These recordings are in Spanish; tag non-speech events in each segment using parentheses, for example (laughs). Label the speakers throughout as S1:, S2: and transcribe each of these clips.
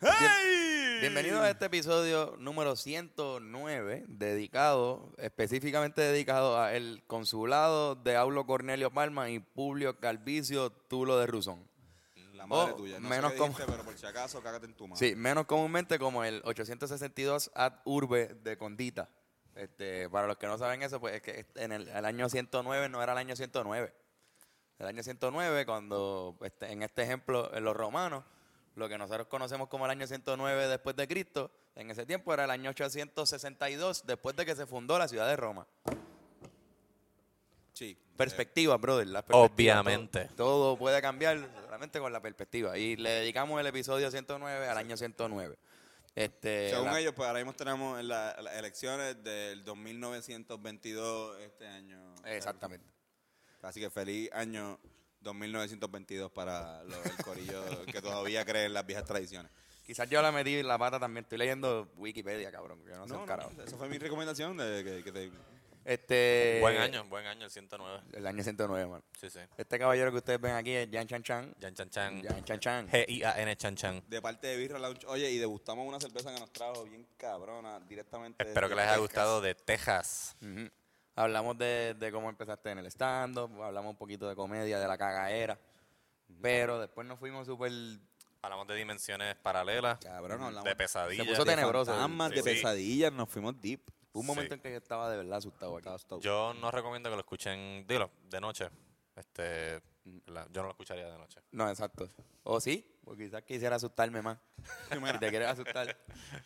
S1: ¡Hey!
S2: Bienvenidos a este episodio número 109, dedicado, específicamente dedicado a el consulado de Aulo Cornelio Palma y Publio Calvicio Tulo de Rusón.
S1: La madre
S2: Oh,
S1: tuya. No
S2: menos
S1: sé qué
S2: com-
S1: dijiste, pero por si acaso, cágate en tu mano.
S2: Sí, menos comúnmente como el 862 ad urbe de Condita. Este, para los que no saben eso, pues es que en el, el año 109 no era el año 109. El año 109, cuando este, en este ejemplo, en los romanos, lo que nosotros conocemos como el año 109 después de Cristo, en ese tiempo era el año 862 después de que se fundó la ciudad de Roma.
S1: Sí. eh,
S2: Perspectiva, brother. la perspectiva,
S3: Obviamente.
S2: Todo, todo puede cambiar solamente con la perspectiva. Y le dedicamos el episodio 109 al año 109.
S1: Eh,
S2: Este,
S1: según
S2: la-
S1: ellos, pues ahora mismo tenemos la- las elecciones del 2922 este año.
S2: Exactamente.
S1: Así que feliz año 2922 para los, el corillo que todavía cree en las viejas tradiciones.
S2: Quizás yo la metí en la pata también. Estoy leyendo Wikipedia, cabrón. Yo no sé un carajo.
S1: esa fue mi recomendación de que, que te-
S2: Este,
S3: Buen
S1: Eh,
S3: año, buen año, el 109.
S2: El año 109, mano.
S3: Sí, sí.
S2: Este caballero que ustedes ven aquí es Jan Chan Chan.
S3: Yan Chan Chan.
S2: Jan Chan Chan.
S3: G-I-A-N Chan Chan.
S1: de parte de Birra Lounge. Oye, y degustamos una cerveza que nos trajo bien cabrona directamente.
S3: Espero que
S1: desde
S3: les
S1: Texas.
S3: haya gustado de Texas.
S2: Ujú. Hablamos de, de cómo empezaste en el stand-up. Hablamos un poquito de comedia, de la cagaera. Pero después nos fuimos súper...
S3: Hablamos de dimensiones paralelas.
S1: Cabrón, hablamos
S3: De
S1: de
S3: pesadillas.
S2: puso
S1: de
S2: tenebroso.
S1: fantasmas,
S3: Sí,
S1: de
S3: sí.
S1: pesadillas, nos fuimos deep.
S2: Hubo un momento
S3: Sí.
S2: en que yo estaba de verdad asustado. aquí.
S3: Yo no recomiendo que lo escuchen, dilo, de noche. Este,
S1: Mm.
S3: la- yo no lo escucharía de noche.
S2: No, exacto. O sí, porque quizás quisiera asustarme (laughs) más. si te quieres asustar.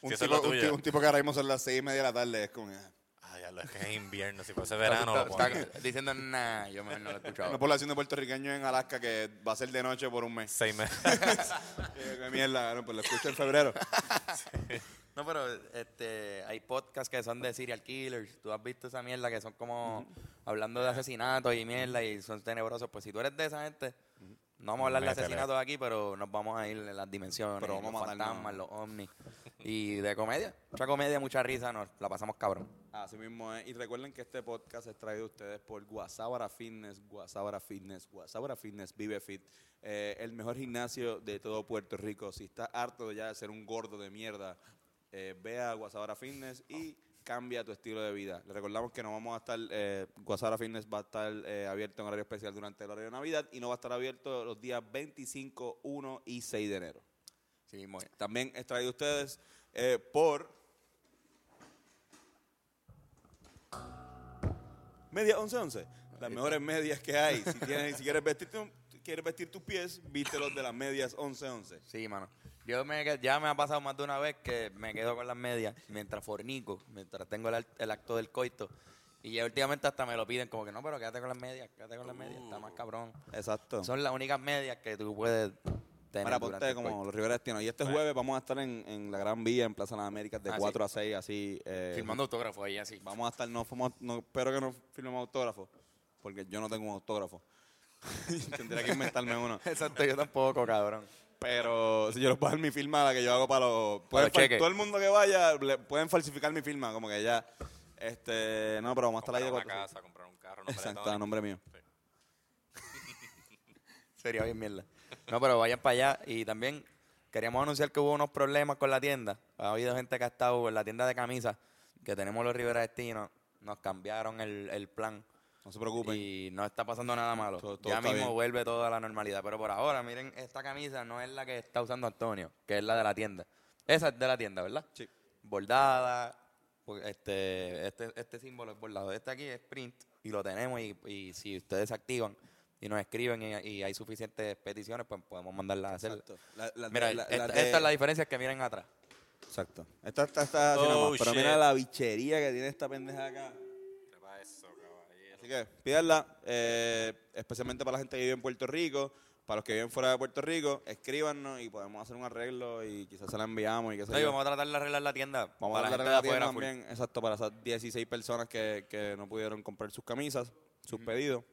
S1: Un,
S3: Si eso es
S1: tipo,
S3: lo
S1: un
S3: tuyo.
S1: tipo- un tipo que ahora mismo son las seis y media de la tarde es como... eh,
S3: Ay, ya lo es que es invierno. Si fuese verano, lo
S2: Está-
S3: pongo.
S2: está (laughs) diciendo, nah, yo mejor no lo he
S1: Una
S2: escuchado.
S1: población de puertorriqueños en Alaska que va a ser de noche por un
S3: (laughs)
S1: mes.
S3: Seis
S1: (laughs)
S3: meses.
S1: Eh, qué mierda, no, pues lo escucho en febrero.
S2: No, pero este, hay podcasts que son de serial killers. Tú has visto esa mierda que son como hablando de asesinatos y mierda y son tenebrosos. Pues si tú eres de esa gente, no vamos a hablar de
S3: Métele.
S2: asesinatos aquí, pero nos vamos a ir en las dimensiones,
S1: Pero vamos
S2: los
S1: a matarnos.
S2: fantasmas, los ovnis. Y de comedia, mucha comedia, mucha risa, nos la pasamos cabrón.
S1: Así mismo es. Y recuerden que este podcast es traído a ustedes por Guasábara Fitness, Guasábara Fitness, Guasábara Fitness, Vive Fit. Eh, el mejor gimnasio de todo Puerto Rico. Si estás harto de ya de ser un gordo de mierda, eh, ve a Guasábara Fitness y cambia tu estilo de vida. Les recordamos que no vamos a estar, eh, Guasábara Fitness va a estar eh, abierto en horario especial durante el horario de Navidad y no va a estar abierto los días 25, 1 y 6 de enero.
S2: Sí, muy-
S1: También es traído a ustedes eh, por. Media 1111. Las mejores medias que
S2: (laughs)
S1: hay. Si, tienes, si quieres, vestirte, un- quieres vestir tus pies, vístelos de las medias 1111.
S2: Sí, mano. Yo me, que- ya me ha pasado más de una vez que me quedo con las medias mientras fornico, mientras tengo el, act- el acto del coito. Y ya últimamente hasta me lo piden, como que no, pero quédate con las medias, quédate con las medias, está
S1: Uh.
S2: más cabrón.
S1: Exacto.
S2: Son las únicas medias que tú puedes tener.
S1: Para
S2: durante
S1: ponte
S2: el
S1: como
S2: coito.
S1: los Rivera Destino. Y este jueves vamos a estar en, en la Gran Vía, en Plaza de las Américas, de
S2: Ah, sí.
S1: 4 a 6, así. eh,
S2: Firmando autógrafos ahí así.
S1: Vamos a estar, no, fuimos- no espero que no firmemos autógrafo, porque yo no tengo un autógrafo. (laughs) Tendría que inventarme uno.
S2: (laughs) Exacto, yo tampoco, cabrón.
S1: Pero si yo los puedo dar mi firma, la que yo hago para los. pueden
S2: los
S1: fal-
S2: cheques.
S1: todo el mundo que vaya, le- pueden falsificar mi firma, como que ya. Este, no, pero vamos a estar ahí
S3: Comprar
S1: de
S3: una
S1: cuatro.
S3: casa, comprar un carro, no
S1: Exacto, a nombre mío.
S2: Sería bien mierda. No, pero vayan para allá. Y también queríamos anunciar que hubo unos problemas con la tienda. Ha habido gente que ha estado en la tienda de camisas, que tenemos los Rivera Destino. Nos cambiaron el, el plan.
S1: No se preocupen.
S2: Y no está pasando nada malo.
S1: Todo- todo
S2: ya
S1: está
S2: mismo
S1: bien.
S2: vuelve toda la normalidad. Pero por ahora, miren, esta camisa no es la que está usando Antonio, que es la de la tienda. Esa es de la tienda, ¿verdad?
S1: Sí.
S2: Bordada. pues, Este, este, este símbolo es bordado. Este aquí es print y lo tenemos. Y, y si ustedes se activan y nos escriben y, y hay suficientes peticiones, pues podemos mandarlas a hacer.
S1: Exacto. La- la-
S2: Mira,
S1: la-
S2: esta,
S1: la de-
S2: esta es la diferencia que miren atrás.
S1: Exacto. Esta está está así
S3: Oh,
S1: nomás, Pero
S3: shit.
S1: mira la bichería que tiene esta pendeja acá. Así que pídanla, eh, especialmente para la gente que vive en Puerto Rico, para los que viven fuera de Puerto Rico, escríbanos y podemos hacer un arreglo y quizás se la enviamos y qué sé
S2: Oye,
S1: yo.
S2: vamos a tratar de arreglar la tienda.
S1: Vamos
S2: para
S1: a
S2: la
S1: darle
S2: gente de
S1: la tienda
S2: afuera, full.
S1: también, exacto, para esas 16 personas que, que no pudieron comprar sus camisas, sus pedidos.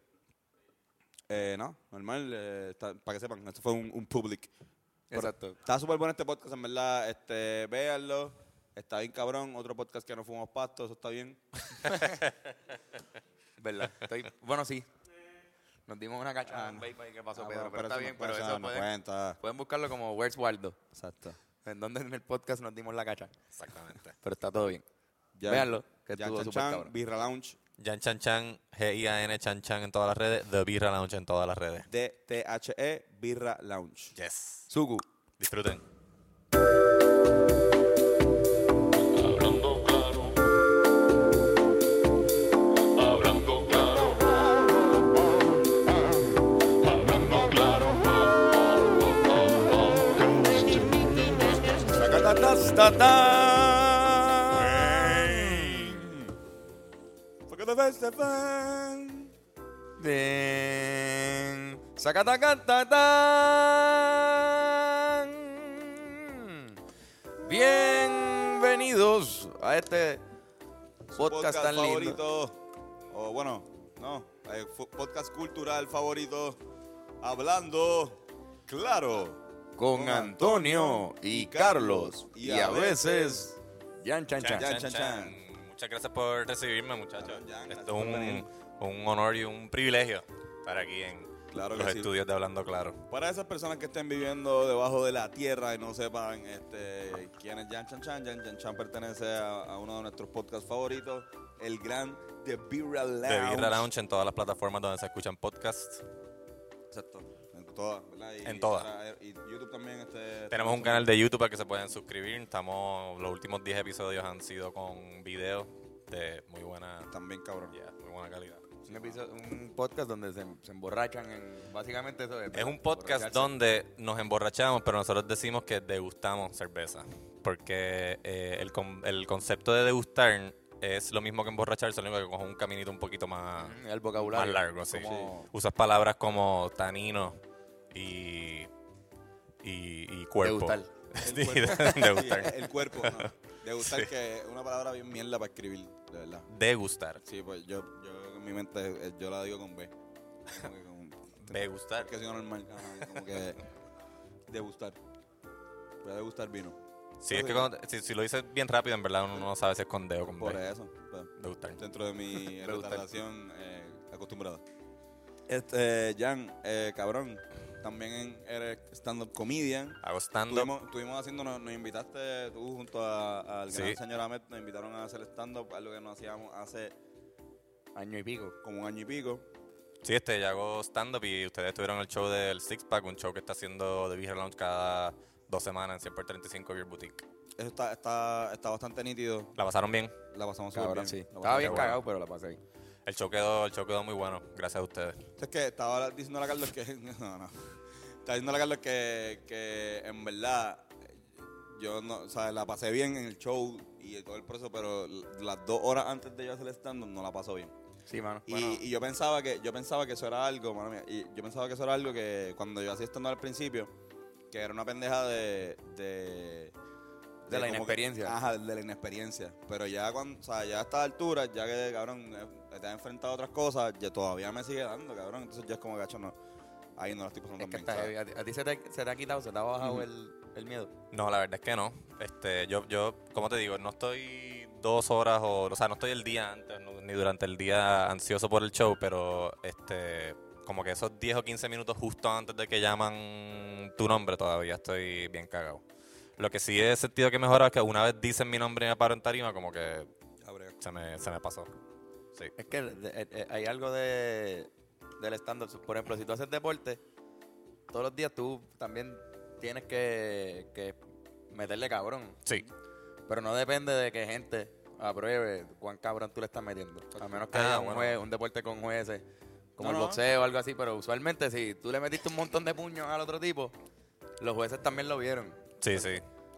S1: Eh, no, normal, eh, está- para que sepan, esto fue un, un public. Pero
S2: Exacto.
S1: Está súper bueno este podcast, en verdad, este, véanlo, está bien cabrón, otro podcast que no fuimos pastos, eso está bien.
S2: Ah, ¿Verdad? Estoy- bueno, sí. Nos dimos una cachada en Vape ahí que pasó,
S1: Ah,
S2: Pedro.
S1: bueno,
S2: Pero está
S1: eso
S2: bien,
S1: no-
S2: pero
S1: eso
S2: eso
S1: no
S2: pueden,
S1: cuenta.
S2: pueden buscarlo como Where's Waldo.
S1: Exacto.
S2: En donde en el podcast nos dimos la cacha.
S3: Exactamente.
S2: Pero está todo bien.
S1: Ya-
S2: Véanlo, que
S1: Ya
S2: estuvo
S1: Chan
S2: súper
S1: Chan,
S2: cabrón.
S1: Birra Lounge,
S3: Jan Chan Chan, G-I-A-N Chan Chan en todas las redes, The Birra Lounge en todas las redes.
S1: D-T-H-E, E, Birra Lounge.
S3: Yes.
S2: Suku.
S3: Disfruten.
S4: Hablando claro, hablando claro, hablando claro,
S2: Ding. Sacatacatatán. Bienvenidos a este
S1: Su
S2: podcast, tan lindo.
S1: favorito. O bueno, no. eh, fu- podcast cultural favorito. Hablando claro.
S2: Con Antonio y Carlos. Y a veces. Yan Chan Chan.
S1: Yan, chan, chan.
S3: Muchas gracias por recibirme, muchachos.
S1: Claro, Yan,
S3: Esto
S1: gracias
S3: es
S1: por venir.
S3: un, un honor y un privilegio estar aquí en
S1: Claro que
S3: los
S1: sí.
S3: estudios de Hablando Claro.
S1: Para esas personas que estén viviendo debajo de la tierra y no sepan este, quién es Jan Chan Chan, Jan Chan Chan pertenece a, a uno de nuestros podcasts favoritos, el gran The Birra Lounge.
S3: The Birra Lounge en todas las plataformas donde se escuchan podcasts.
S1: Exacto. En todas, ¿verdad? Y-
S3: En todas.
S1: ahora, Y YouTube también. Este,
S3: Tenemos un canal de YouTube al que se pueden suscribir. Estamos, los últimos 10 episodios han sido con videos de muy buena,
S1: También, cabrón.
S3: (laughs) yeah, muy buena calidad.
S2: Un, episodio- un podcast donde se, se emborrachan en. Básicamente eso
S3: Es un podcast
S2: emborracharse.
S3: donde nos emborrachamos, pero nosotros decimos que degustamos cerveza. Porque eh, el, con- el concepto de degustar es lo mismo que emborracharse, lo único que coge un caminito un poquito más,
S2: El
S3: más
S2: vocabulario.
S3: largo. sí.
S2: como-
S3: Usas palabras como tanino y, y, y cuerpo.
S2: Degustar.
S3: (laughs) Sí,
S1: El cuerpo. (laughs) Sí, eh.
S3: degustar.
S1: el cuerpo, no. Degustar,
S3: Sí.
S1: que es una palabra bien mierda para escribir, de verdad.
S3: Degustar.
S1: Sí, pues yo, yo en mi mente, eh, yo la digo con B. Como que (laughs) con-
S3: Degustar.
S1: Es que soy normal, ajá, como que degustar. Voy a degustar vino.
S3: Sí, es que cuando- si, si lo dices bien rápido, en verdad uno no sabe si es con D o con
S1: Por
S3: B.
S1: eso, pues,
S3: Degustar.
S1: dentro de (laughs) mi
S2: Degustar.
S1: relación acostumbrada. Este, Jan, eh, cabrón, también eres stand-up comedian.
S3: Hago stand-up.
S1: Estuvimos, estuvimos haciendo, nos, nos invitaste tú junto a- al gran
S3: Sí.
S1: señor Ahmed, nos invitaron a hacer stand-up, algo que no hacíamos hace
S2: Año y pico.
S1: como un año y pico.
S3: Sí, este, yo hago stand-up y ustedes tuvieron el show del Six Pack, un show que está haciendo The Beer Lounge cada dos semanas en 100 por 35 Beer Boutique.
S1: Eso está, está, está bastante nítido,
S3: ¿La pasaron bien?
S1: la pasamos súper
S2: Cabrón,
S1: bien.
S2: sí.
S1: la
S2: Estaba
S1: pasamos súper
S2: bien
S3: bueno.
S2: cagado, pero la pasé bien.
S3: El show quedó, el show quedó muy bueno, gracias a ustedes.
S1: Es que estaba diciendo a Carlos que. (laughs) No, no. Estaba diciendo a Carlos que, que en verdad yo no, o sea, la pasé bien en el show y todo el proceso, pero las dos horas antes de yo hacer el stand-up no la pasó bien.
S2: Sí, mano.
S1: Y,
S2: Bueno,
S1: y yo pensaba que yo pensaba que eso era algo, mano mía, y yo pensaba que eso era algo que cuando yo hacía stand al principio, que era una pendeja de de,
S2: De la
S1: como que-
S2: inexperiencia.
S1: ajá, de la inexperiencia, pero ya cuando, o sea, ya a estas alturas, ya que cabrón eh, te has enfrentado a otras cosas, ya todavía me sigue dando, cabrón, entonces ya es como gacho no. Ahí no lo estoy pasando
S2: es que
S1: tan bien.
S2: está
S1: ¿sabes?
S2: heavy. a, ti- a ti se te, se te ha quitado, se te ha bajado el, el miedo.
S3: No, la verdad es que no. Este, yo, yo, como te digo, no estoy dos horas o, o sea, no estoy el día antes no- ni durante el día ansioso por el show, pero este, como que esos 10 o 15 minutos justo antes de que llaman tu nombre todavía estoy bien cagado. Lo que sí he sentido que mejora es que una vez dicen mi nombre y me paro en tarima, como que
S1: Ya, brega.
S3: se me, se me pasó. Sí.
S2: Es que de- eh, eh, hay algo de, del stand-up. Por ejemplo, si tú haces deporte, todos los días tú también tienes que, que meterle cabrón.
S3: Sí.
S2: Pero no depende de que gente apruebe cuán cabrón tú le estás metiendo. A menos que
S3: Ah,
S2: haya un,
S3: bueno.
S2: juez- un deporte con jueces, como
S1: No,
S2: el
S1: no.
S2: boxeo o algo así. Pero usualmente, si tú le metiste un montón de puños al otro tipo, los jueces también lo vieron.
S3: Sí, sí.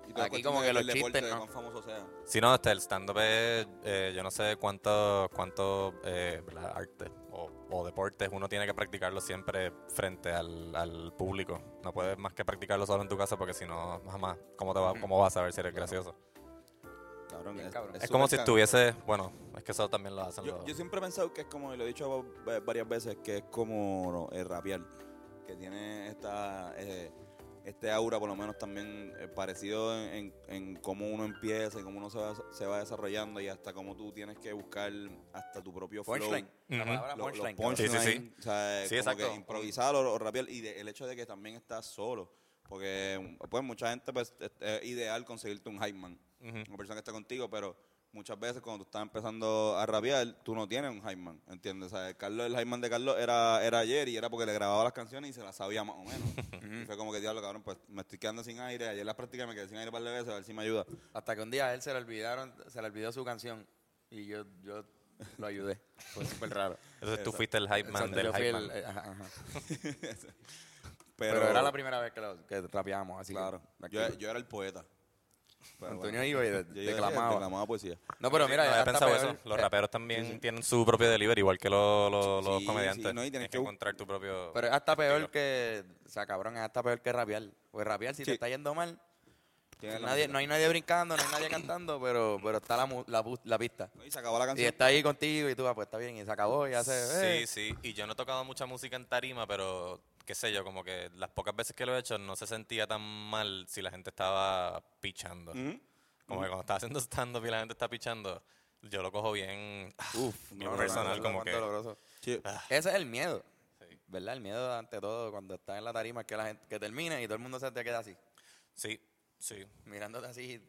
S1: Y toda
S2: Aquí
S1: cuestión
S2: como
S1: de-
S2: que los
S1: del deporte,
S2: chistes,
S1: de
S2: ¿no?
S1: cuán famoso sea.
S3: Si no, este, el stand-up es, eh, yo no sé cuántos cuánto, eh, ¿verdad? artes o, o deportes uno tiene que practicarlo siempre frente al, al público. No puedes más que practicarlo solo en tu casa porque si no, jamás, ¿cómo, te va, cómo vas a saber si eres gracioso?
S1: Cabrón,
S2: Bien
S1: es,
S2: cabrón.
S3: Es, como si
S1: súper ca-
S3: estuviese, bueno, es que eso también lo hacen
S1: Yo,
S3: los-
S1: yo siempre he pensado que es como, y lo he dicho va- varias veces, que es como no, eh, rapear, que tiene esta, eh, este aura por lo menos también eh, parecido en, en- en cómo uno empieza y cómo uno se va, se va desarrollando y hasta cómo tú tienes que buscar hasta tu propio flow.
S2: Punchline. La
S3: Ujú.
S2: palabra
S1: Lo- los
S2: punchline. cabrón.
S1: punchline,
S3: Sí, sí, sí.
S1: o sea,
S3: Sí,
S1: como que
S3: exacto.
S1: improvisar o, o rapear y de- el hecho de que también estás solo. Porque, pues, mucha gente, pues, es, es ideal conseguirte un hype man.
S3: Ujú.
S1: Una persona que esté contigo, pero muchas veces cuando tú estás empezando a rabiar, tú no tienes un hype man, ¿entiendes? O sea, Carlos, el hype man de Carlos era, era ayer y era porque le grababa las canciones y se las sabía más o menos.
S3: (laughs)
S1: y fue como que, diablo, cabrón, pues, me estoy quedando sin aire. Ayer las practiqué, me quedé sin aire un par de veces, a ver si me ayuda.
S2: Hasta que un día a él se le olvidaron, se le olvidó su canción y yo, yo lo ayudé. Fue súper raro.
S3: Entonces tú fuiste el hype man
S2: Exacto,
S3: del
S2: yo fui
S3: hype
S2: el-
S3: man.
S2: eh, ajá, ajá.
S1: Pero,
S2: Pero, era la primera vez que, lo, que rapeábamos, así que
S1: Claro. Yo,
S2: tranquilo.
S1: yo era el poeta. Pero
S2: Antonio
S1: bueno,
S2: iba y de-
S1: yo- yo
S2: declamaba.
S1: declamaba poesía.
S2: No, pero mira,
S3: no
S2: hasta
S3: había pensado
S2: peor,
S3: eso. Los
S2: eh,
S3: raperos también tienen su propio delivery, igual que los, los, los
S1: Sí,
S3: comediantes.
S1: sí, no, y tienes
S3: tienes
S1: que
S3: que
S1: bu-
S3: encontrar tu propio.
S2: Pero es hasta peor
S3: estilo.
S2: que, o sea, cabrón, es hasta peor que rapear. Pues rapear, si
S1: Sí.
S2: te está yendo mal,
S1: Tiene la
S2: nadie,
S1: música.
S2: no hay nadie brincando, no hay nadie cantando, pero, pero está la, mu- la, pu- la pista.
S1: Y se acabó la
S2: Y
S1: canción.
S2: está ahí contigo y tú, ah, pues está bien, y se acabó, y hace... "Eh".
S3: Sí, sí. Y yo no he tocado mucha música en tarima, pero qué sé yo, como que las pocas veces que lo he hecho no se sentía tan mal si la gente estaba pichando.
S1: Ujú.
S3: Como que cuando estaba haciendo stand-up y la gente está pichando, yo lo cojo bien. ah,
S1: Uf,
S3: bien personal, como que.
S1: Sí.
S3: Ah.
S2: Ese es el miedo, ¿verdad? El miedo ante todo cuando estás en la tarima es que la gente que termina y todo el mundo se te queda así,
S3: Sí, sí.
S2: mirándote así.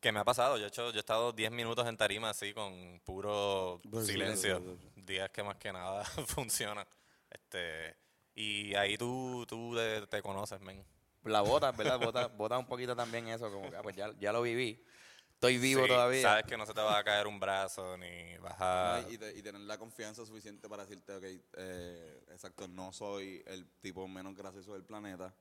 S3: Que me ha pasado, yo he, hecho, yo he estado 10 minutos en tarima así con puro
S1: Pues,
S3: silencio.
S1: silencio, sí,
S3: Días que más que nada (laughs) funciona. Este, y ahí tú, tú te, te conoces, men.
S2: La botas, ¿verdad?
S3: (laughs)
S2: Botas bota un poquito también eso, como que ah, pues ya, ya lo viví. Estoy vivo
S3: Sí,
S2: todavía.
S3: Sabes que no se te va a caer un brazo ni vas a...
S1: No, y, te- y tener la confianza suficiente para decirte, ok, eh, exacto, no soy el tipo menos gracioso del planeta.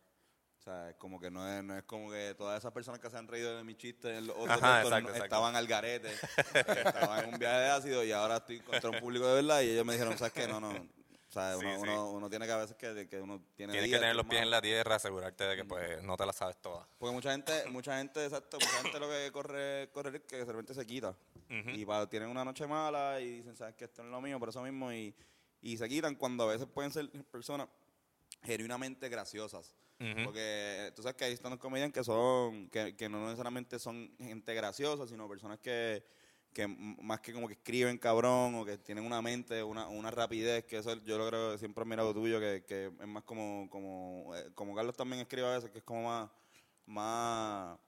S1: O sea, es como que no es, no es como que todas esas personas que se han reído de mi chiste en los otros
S3: Ajá,
S1: textos
S3: exacto,
S1: no-
S3: exacto.
S1: estaban al garete, eh, estaban en un viaje de ácido y ahora estoy contra un público de verdad y ellos me dijeron, ¿sabes qué? No, no. O sea,
S3: Sí,
S1: uno,
S3: sí.
S1: Uno, uno tiene que a veces que, que uno tiene
S3: Tienes que
S1: días,
S3: tener los
S1: tus
S3: pies en
S1: manos.
S3: la tierra, asegurarte de que pues no te la sabes toda.
S1: Porque mucha gente, mucha gente, exacto, mucha gente lo que corre, corre es que de repente se quita. Y pa- tienen una noche mala y dicen, sabes que esto no es lo mío, por eso mismo, y, y se quitan cuando a veces pueden ser personas genuinamente graciosas. Porque tú sabes que hay tantos comediantes que son, que, que no necesariamente son gente graciosa, sino personas que, que m- más que como que escriben cabrón o que tienen una mente, una, una rapidez, que eso yo lo creo que siempre he mirado tuyo, que, que es más como, como, eh, como Carlos también escribe a veces, que es como más, más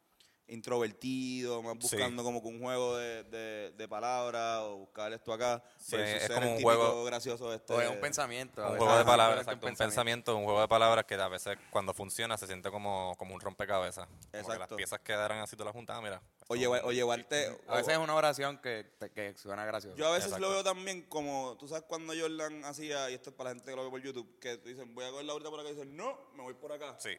S1: introvertido, más
S3: Sí.
S1: buscando como que un juego de, de, de palabras o buscar esto acá.
S3: Sí,
S1: versus
S3: es
S1: ser
S3: como
S1: el
S3: un juego-
S1: típico gracioso este.
S2: o es un pensamiento. a
S3: Un
S2: veces
S3: juego
S2: es
S3: de
S2: más
S3: palabras,
S2: fuerte que
S3: exacto, un pensamiento, un juego de palabras que a veces cuando funciona se siente como, como un rompecabezas. Como que las
S1: Exacto.
S3: piezas quedaran así todas las juntadas, mira.
S1: O, lleva- o llevarte...
S2: A veces es una oración que, te- que suena graciosa.
S1: Yo a veces
S3: Exacto.
S1: lo veo también como, tú sabes cuando Jordan hacía, y esto es para la gente que lo ve por YouTube, que tú dicen, voy a coger la ahorita por acá, y dicen, no, me voy por acá.
S3: Sí.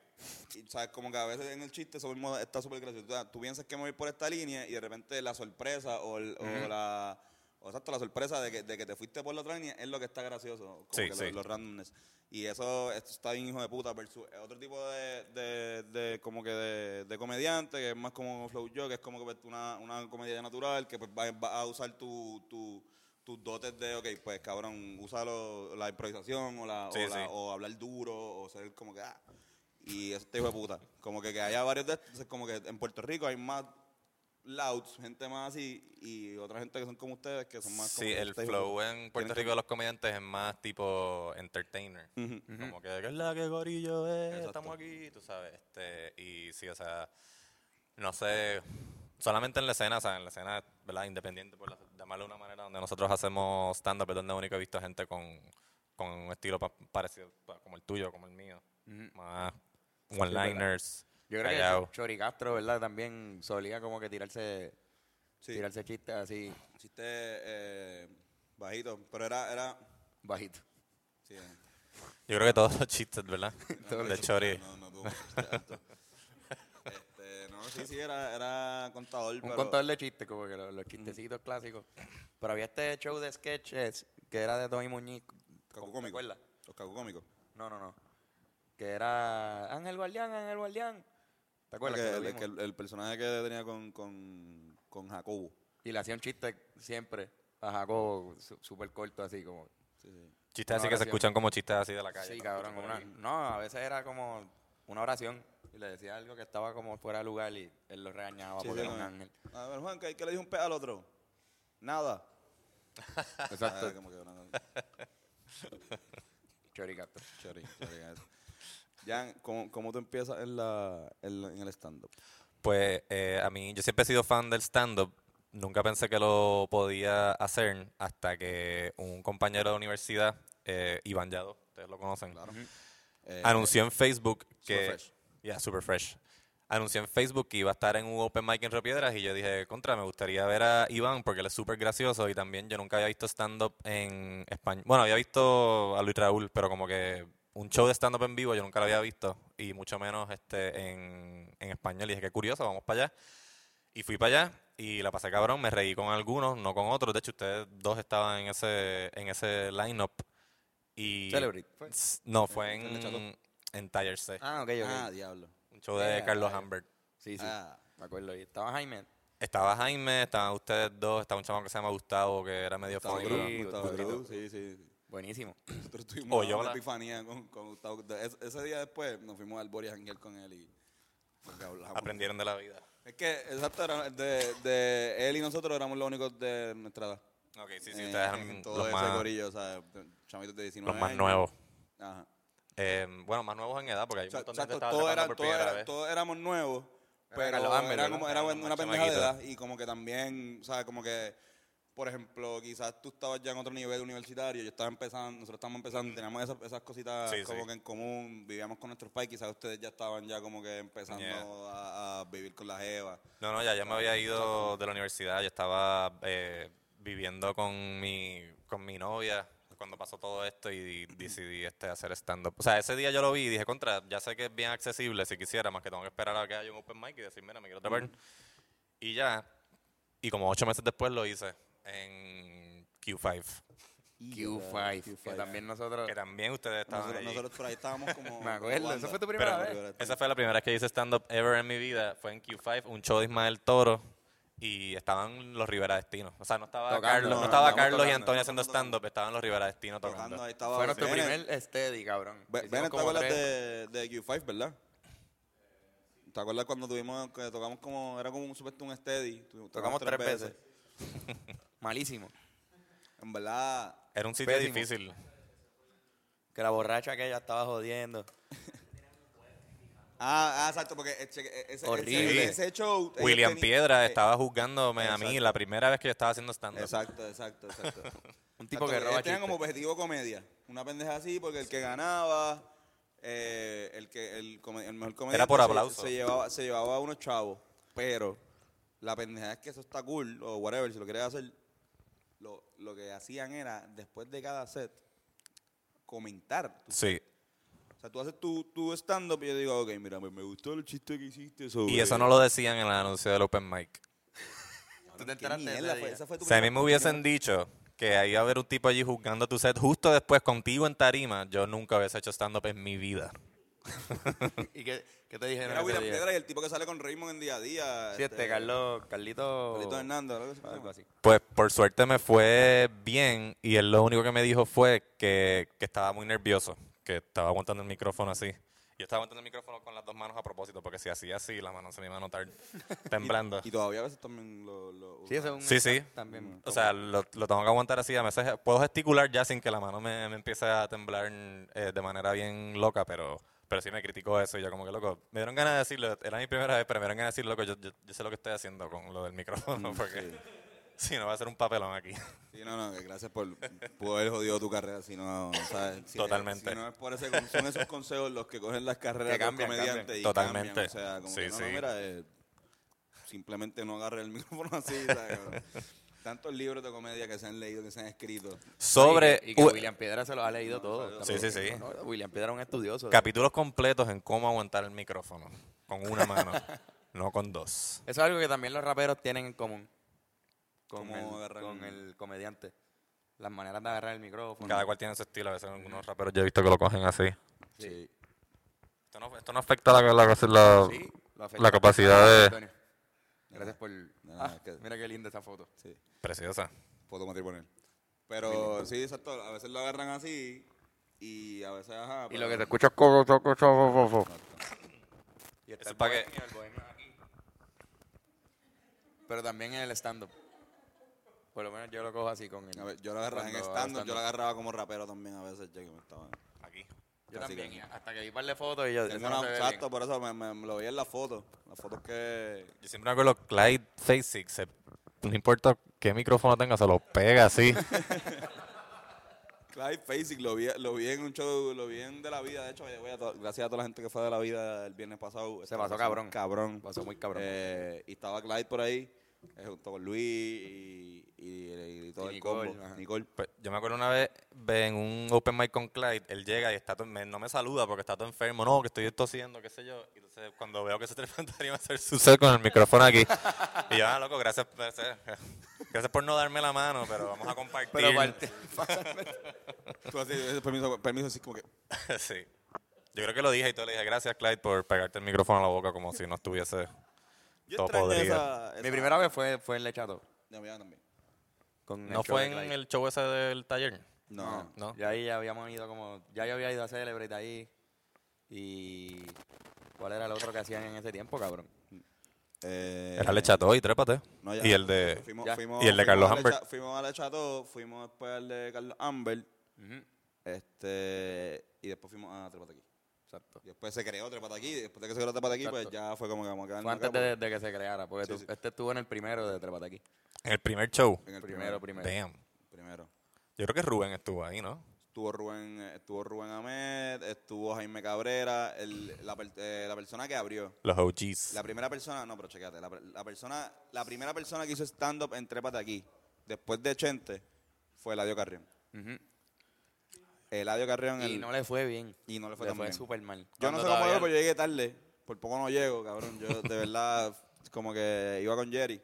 S1: Y sabes, como que a veces en el chiste eso mismo está súper gracioso. O sea, tú piensas que me voy por esta línea y de repente la sorpresa o, el- o la... O exacto, la sorpresa de que, de que te fuiste por la otra línea es lo que está gracioso. Como
S3: Sí,
S1: que
S3: sí.
S1: Los, los randomness. Y eso, esto está bien hijo de puta versus eh, otro tipo de, de, de- como que de, de comediante que es más como Flow Joe, que es como que pues, una, una comedia natural que pues va, va a usar tu... tu tus dotes de, ok, pues cabrón, usa lo- la improvisación o, la, o
S3: Sí,
S1: la-
S3: sí.
S1: o hablar duro o ser como que, ah, y eso te hijo de puta. Como que, que haya varios de estos, entonces como que en Puerto Rico hay más louds, gente más así, y otra gente que son como ustedes, que son más como
S3: Sí,
S1: que
S3: el
S1: este hijo de
S3: flow
S1: puta.
S3: en Puerto
S1: Tienen que-
S3: Rico de los comediantes es más tipo entertainer. Como que, ¿qué es la que gorillo es?
S1: Exacto.
S3: Estamos aquí, tú sabes. Este, y sí, o sea, no sé, solamente en la escena, o sea, en la escena, ¿verdad? Independiente, por la- llamarlo de una manera, donde nosotros hacemos stand-up, es donde único he visto gente con, con un estilo pa- parecido, pa- como el tuyo, como el mío. Más one-liners.
S2: Yo creo
S3: callao.
S2: que Ch- Chori Castro, ¿verdad? También solía como que tirarse,
S1: Sí,
S2: tirarse chistes así
S1: chiste eh, bajito, pero era, era,
S2: bajito.
S1: sí, eh,
S3: Yo creo que todos los chistes, ¿verdad?
S2: (laughs) Todos
S3: de
S2: los
S3: Chori.
S1: No, no tuvo un chiste alto. Este, no, sí, sí, era, era contador,
S2: Un
S1: pero...
S2: contador de chistes, como que los, los chistecitos clásicos. Pero había este show de sketches que era de Tony Muñiz.
S1: Caco
S2: ¿Te
S1: cómico.
S2: acuerdas?
S1: Los caco cómicos.
S2: No, no, no. Que era Ángel Guardián, Ángel Guardián. ¿Te acuerdas? que lo
S1: Que- que,
S2: vimos?
S1: el, el personaje que tenía con, con, con Jacobo.
S2: Y le hacía un chiste siempre a Jacobo, su- súper corto así como...
S1: Sí, sí.
S3: Chistes
S2: Una
S3: así que se
S2: oración.
S3: escuchan como chistes así de la calle.
S2: Sí,
S3: ¿no?
S2: cabrón.
S3: Escuchan por
S2: una-
S3: ahí.
S2: no, a veces era como una oración y le decía algo que estaba como fuera de lugar y él lo regañaba
S1: Sí,
S2: porque
S1: sí,
S2: era un
S1: no.
S2: ángel.
S1: A ver, Juan, ¿qué, qué le dijo un pez al otro? Nada. Ah,
S2: (laughs) Exacto.
S1: como que una-
S2: Choricato.
S1: chori, chori, eso. Jan, ¿cómo, cómo tú empiezas en, la, en, la- en el stand-up?
S3: Pues eh, a mí, yo siempre he sido fan del stand-up. Nunca pensé que lo podía hacer hasta que un compañero de universidad, eh, Iván Yado, ustedes lo conocen,
S1: Eh,
S3: anunció en Facebook que.
S1: Superfresh.
S3: Yeah, super fresh. Anunció en Facebook que iba a estar en un open mic en Río Piedras y yo dije, contra, me gustaría ver a Iván porque él es súper gracioso y también yo nunca había visto stand-up en España. Bueno, había visto a Luis Raúl, pero como que un show de stand-up en vivo yo nunca lo había visto y mucho menos este en, en español. Y dije, qué curioso, vamos para allá. Y fui para allá y la pasé cabrón, me reí con algunos, no con otros. De hecho, ustedes dos estaban en ese, en ese line-up. Y
S2: Celebrity. fue.
S3: S- No, fue
S1: ¿El de Chato?
S3: en, en Tire C,
S2: Ah, ok, ok.
S1: Ah, eh, diablo.
S3: un show de
S2: yeah,
S3: Carlos
S2: yeah.
S3: Humbert.
S2: sí, sí.
S1: Ah.
S2: Me acuerdo. Y estaba Jaime.
S3: Estaba Jaime, estaban ustedes dos, estaba un chamo que se llama Gustavo, que era medio
S1: Gustavo
S2: Sí,
S3: fónico.
S1: Cruz, Gustavo
S2: Gustavo
S1: Cruz, sí, sí.
S2: Buenísimo.
S1: Nosotros tuvimos
S3: Oye,
S1: una
S3: hola.
S1: epifanía con, con Gustavo. De- es- ese día después nos fuimos al Boris Angel con él y porque hablamos.
S3: Aprendieron de la vida.
S1: Es que, exacto, era- de, de él y nosotros éramos los únicos de nuestra edad.
S3: Ok, sí, sí,
S1: Eh, en
S3: ustedes eran
S1: todo
S3: los
S1: ese
S3: más,
S1: corillo, o sea, chamitos de 19
S3: los más
S1: años.
S3: nuevos.
S1: Ajá.
S3: Eh, bueno, más nuevos en edad, porque hay
S1: O
S3: un
S1: sea,
S3: montón de gente que
S1: exacto,
S3: estaba
S1: todo
S3: trepando
S1: era,
S3: por
S1: todo
S3: primera
S1: era-
S3: vez.
S1: todos éramos nuevos, pero
S2: Carlos
S1: era,
S2: Amber, ¿verdad?
S1: como, era
S3: Era
S1: una
S3: más
S1: pendeja de edad
S3: chamaquito.
S1: y como que también, o sea, como que, por ejemplo, quizás tú estabas ya en otro nivel universitario, yo estaba empezando, nosotros estábamos empezando, teníamos esas, esas cositas
S3: Sí,
S1: como
S3: sí.
S1: que en común, vivíamos con nuestros pais, quizás ustedes ya estaban ya como que empezando
S3: Yeah.
S1: a, a vivir con la jeva.
S3: No, no, ya, ya me había ido de la universidad, yo estaba eh, viviendo con mi, con mi novia cuando pasó todo esto y decidí este, hacer stand-up. O sea, ese día yo lo vi y dije, contra, ya sé que es bien accesible si quisiera, más que tengo que esperar a que haya un open mic y decir, mira, me quiero trepar. Y ya, y como ocho meses después lo hice en Q5,
S2: Q5. Que
S1: Q5.
S2: también nosotros.
S3: que también ustedes estaban
S1: Nosotros,
S3: allí.
S1: nosotros por ahí estábamos como...
S2: (laughs) Me acuerdo,
S1: jugando.
S2: esa fue tu primera
S3: Pero
S2: vez.
S3: esa fue la primera vez que hice stand-up ever en mi vida. Fue en Q5, un show de Ismael Toro. Y estaban los Rivera Destino. O sea, no estaba
S2: Tocando,
S3: Carlos,
S1: no,
S3: no estaba
S1: estábamos
S3: Carlos y
S1: tocando,
S3: Antonio haciendo
S1: estábamos tocando.
S3: stand-up. Estaban los Rivera Destino tocando.
S1: Tocando, ahí estaba
S2: Fue nuestro
S1: Bennett.
S2: primer steady, cabrón.
S1: Be-
S2: Hicimos
S1: Bennett, ¿te
S2: como
S1: acuerdas
S2: tres.
S1: de, de Q5, verdad? ¿Te acuerdas cuando tuvimos, que tocamos como, era como un super un steady? tu-
S2: Tocamos tres veces. (laughs) Malísimo.
S1: En verdad,
S3: Era un sitio
S2: Pésimo.
S3: difícil.
S2: Que la borracha que ella estaba jodiendo.
S1: ah, ah, exacto, porque ese, ese- ese,
S2: Horrible.
S1: ese, show... ellos
S3: William
S1: tenían-
S3: Piedra
S1: eh,
S3: estaba juzgándome a mí
S1: exacto.
S3: la primera vez que yo estaba haciendo stand-up.
S1: Exacto, exacto, exacto.
S2: (laughs) Un tipo
S1: Exacto,
S2: que roba
S1: ellos tenían como
S2: chistes.
S1: objetivo comedia. Una pendeja así, porque el que ganaba, eh, el que el, come- el mejor comediante
S3: por
S1: se-
S3: aplauso.
S1: Se, llevaba, se llevaba a unos chavos. Pero la pendeja es que eso está cool, o whatever, si lo quieres hacer. Lo, lo que hacían era, después de cada set, comentar. Tú-
S3: Sí.
S1: O sea, tú haces tu, tu stand-up y yo digo, ok, mira, me, me gustó el chiste que hiciste sobre...
S3: Y eso no lo decían en el anuncio del Open Mic.
S2: Tú te
S1: Qué
S2: enteraste de
S1: mierda
S2: ese
S1: fue,
S2: día.
S1: esa fue tu
S3: Si a mí
S1: primera-
S3: me hubiesen dicho que ahí iba a haber un tipo allí juzgando tu set justo después contigo en tarima, yo nunca hubiese hecho stand-up en mi vida.
S2: ¿Y qué, qué te dijeron
S1: Era
S2: ese
S1: William
S2: día?
S1: Piedra y el tipo que sale con Raymond en día a día.
S2: Sí, este, Carlos, Carlito...
S1: Carlito Hernández, algo así.
S2: Algo así.
S3: Pues por suerte me fue bien y él lo único que me dijo fue que, que estaba muy nervioso, que estaba aguantando el micrófono así. Yo estaba aguantando el micrófono con las dos manos a propósito, porque si hacía así, las manos se me iban
S2: (laughs)
S3: a notar temblando.
S1: Y todavía a veces también lo... lo
S2: Sí, eso es un...
S3: Sí, sí.
S2: También.
S3: O sea, lo, lo tengo que aguantar así. A veces puedo gesticular ya sin que la mano me, me empiece a temblar eh, de manera bien loca, pero, pero sí me criticó eso. Y yo como que, loco, me dieron ganas de decirlo. Era mi primera vez, pero me dieron ganas de decir, loco, yo, yo- yo sé lo que estoy haciendo con lo del
S2: Mm. (laughs)
S3: micrófono, (laughs) porque si no va a ser un papelón aquí.
S1: Sí, no, no, que gracias por, por haber jodido tu carrera. Si no, ¿sabes? Si-
S3: Totalmente.
S1: si no es por ese, con- son esos consejos los que cogen las carreras de
S2: Que
S1: los
S2: cambian,
S1: comediantes
S2: cambian.
S1: y
S3: Totalmente.
S1: cambian, o sea, como
S3: Sí,
S1: que, no, no,
S3: sí.
S1: mira, eh, simplemente no agarre el (laughs) micrófono así. ¿sabes? Tantos libros de comedia que se han leído, que se han escrito.
S3: Sobre
S2: Y que, y que
S3: u-
S2: William Piedra se lo ha leído todo.
S3: Sí,
S2: también.
S3: sí, sí.
S2: No, no, William Piedra es un estudioso. de-
S3: capítulos completos en cómo aguantar el micrófono con una mano, no con dos.
S2: Eso es algo que también los raperos tienen en común. Con,
S1: Cómo
S2: el,
S1: agarran-
S2: con el comediante. Las maneras de agarrar el micrófono.
S3: Cada cual tiene su estilo. A veces algunos raperos yo he visto que lo cogen así.
S1: Sí.
S3: Esto no, esto no afecta la, la- la-
S2: Sí, lo afecta.
S3: la capacidad de...
S2: Antonio, Gracias por...
S1: nada,
S2: Ah,
S1: es que-
S2: Mira qué linda esa foto.
S1: sí.
S3: Preciosa.
S1: Foto matrimonial. Pero sí, exacto. A veces lo agarran así y a veces, ajá.
S2: Y
S1: pero-
S2: lo que te escucho es coco, coco, coco, coco. Y está el
S3: Eso es pa' que-
S2: bohemio, el bohemio aquí. Pero también en el stand-up. Por lo menos yo lo cojo así con él.
S1: A ver, yo lo agarraba en
S2: Cuando
S1: stand
S2: stand-up.
S1: yo lo agarraba como rapero también a veces, ya que me estaba...
S3: Aquí.
S2: Yo
S1: Casi,
S2: también.
S1: casi.
S2: Hasta que vi un par de fotos y yo.
S1: Tengo
S2: eso
S1: una-
S2: no se ve
S1: exacto, por eso me, me- me lo vi en la foto. Las fotos que.
S3: Yo siempre me acuerdo Clyde 66. se- No importa qué micrófono tenga, se lo pega así.
S1: Clive Facing lo vi, lo vi en un show, lo vi en de la vida. De hecho, by the way, a to- gracias a toda la gente que fue de la vida el viernes pasado.
S2: Se pasó cabrón.
S1: Cabrón.
S2: Pasó muy cabrón.
S1: Eh, y estaba Clyde por ahí, eh, junto con Luis y, y- y todo
S2: Y
S1: el
S2: Nicole,
S1: combo.
S2: ajá.
S1: Nicole.
S3: Pues, yo me acuerdo una vez ve, en un open mic con Clyde, él llega y está todo- me- no me saluda porque está todo enfermo, no, que estoy tosiendo, qué sé yo. Y entonces cuando veo que se (laughs) te levantaría a hacer su set con el micrófono aquí. y yo, ah, loco, gracias, gracias, gracias por no darme la mano, pero vamos a compartir.
S2: Pero parte-
S1: Tú así, ese permiso, permiso así como que.
S3: (laughs) sí. Yo creo que lo dije y todo le dije, gracias Clyde por pegarte el micrófono a la boca como si no estuviese.
S1: Yo
S3: Todo
S1: extraño
S3: podrido.
S1: esa-
S2: mi
S1: esa-
S2: primera vez fue, fue en Lechato.
S1: No, mira, también.
S2: Con
S3: ¿No
S2: el show
S3: fue
S2: de
S3: en
S2: Clyde.
S3: el show ese del taller?
S1: No.
S3: No.
S2: Ya ahí ya habíamos ido como. Ya yo había ido a Celebrate ahí. Y. ¿Cuál era el otro que hacían en ese tiempo, cabrón?
S1: Eh,
S3: Era Lechato y Trépate.
S1: no, ya.
S3: y el de...
S1: Fuimos-
S2: ya.
S1: fuimos-
S3: Y el de
S1: fuimos
S3: Carlos
S1: al
S3: Amber.
S1: Echa- Fuimos al Echató, fuimos después al de Carlos Amber. Este. Y después fuimos a Trepata aquí.
S2: Exacto.
S1: Y Después se creó Trepata aquí. y Después de que se creó Trepata aquí, pues
S2: Exacto.
S1: ya fue como que vamos a quedarnos
S2: Fue antes
S1: acá,
S2: de, de que se creara, porque
S1: Sí,
S2: tú-
S1: sí.
S2: este estuvo en el primero de Trepataquí.
S3: En el primer show.
S1: porque en el
S2: Primero,
S1: primero.
S2: primero.
S3: Damn.
S1: pues, Primero.
S3: Yo creo que Rubén estuvo ahí, ¿no?
S1: Estuvo Rubén, eh, estuvo Rubén Ahmed, estuvo Jaime Cabrera, el- la, per- eh, la persona que abrió.
S3: Los OGs.
S1: La primera persona, no, pero checate, la, per- la persona, la primera persona que hizo stand-up en Trépate aquí, después de Chente, fue Eladio Carrión. Eladio Carrión,
S2: Y
S1: el-
S2: no le fue bien.
S1: y no le fue
S2: le
S1: tan
S2: fue
S1: bien.
S2: súper mal.
S1: yo no
S2: Cuando
S1: sé cómo
S2: todavía-
S1: llego, pero yo llegué tarde, por poco no llego, cabrón. Yo de verdad, (laughs) como que iba con Jerry.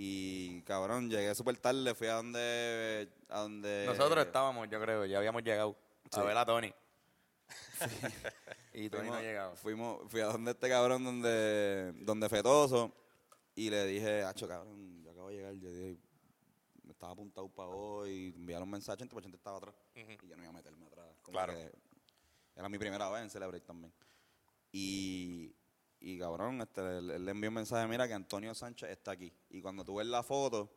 S1: Y cabrón, llegué súper tarde, fui a donde, a donde
S2: Nosotros estábamos, yo creo, ya habíamos llegado a ver a Tony. y Tony no
S1: Fuimos-
S2: llegaba.
S1: Fuimos, fui a donde este cabrón, donde, donde Fetoso, y le dije, Hacho, cabrón, yo acabo de llegar, yo dije, me estaba apuntado para hoy, enviaron un mensaje, gente, pues gente estaba atrás, y yo no iba a meterme atrás. como
S3: Claro.
S1: que era mi primera vez en Celebrate también. Y, y cabrón, este, él, él le envió un mensaje, mira que Antonio Sánchez está aquí. Y cuando tú ves la foto,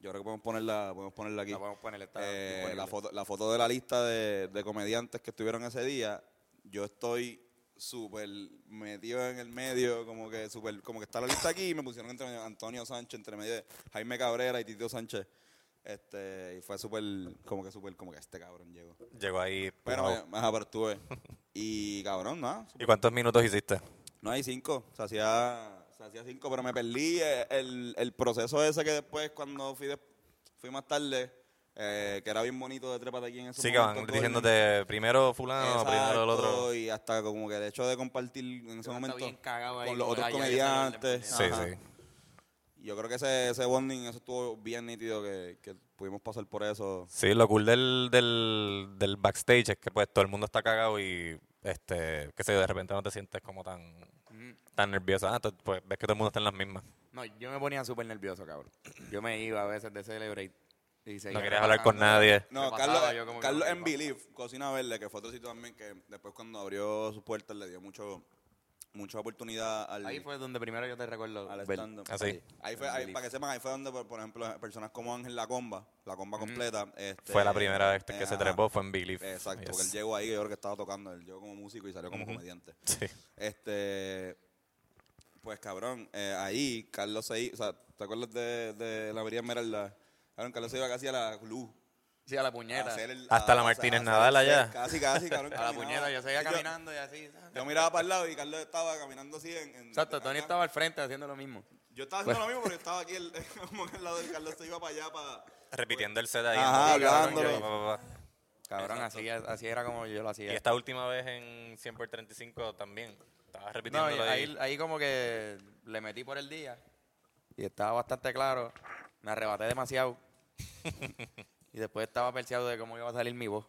S1: yo creo que podemos ponerla, podemos ponerla aquí.
S2: La podemos poner, está
S1: Eh,
S2: disponible.
S1: la, foto, la foto de la lista de, de comediantes que estuvieron ese día, yo estoy súper metido en el medio, como que súper, como que está la lista aquí y me pusieron entre medio de Antonio Sánchez, entre medio de Jaime Cabrera y Tito Sánchez. Este, y fue súper, como que súper, como que este cabrón llegó.
S3: Llegó ahí.
S1: Pero
S3: pujao.
S1: me- me apertuve. Y cabrón, nada,
S3: ¿Y cuántos minutos hiciste?
S1: no hay cinco. Se hacía, se hacía cinco, pero me perdí eh, el, el proceso ese que después, cuando fui, de- fui más tarde, eh, que era bien bonito de trepate aquí en esos
S3: Sí, que van
S1: momentos, todo
S3: diciéndote primero fulano,
S1: ¿eh? Exacto,
S3: primero el otro.
S1: Y hasta como que el hecho de compartir en ese
S2: Yo
S1: momento
S2: estaba bien cagado ahí,
S1: con los otros
S2: ay, ay,
S1: comediantes.
S3: Sí,
S1: ajá.
S3: sí.
S1: Yo creo que ese, ese bonding, eso estuvo bien nítido, que, que pudimos pasar por eso.
S3: Sí, lo cool del, del, del backstage es que pues todo el mundo está cagado y este, qué sé yo, de repente no te sientes como tan,
S1: Mm.
S3: tan nervioso. Ah, tú- pues ves que todo el mundo está en las mismas.
S2: No, yo me ponía súper nervioso, cabrón. Yo me iba a veces de Celebrate. Y seguía
S3: No querías hablar con
S2: repasando.
S3: nadie.
S1: No,
S2: pasaba,
S1: Carlos,
S2: yo como que
S1: Carlos
S2: no
S1: en
S2: iba.
S1: Believe, Cocina Verde, que fue otro sitio también que después cuando abrió sus puertas le dio mucho mucha oportunidad al,
S2: Ahí fue donde primero yo te recuerdo.
S1: al
S2: ver.
S1: stand-up.
S3: Ah, sí.
S1: Ahí fue,
S2: En
S1: ahí,
S2: Believe.
S1: para que sepan, ahí fue donde, por, por ejemplo, personas como Ángel La Comba, La Comba completa. este,
S3: fue la primera vez que
S1: eh,
S3: se
S1: ajá.
S3: trepó, fue en Believe.
S1: Exacto, porque él
S3: Yes.
S1: llegó ahí, yo creo que estaba tocando, él llegó como músico y salió como comediante.
S3: Sí.
S1: Este, pues cabrón, eh, ahí Carlos se iba, o sea, ¿te acuerdas de, de la María Esmeralda? Cabrón, Carlos se iba casi a la luz.
S2: Sí, a la
S1: a
S2: puñeta.
S1: hacer el-
S3: Hasta
S1: a-
S3: la
S1: a-
S3: Martínez
S1: a-
S3: Nadal
S1: a-
S3: allá.
S1: Casi, casi, cabrón.
S2: (laughs) A la
S1: caminaba.
S2: puñeta, yo seguía
S1: Y
S2: caminando y así. ¿sabes?
S1: Yo miraba para el lado y Carlos estaba caminando así en... en-
S2: Exacto,
S1: acá.
S2: Tony estaba al frente haciendo lo mismo.
S1: Yo estaba haciendo lo
S2: Pues-
S1: mismo porque estaba aquí, el, (laughs) como que al lado de Carlos se iba para allá para...
S3: Repitiendo el set ahí.
S1: Ajá,
S3: entonces, cabrón,
S1: hablándolo.
S3: yo, pa, pa, pa.
S2: Cabrón, así, así era como yo lo
S3: Y
S2: hacía.
S3: esta última vez en 100 por 35 también. Estabas
S2: No,
S3: repitiéndolo
S2: y
S3: ahí.
S2: ahí, ahí como que le metí por el día y estaba bastante claro. Me arrebaté demasiado. y después estaba perseado de cómo iba a salir mi voz.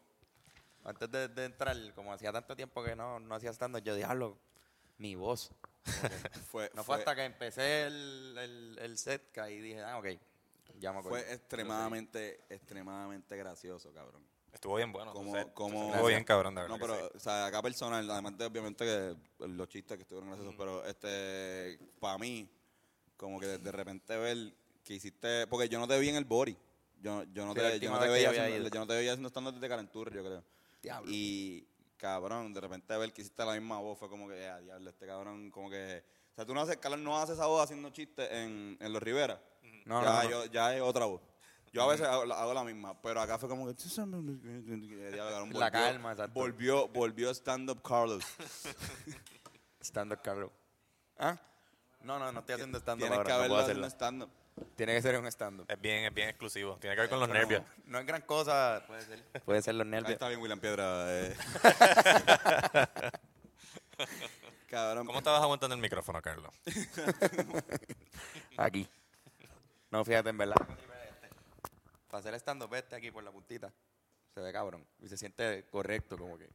S2: Antes de, de entrar, como hacía tanto tiempo que no, no hacía stand yo diablo, mi voz.
S1: Fue,
S2: No fue hasta que empecé el, el, el set que ahí dije, ah, ok, ya me acuerdo.
S1: Fue extremadamente, extremadamente gracioso, cabrón.
S3: Estuvo bien bueno. tu
S1: Como,
S3: set.
S1: como-
S3: Estuvo bien cabrón, de verdad.
S1: No,
S3: que
S1: pero,
S3: sí.
S1: o sea, acá personal, además de obviamente que los chistes que estuvieron graciosos, pero este, para mí, como que de, de repente ver que hiciste, porque yo no te vi en el body. Yo, yo, no,
S2: Sí, la
S1: te, yo,
S2: última
S1: no te
S2: vez que
S1: veía
S2: yo había
S1: haciendo,
S2: ido.
S1: yo no te veía haciendo stand-up desde Calentur, yo creo.
S2: Diablo.
S1: Y, cabrón, de repente ver que hiciste la misma voz fue como que, ah, diablo, este cabrón, como que. O sea, tú no haces, Carlos no hace esa voz haciendo chistes en, en Los Rivera.
S2: No,
S1: ya,
S2: no, no.
S1: yo- ya es otra voz. Yo a veces hago, la- hago la misma, pero acá fue como que. diablo, cabrón,
S2: La
S1: volvió-
S2: calma, exacto.
S1: Volvió, volvió stand-up
S2: (laughs)
S1: Carlos.
S2: Stand-up, cabrón. ¿Ah? No, no, no estoy haciendo stand-up
S1: Tienes que
S2: ahora. No
S1: haberlo
S2: puedo
S1: haciendo
S2: hacerlo.
S1: stand-up.
S2: Tiene que ser un stand-up.
S3: Es bien, es bien exclusivo. Tiene que ver con los
S2: Pero
S3: nervios.
S2: No es gran cosa. Puede ser. Puede ser los
S1: Ahí
S2: nervios.
S1: está bien, William Piedra.
S2: (laughs)
S1: eh. (laughs) cabrón.
S3: ¿Cómo estabas aguantando el micrófono, Carlos?
S2: Aquí. No, fíjate, en verdad. Para hacer stand-up este aquí por la puntita. Se ve cabrón. Y se siente correcto, como que.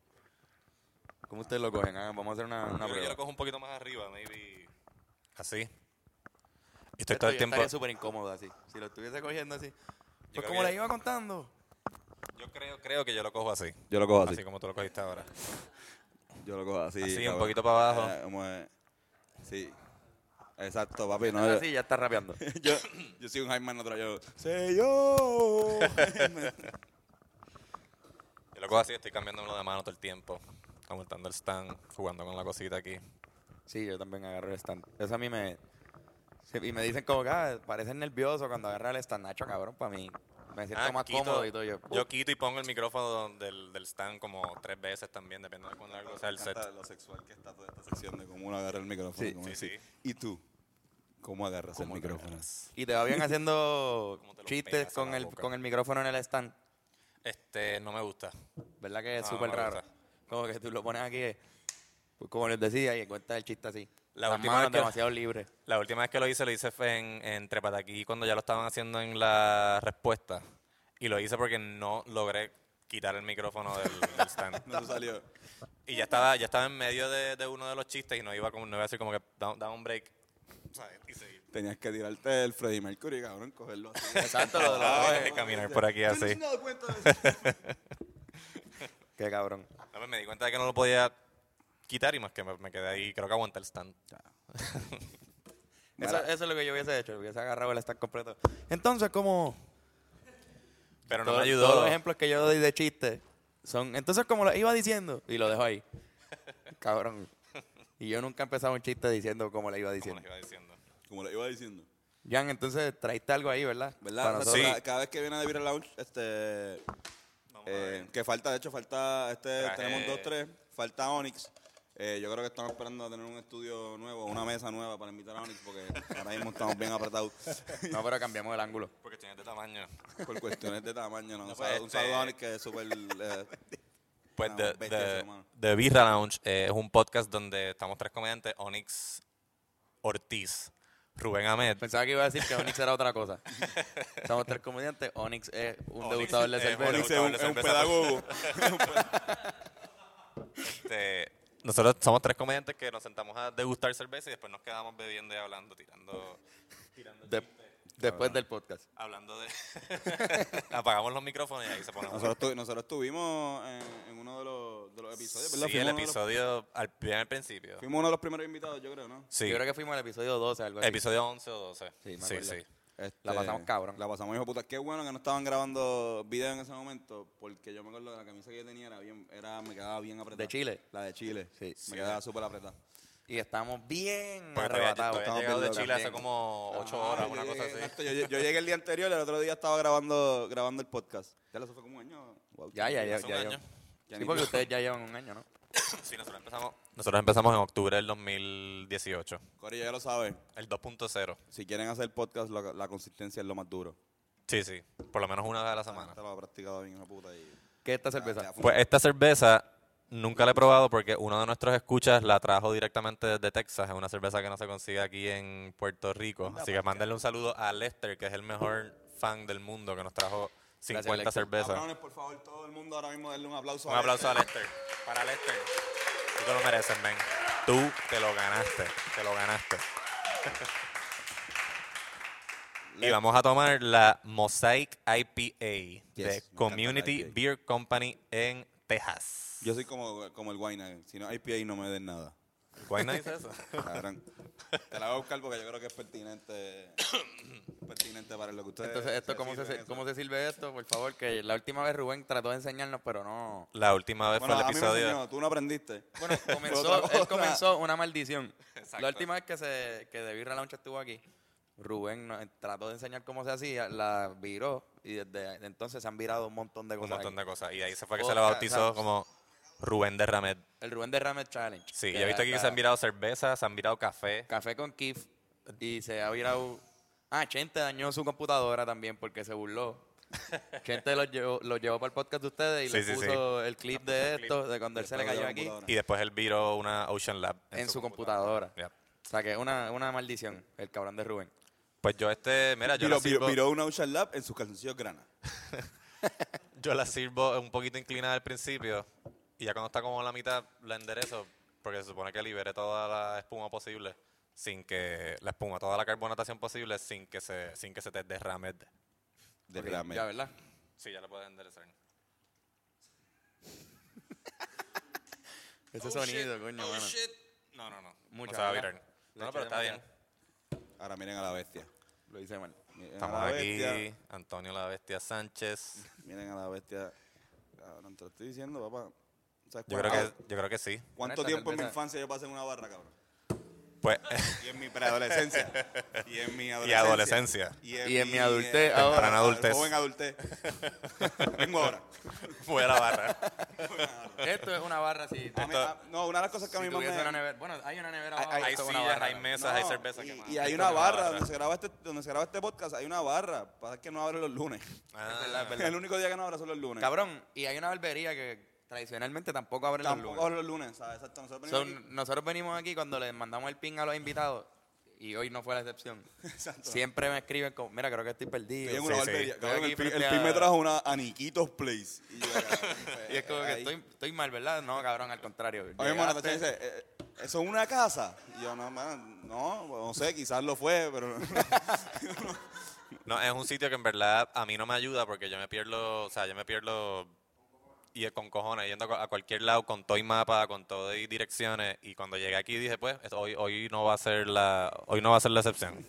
S2: ¿Cómo ustedes lo cogen? Ah, vamos a hacer una, una
S3: Yo creo que yo
S2: prueba.
S3: lo cojo un poquito más arriba, maybe. Así. Y estoy
S2: Esto
S3: todo el
S2: yo
S3: tiempo.
S2: estaría súper incómodo así. Si lo estuviese cogiendo así. Pues
S3: creo
S2: como
S3: que-
S2: les iba contando.
S3: Yo creo, creo que yo lo cojo así.
S1: Yo lo cojo
S3: Así como tú lo cogiste ahora.
S1: Yo lo cojo así.
S3: Así, un
S1: cabrón.
S3: poquito para abajo.
S1: Eh, como es- sí. Exacto, papi. No,
S2: Ahora
S1: yo,
S2: sí, ya está rapeando.
S1: yo, yo soy un Jaime en otro. Yo, sé
S3: (laughs)
S1: yo.
S3: Yo lo cojo así, estoy cambiándomelo de mano todo el tiempo. Aumentando el stand, jugando con la cosita aquí.
S2: Sí, yo también agarro el stand. Eso a mí me. sí, Y me dicen como que ah, pareces nervioso cuando agarra el stand. Nacho, cabrón, para mí. Me siento
S3: Ah,
S2: más
S3: quito-
S2: cómodo y todo. Yo, uh.
S3: Yo quito y pongo el micrófono del, del stand como tres veces también, dependiendo de cuándo largo sea el set.
S1: Lo sexual que está toda esta sección de cómo uno agarra el micrófono.
S2: Sí,
S1: como
S3: sí,
S1: así.
S3: sí.
S1: ¿Y tú? ¿Cómo agarras el micrófono?
S2: Y te va bien haciendo
S3: Cómo te lo
S2: chistes
S3: pegas a
S2: con
S3: la
S2: el,
S3: boca.
S2: con el micrófono en el stand.
S3: Este, no me gusta.
S2: ¿Verdad que es
S3: No,
S2: súper
S3: no me
S2: raro?
S3: gusta.
S2: Como que tú lo pones aquí, eh, pues como les decía, y cuentas el chiste así.
S3: La
S2: Las
S3: última
S2: manos
S3: vez que-
S2: demasiado libres.
S3: La última vez que lo hice, lo hice fue en, en Trepataquí cuando ya lo estaban haciendo en la respuesta. Y lo hice porque no logré quitar el micrófono del, del stand.
S1: No te salió.
S3: Y ya estaba, ya estaba en medio de, de uno de los chistes y no iba como, no iba a decir como que da, da un break. (laughs) ¿sabes? Y seguir.
S1: Tenías que tirarte el Freddie Mercury, cabrón, cogerlo
S3: (laughs)
S1: así.
S2: Exacto, lo, lo-
S3: Ah,
S2: lo-
S3: tienes que caminar por aquí
S1: Yo no
S3: así.
S1: me he dado cuenta de eso.
S2: Qué cabrón.
S3: No, me di cuenta de que no lo podía quitar y más que me, me quedé ahí. Creo que aguanté el stand.
S2: Eso,
S1: Mira.
S2: eso es lo que yo hubiese hecho, hubiese agarrado el stand completo. Entonces, como...
S3: Pero no
S2: todo-
S3: me ayudó.
S2: Todos los ejemplos que yo doy de chiste son... Entonces, como lo iba diciendo, y lo dejo ahí. cabrón. Y yo nunca empezaba un chiste diciendo como le iba
S3: como
S2: diciendo.
S3: les iba diciendo.
S1: Como lo iba diciendo.
S2: Jan, entonces traiste algo ahí, ¿verdad?
S1: ¿Verdad?
S2: Para
S1: O sea,
S2: nosotros.
S1: cada- Cada vez que viene a Vibra Lounge, este.
S3: Vamos a
S1: eh,
S3: ver.
S1: que falta, de hecho, falta. este
S3: Traje-
S1: Tenemos dos, tres. Falta Onyx. Eh, yo creo que estamos esperando a tener un estudio nuevo, una mesa nueva para invitar a Onyx, porque ahora mismo estamos bien apretados
S2: No, pero cambiamos el ángulo.
S3: Porque tienes de tamaño.
S1: por cuestiones de tamaño. ¿no?
S3: No,
S1: O sea,
S3: pues,
S1: un saludo a
S3: este-
S1: Onyx que es
S3: (laughs)
S1: súper. eh,
S3: Pues
S1: Ah,
S3: The,
S1: bestia
S3: The-
S1: ese humano.
S3: The Birra Lounge eh, es un podcast donde estamos tres comediantes, Onyx Ortiz, Rubén Ahmed.
S2: Pensaba que iba a decir que Onyx era otra cosa. Somos tres comediantes. Onyx es un
S3: Onyx
S2: degustador de
S3: es
S2: cerveza.
S1: Onyx es un, es un pedagogo.
S3: (laughs) Este, nosotros somos tres comediantes que nos sentamos a degustar cerveza y después nos quedamos bebiendo y hablando, tirando, tirando
S2: De-
S3: chistes,
S2: después del podcast.
S3: hablando de... (laughs) Apagamos los micrófonos y ahí se ponemos.
S1: Nosotros, tu- nosotros estuvimos en, en uno de los, de los episodios, ¿verdad?
S3: sí, el
S1: uno de los-
S3: episodio al, bien al principio.
S1: fuimos uno de los primeros invitados, yo creo, ¿no?
S3: Sí,
S2: Yo creo que fuimos al episodio 12, algo así.
S3: episodio 11 o 12.
S2: Sí, me
S3: sí,
S2: acuerdo.
S3: sí.
S1: Este,
S2: La pasamos cabrón.
S1: La pasamos hijo de puta. Qué bueno que no estaban grabando video en ese momento, porque yo me acuerdo que la camisa que yo tenía era bien, era, me quedaba bien apretada.
S2: ¿De Chile?
S1: La de Chile.
S2: Sí.
S1: Me
S2: Sí.
S1: quedaba súper apretada.
S2: Y estamos bien
S3: Porque todavía-
S2: arrebatados.
S3: todavía
S1: estamos
S3: llegado de
S1: bien
S3: Chile
S1: locos.
S3: hace como 8 horas,
S1: Ah,
S3: una
S1: yo
S3: cosa
S1: llegué-
S3: así.
S1: exacto, yo, yo llegué el día anterior, el otro día estaba grabando, grabando el podcast. Ya lo eso fue como un año. Wow,
S2: Ya, ya, ya.
S3: Hace un
S2: ya,
S3: año.
S2: llevan-
S1: Ya
S2: Sí,
S1: ni-
S2: porque ustedes ya llevan un año, ¿no?
S3: Sí, nosotros empezamos, nosotros empezamos en octubre del 2018.
S1: Corillo, ya lo sabe.
S3: El 2.0.
S1: Si quieren hacer podcast, lo- la consistencia es lo más duro.
S3: Sí, sí. Por lo menos una vez a la semana.
S1: Esta lo ha practicado bien, hijo de puta. Y,
S2: ¿Qué es esta
S1: Ya,
S2: cerveza?
S1: ya fue.
S3: Pues esta cerveza nunca la he probado porque uno de nuestros escuchas la trajo directamente desde Texas. Es una cerveza que no se consigue aquí en Puerto Rico. Así que mándenle un saludo a Lester, que es el mejor fan del mundo, que nos trajo 50
S2: Lester.
S3: cervezas.
S1: Cabrones, por favor, todo el mundo ahora mismo denle un aplauso
S3: Un
S1: a
S3: aplauso a Lester. Para Lester. Tú te lo mereces, men. Tú te lo ganaste. Te lo ganaste. Y vamos a tomar la Mosaic IPA
S1: me
S3: de
S1: encanta la
S3: Community
S1: IPA.
S3: Beer Company en Texas.
S1: Yo soy como, como el Guayna, si no hay pie y no me den nada.
S3: ¿Guayna dice eso?
S1: Cabrón. Te la voy a buscar porque yo creo que es pertinente. (coughs) pertinente para lo que ustedes.
S2: Entonces, esto, ¿cómo, se,
S1: sirven
S2: sir-
S1: eso.
S2: ¿cómo se sirve esto? Por favor, que la última vez Rubén trató de enseñarnos, pero no.
S3: La última vez
S1: Bueno,
S3: fue
S1: a
S3: el
S1: mí me
S3: episodio.
S1: enseñó, tú no aprendiste.
S3: (laughs)
S2: Bueno,
S1: Otra
S2: comenzó, él
S1: cosa.
S2: comenzó una maldición.
S3: Exacto.
S2: La última vez que, se, que The Birra Lounge estuvo aquí, Rubén nos trató de enseñar cómo se hacía, la viró y desde entonces se han virado un montón de
S3: Un
S2: cosas.
S3: montón
S2: aquí.
S3: de cosas. Y ahí se fue que se
S2: Podcast,
S3: le bautizó
S2: ¿sabes?
S3: como Rubén de Ramed.
S2: El Rubén de Ramet Challenge.
S3: Sí,
S2: que
S3: yo he visto aquí que
S2: hasta
S3: se han virado cerveza, se han virado café.
S2: Café con Kif y se ha virado. Ah, Chente dañó su computadora también porque se burló.
S3: (laughs)
S2: Chente lo llevó, lo llevó para el podcast de ustedes y
S3: Sí,
S2: le
S3: sí, sí.
S2: puso el clip de
S3: el clip.
S2: esto, de cuando él se le
S1: Después de
S2: cayó
S1: la
S2: aquí,
S1: computadora.
S3: Y después él viró una Ocean Lab
S2: en su computadora.
S3: Yep.
S2: O sea que es una, una maldición, el cabrón de Rubén.
S3: Pues yo este, mira, yo
S1: Viró,
S3: la sirvo,
S1: viró- viró una Ocean Lab en sus calzoncillos grana.
S3: yo la sirvo un poquito inclinada al principio y ya cuando está como a la mitad la enderezo porque se supone que libere toda la espuma posible sin que la espuma, toda la carbonatación posible sin que se sin que se te derrame.
S1: De
S2: Porque
S1: grame.
S2: Ya, ¿verdad?
S3: Sí, ya la puedes enderezar.
S1: Oh,
S2: Ese sonido, coño, mano.
S3: No, no, no.
S2: Mucha,
S3: no se va a
S2: ¿verdad?
S3: virar. No, no,
S2: Le eché
S3: pero está bien.
S2: demasiado.
S1: Ahora miren a la bestia.
S2: Lo hice mal.
S1: Miren
S3: Estamos
S1: a la
S3: aquí,
S1: bestia.
S3: Antonio la Bestia Sánchez.
S1: Miren a la bestia. Cabrón, te lo estoy diciendo, papá. ¿Sabes
S3: Yo
S1: cuán-
S3: creo que, yo creo que sí.
S1: ¿Cuánto
S2: Con esta
S1: tiempo en mi
S2: cerveza-
S1: infancia yo pasé en una barra, cabrón?
S3: Pues, (laughs)
S1: Y en mi preadolescencia. y en mi adolescencia.
S3: adolcencia.
S2: Y en mi adultez ahora.
S1: Temprana
S3: adultez.
S1: eh, Joven
S2: (laughs)
S1: adultez. Vengo ahora.
S3: voy a la barra.
S2: Esto es una barra así.
S1: A mí- a- no, una de las cosas que a mí
S2: Si
S1: más
S2: tuviese
S1: me...
S2: una nevera. Bueno, hay una nevera
S1: Hay-
S2: abajo.
S1: hay-
S3: Hay
S2: esto es una
S3: sillas,
S2: barra
S3: hay
S2: también.
S3: mesas, hay
S1: No,
S3: cerveza
S1: y,
S3: que más.
S1: y hay
S3: Esto
S1: una
S3: es
S1: barra donde se graba este donde se graba este podcast hay una barra pasa que no abre los lunes (laughs)
S3: Ah,
S1: el único día que no abre son los lunes
S2: Cabrón, y hay una barbería que tradicionalmente tampoco abre los
S1: tampoco
S2: lunes.
S1: abre los lunes ¿sabes? exacto nosotros
S2: So,
S1: venimos aquí-
S2: nosotros venimos aquí cuando les mandamos el ping a los invitados y hoy no fue la excepción.
S1: Exacto.
S2: Siempre me escriben como, mira, creo que estoy
S1: Estoy en
S2: perdido.
S1: una
S3: sí.
S1: barbería.
S2: Estoy
S1: Cabrón,
S2: aquí
S1: el, pi- el
S2: frente a-
S1: pin me trajo una Aniquitos
S2: (laughs)
S1: Place. Y, yo, cabrón,
S2: Y es como que
S1: ahí.
S2: estoy, estoy mal, ¿verdad? No, cabrón, al contrario.
S1: Oye, mano,
S2: Llegaste-
S1: Natacha dice, eh, ¿eso es una casa? Y yo, no, man, no, no sé, quizás lo fue, pero... (laughs)
S3: No, es un sitio que en verdad a mí no me ayuda porque yo me pierdo, o sea, yo me pierdo y es con cojones yendo a cu- a cualquier lado con todo y mapa, con todo y direcciones y cuando llegué aquí dije, pues, es- hoy hoy no va a ser la hoy no va a ser la excepción.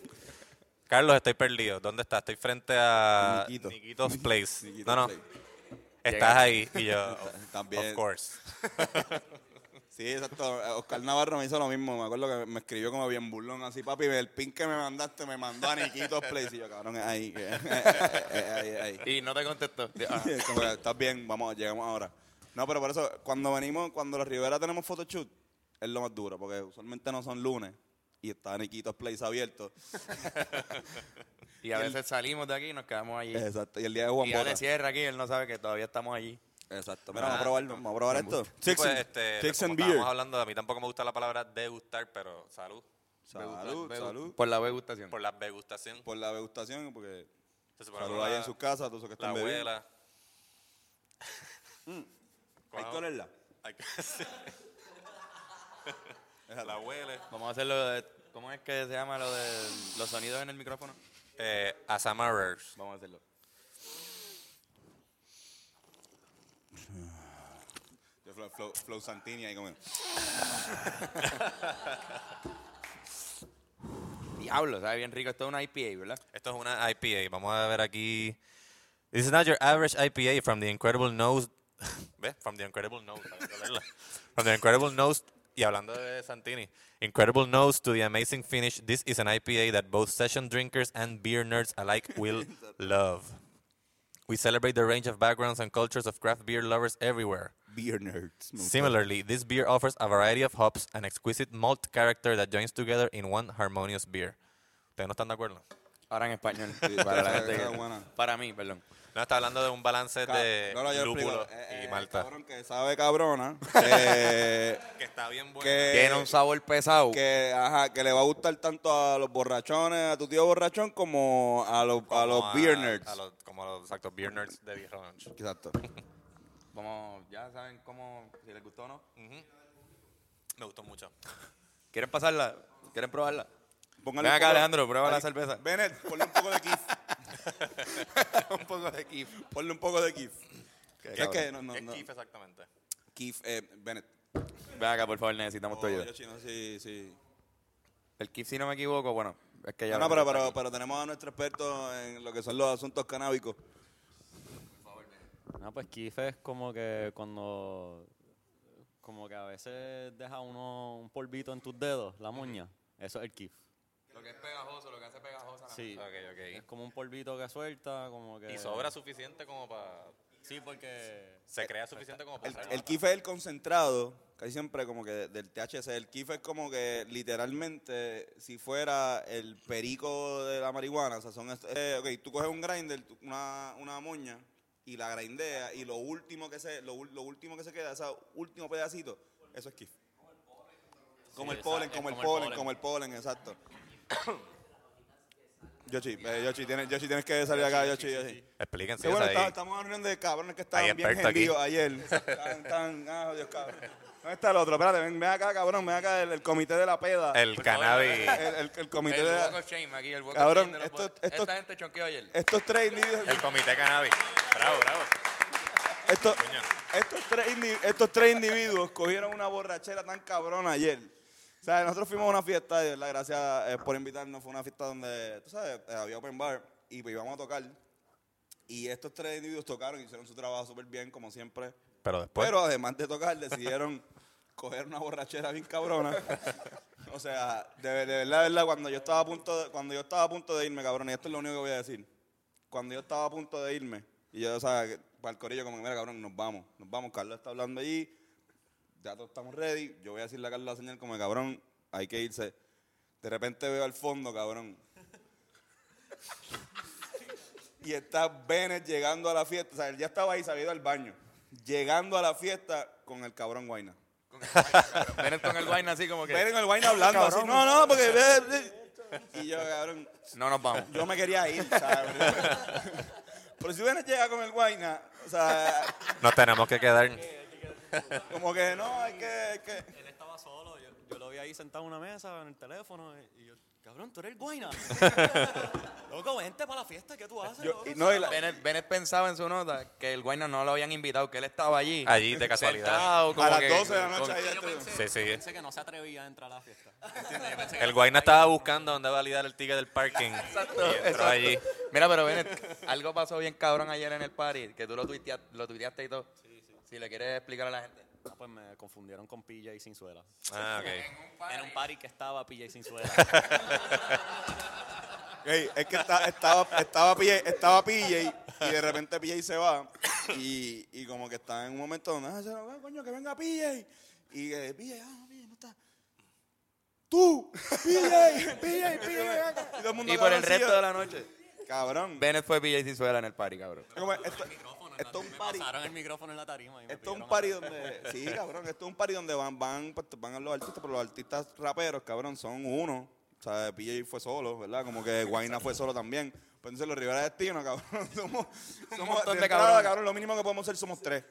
S3: Carlos, estoy perdido. ¿Dónde estás? Estoy frente a
S1: Niquito.
S3: Niquito's Place.
S1: Niquitos
S3: no, no.
S1: Place.
S3: Estás ahí y yo
S1: (laughs) También.
S3: Of course.
S1: Sí, exacto. Eh, Oscar Navarro me hizo lo mismo. Me acuerdo que me escribió como bien burlón, así, papi, el pin que me mandaste me mandó a Aniquitos Place. Y yo, cabrón, es ahí. que- (laughs) es ahí, es ahí.
S2: (laughs) Y no te contestó.
S1: (laughs)
S2: Ah,
S1: Sí, como que, Estás bien, vamos, llegamos ahora. No, pero por eso, cuando venimos, cuando los Rivera tenemos photoshoot, es lo más duro, porque usualmente no son lunes y está Niquitos Place abierto.
S2: Y a veces salimos de aquí y nos quedamos allí.
S1: Exacto. Y el día de Juan
S2: Y Ale
S1: Bota.
S2: cierra aquí, él no sabe que todavía estamos allí.
S1: Exacto. Mira, vamos a probar, vamos a probar esto.
S3: Sí,
S1: Chicks
S3: pues,
S1: and-
S3: este,
S1: chicks
S3: como
S1: and
S3: estábamos
S1: beer.
S3: hablando, a mí tampoco me gusta la palabra degustar, pero salud
S1: Salud,
S2: Begu-
S1: salud.
S2: Por la degustación.
S3: por la degustación.
S1: Por la degustación, porque
S3: Se supone que
S1: salud
S3: la-
S1: ahí en sus casas, todos esos que
S3: La
S1: están bebiendo.
S3: abuela.
S1: Hay que olerla.
S3: Hay que- sí, la
S1: Déjala.
S3: huele.
S2: Vamos a hacer lo de... ¿Cómo es que se llama lo de los sonidos en el micrófono?
S3: Eh, Asamarers.
S2: Vamos a hacerlo.
S1: Yo flow, flow- flow Santini ahí conmigo.
S2: Diablo, sabe bien rico. Esto es una IPA, ¿verdad?
S3: Esto es una IPA. Vamos a ver aquí. This is not your average IPA from the Incredible Nose. (laughs) ¿Ves? From the Incredible Nose. hay que leerla. from the Incredible Nose. Y hablando de Santini, Incredible Nose to the Amazing Finish. This is an IPA that both session drinkers and beer nerds alike will love. We celebrate the range of backgrounds and cultures of craft beer lovers everywhere.
S1: Beer nerds. me gusta.
S3: Similarly, this beer offers a variety of hops and exquisite malt character that joins together in one harmonious beer. ¿Ustedes no están de acuerdo?
S2: Ahora en español.
S1: Sí,
S2: para,
S1: esa-
S2: la gente
S1: esa
S2: que-
S1: es buena.
S2: para mí, perdón.
S3: No, está hablando de un balance
S1: Ca-
S3: de
S1: no, no, yo explico.
S3: lúpulo
S1: Eh,
S3: y
S1: eh,
S3: malta.
S1: Cabrón que sabe cabrona.
S3: (laughs)
S1: eh,
S3: que está bien bueno.
S1: que-
S2: Tiene un sabor pesado.
S1: que, ajá, que le va a gustar tanto a los borrachones, a tu tío borrachón, como a los, a los beer nerds.
S3: A los, como a los exacto, beer nerds de Beer Lounge.
S1: Exacto.
S2: Como ya saben cómo, si les gustó o no.
S3: Me gustó mucho.
S2: ¿Quieren pasarla? ¿Quieren probarla?
S1: Póngale
S2: Ven
S1: un
S2: acá,
S1: poco-
S2: Alejandro, prueba la
S1: Ahí. (laughs)
S2: cerveza.
S1: Bennett, ponle un poco de kif.
S2: un poco de kif.
S1: Ponle un poco de kif. Es que no, no,
S3: ¿Qué
S1: no.
S3: kif exactamente?
S1: Kif, eh, Bennett.
S2: Ven acá, por favor, necesitamos tu
S1: Oh,
S2: ayuda.
S1: yo chino, sí, sí.
S2: El kif, si no me equivoco, bueno, Es que ya
S1: No, no, pero,
S2: está
S1: pero,
S2: aquí.
S1: pero tenemos a nuestro experto en lo que son los asuntos canábicos.
S5: No, pues Keith es como que cuando. Como que a veces deja uno un polvito en tus dedos, la moña. Eso es el Keith.
S2: Lo que es pegajoso, lo que hace pegajoso. nada
S5: Sí.
S3: Ah, Ok, ok.
S5: Es como un polvito que suelta, como que.
S3: Y sobra suficiente como para.
S5: Sí, porque.
S3: Se crea suficiente como para.
S1: El, el kife es el concentrado, casi siempre como que del THC. El kife es como que literalmente si fuera el perico de la marihuana. O sea, son. est- eh, ok, tú coges un grinder, tú- una, una moña, y la grindeas, y lo último que se, lo, ul- lo último que se queda, ese último pedacito, eso es kife. Como el
S6: exacto,
S1: polen,
S6: es
S1: como el polen, como el polen, exacto. (coughs) Yoshi, eh, Yoshi, tienes, Yoshi, tienes que salir acá, Yoshi, Yoshi. Sí,
S3: Explíquense.
S1: bueno,
S3: esa
S1: está-
S3: ahí.
S1: estamos en una reunión de cabrones que estaban
S3: Hay
S1: bien
S3: experto aquí.
S1: gendidos
S3: (laughs)
S1: ayer. Estaban, estaban- ah, Dios, cabrón. ¿Dónde está el otro? Espérate, ven, ven acá, cabrón, ven acá, el, el comité de la peda.
S3: El cannabis.
S1: El- el- el comité
S2: El
S1: de
S2: walk
S1: la...
S2: of shame aquí, el walk of
S1: Cabrón,
S2: shame de los
S1: esto-
S2: pod-
S1: esto-
S2: Esta gente chonqueó ayer.
S1: Estos tres individuos...
S3: El comité cannabis. Bravo, bravo.
S1: Estos, estos, tres indi- estos tres individuos cogieron una borrachera tan cabrona ayer. O sea, nosotros fuimos a una fiesta, y la gracia eh, por invitarnos, fue una fiesta donde, tú sabes, eh, había open bar y pues íbamos a tocar. Y estos tres individuos tocaron, hicieron su trabajo súper bien, como siempre.
S3: Pero después.
S1: Pero además de tocar, decidieron (laughs) coger una borrachera bien cabrona. (laughs) o sea, de, ver- de verdad, de verdad, cuando yo estaba a punto de, cuando yo estaba a punto de irme, cabrón, y esto es lo único que voy a decir. Cuando yo estaba a punto de irme, y yo, o sea, que- para el corillo, como que, mira, cabrón, nos vamos, nos vamos, Carlos está hablando allí, ya todos estamos ready. Yo voy a decirle a Carlos la señal como que, cabrón, hay que irse. De repente veo al fondo, cabrón. y está Bennett llegando a la fiesta. O sea, él ya estaba ahí, se había ido al baño. Llegando a la fiesta con el cabrón Guaina.
S2: Ven con el wine así como que.
S1: Bennett con el Guaina hablando así. No, no, porque. eh, ve- ve". Y yo, cabrón,
S2: No nos vamos.
S1: yo me quería ir, ¿sabes? (laughs) Pero si Bennett llega con el Guaina, o sea,
S3: Nos tenemos que quedar.
S1: como que no, hay que. hay que-
S5: Él estaba solo, yo, yo lo vi ahí sentado en una mesa, en el teléfono, y yo, cabrón, tú eres el guayna. loco, vente para la fiesta, ¿qué tú haces?
S1: Yo-
S5: loco?
S1: y no, y la-
S2: Bennett, Bennett pensaba en su nota que el guayna no lo habían invitado, que él estaba allí.
S3: Allí, de casualidad.
S2: sentado, como
S1: a las
S2: que-
S1: 12 de la noche
S2: con-
S1: ahí
S6: Yo
S1: estoy-
S6: pensé,
S3: Sí, sí.
S6: yo pensé que no se atrevía a entrar a la fiesta.
S5: Ah,
S6: ¿Entiendes? Yo pensé que
S3: El Guayna estaba buscando dónde validar el ticket del parking.
S2: Exacto,
S3: y entró
S2: exacto.
S3: allí.
S2: Mira, pero Bennett, algo pasó bien cabrón ayer en el party, que tú lo tuiteaste, lo tuiteaste y todo. Si le quieres explicar a la gente.
S5: Ah, pues me confundieron con PJ Sinzuela.
S3: Ah, ok.
S5: Era un party que estaba PJ Sinzuela.
S1: Ey, es que está- estaba, estaba, PJ, estaba PJ y de repente PJ se va y, y como que está en un momento donde, ah, se va, coño, que venga PJ. Y eh, PJ, ah, no, PJ, no está. Tú, PJ, PJ, PJ. Y, todo el mundo
S2: Y por el
S1: cabroncillo.
S2: resto de la noche.
S1: Cabrón.
S2: Bennett fue PJ Sinzuela en el party, cabrón.
S1: Como esto, esto es un
S6: me
S1: party.
S6: pasaron el micrófono en la tarima. Y me
S1: Esto es un
S6: pidieron
S1: party donde. Sí, cabrón, esto es un party donde van, van, pues, van a los artistas, pero los artistas raperos, cabrón, son uno. O sea, PJ fue solo, ¿verdad? Como que Guayna fue solo también. Pues entonces los Rivera Destino, cabrón, (laughs) somos, somos
S2: montón
S1: de
S2: de
S1: entrada,
S2: cabrones.
S1: cabrón, lo mínimo que podemos ser somos tres.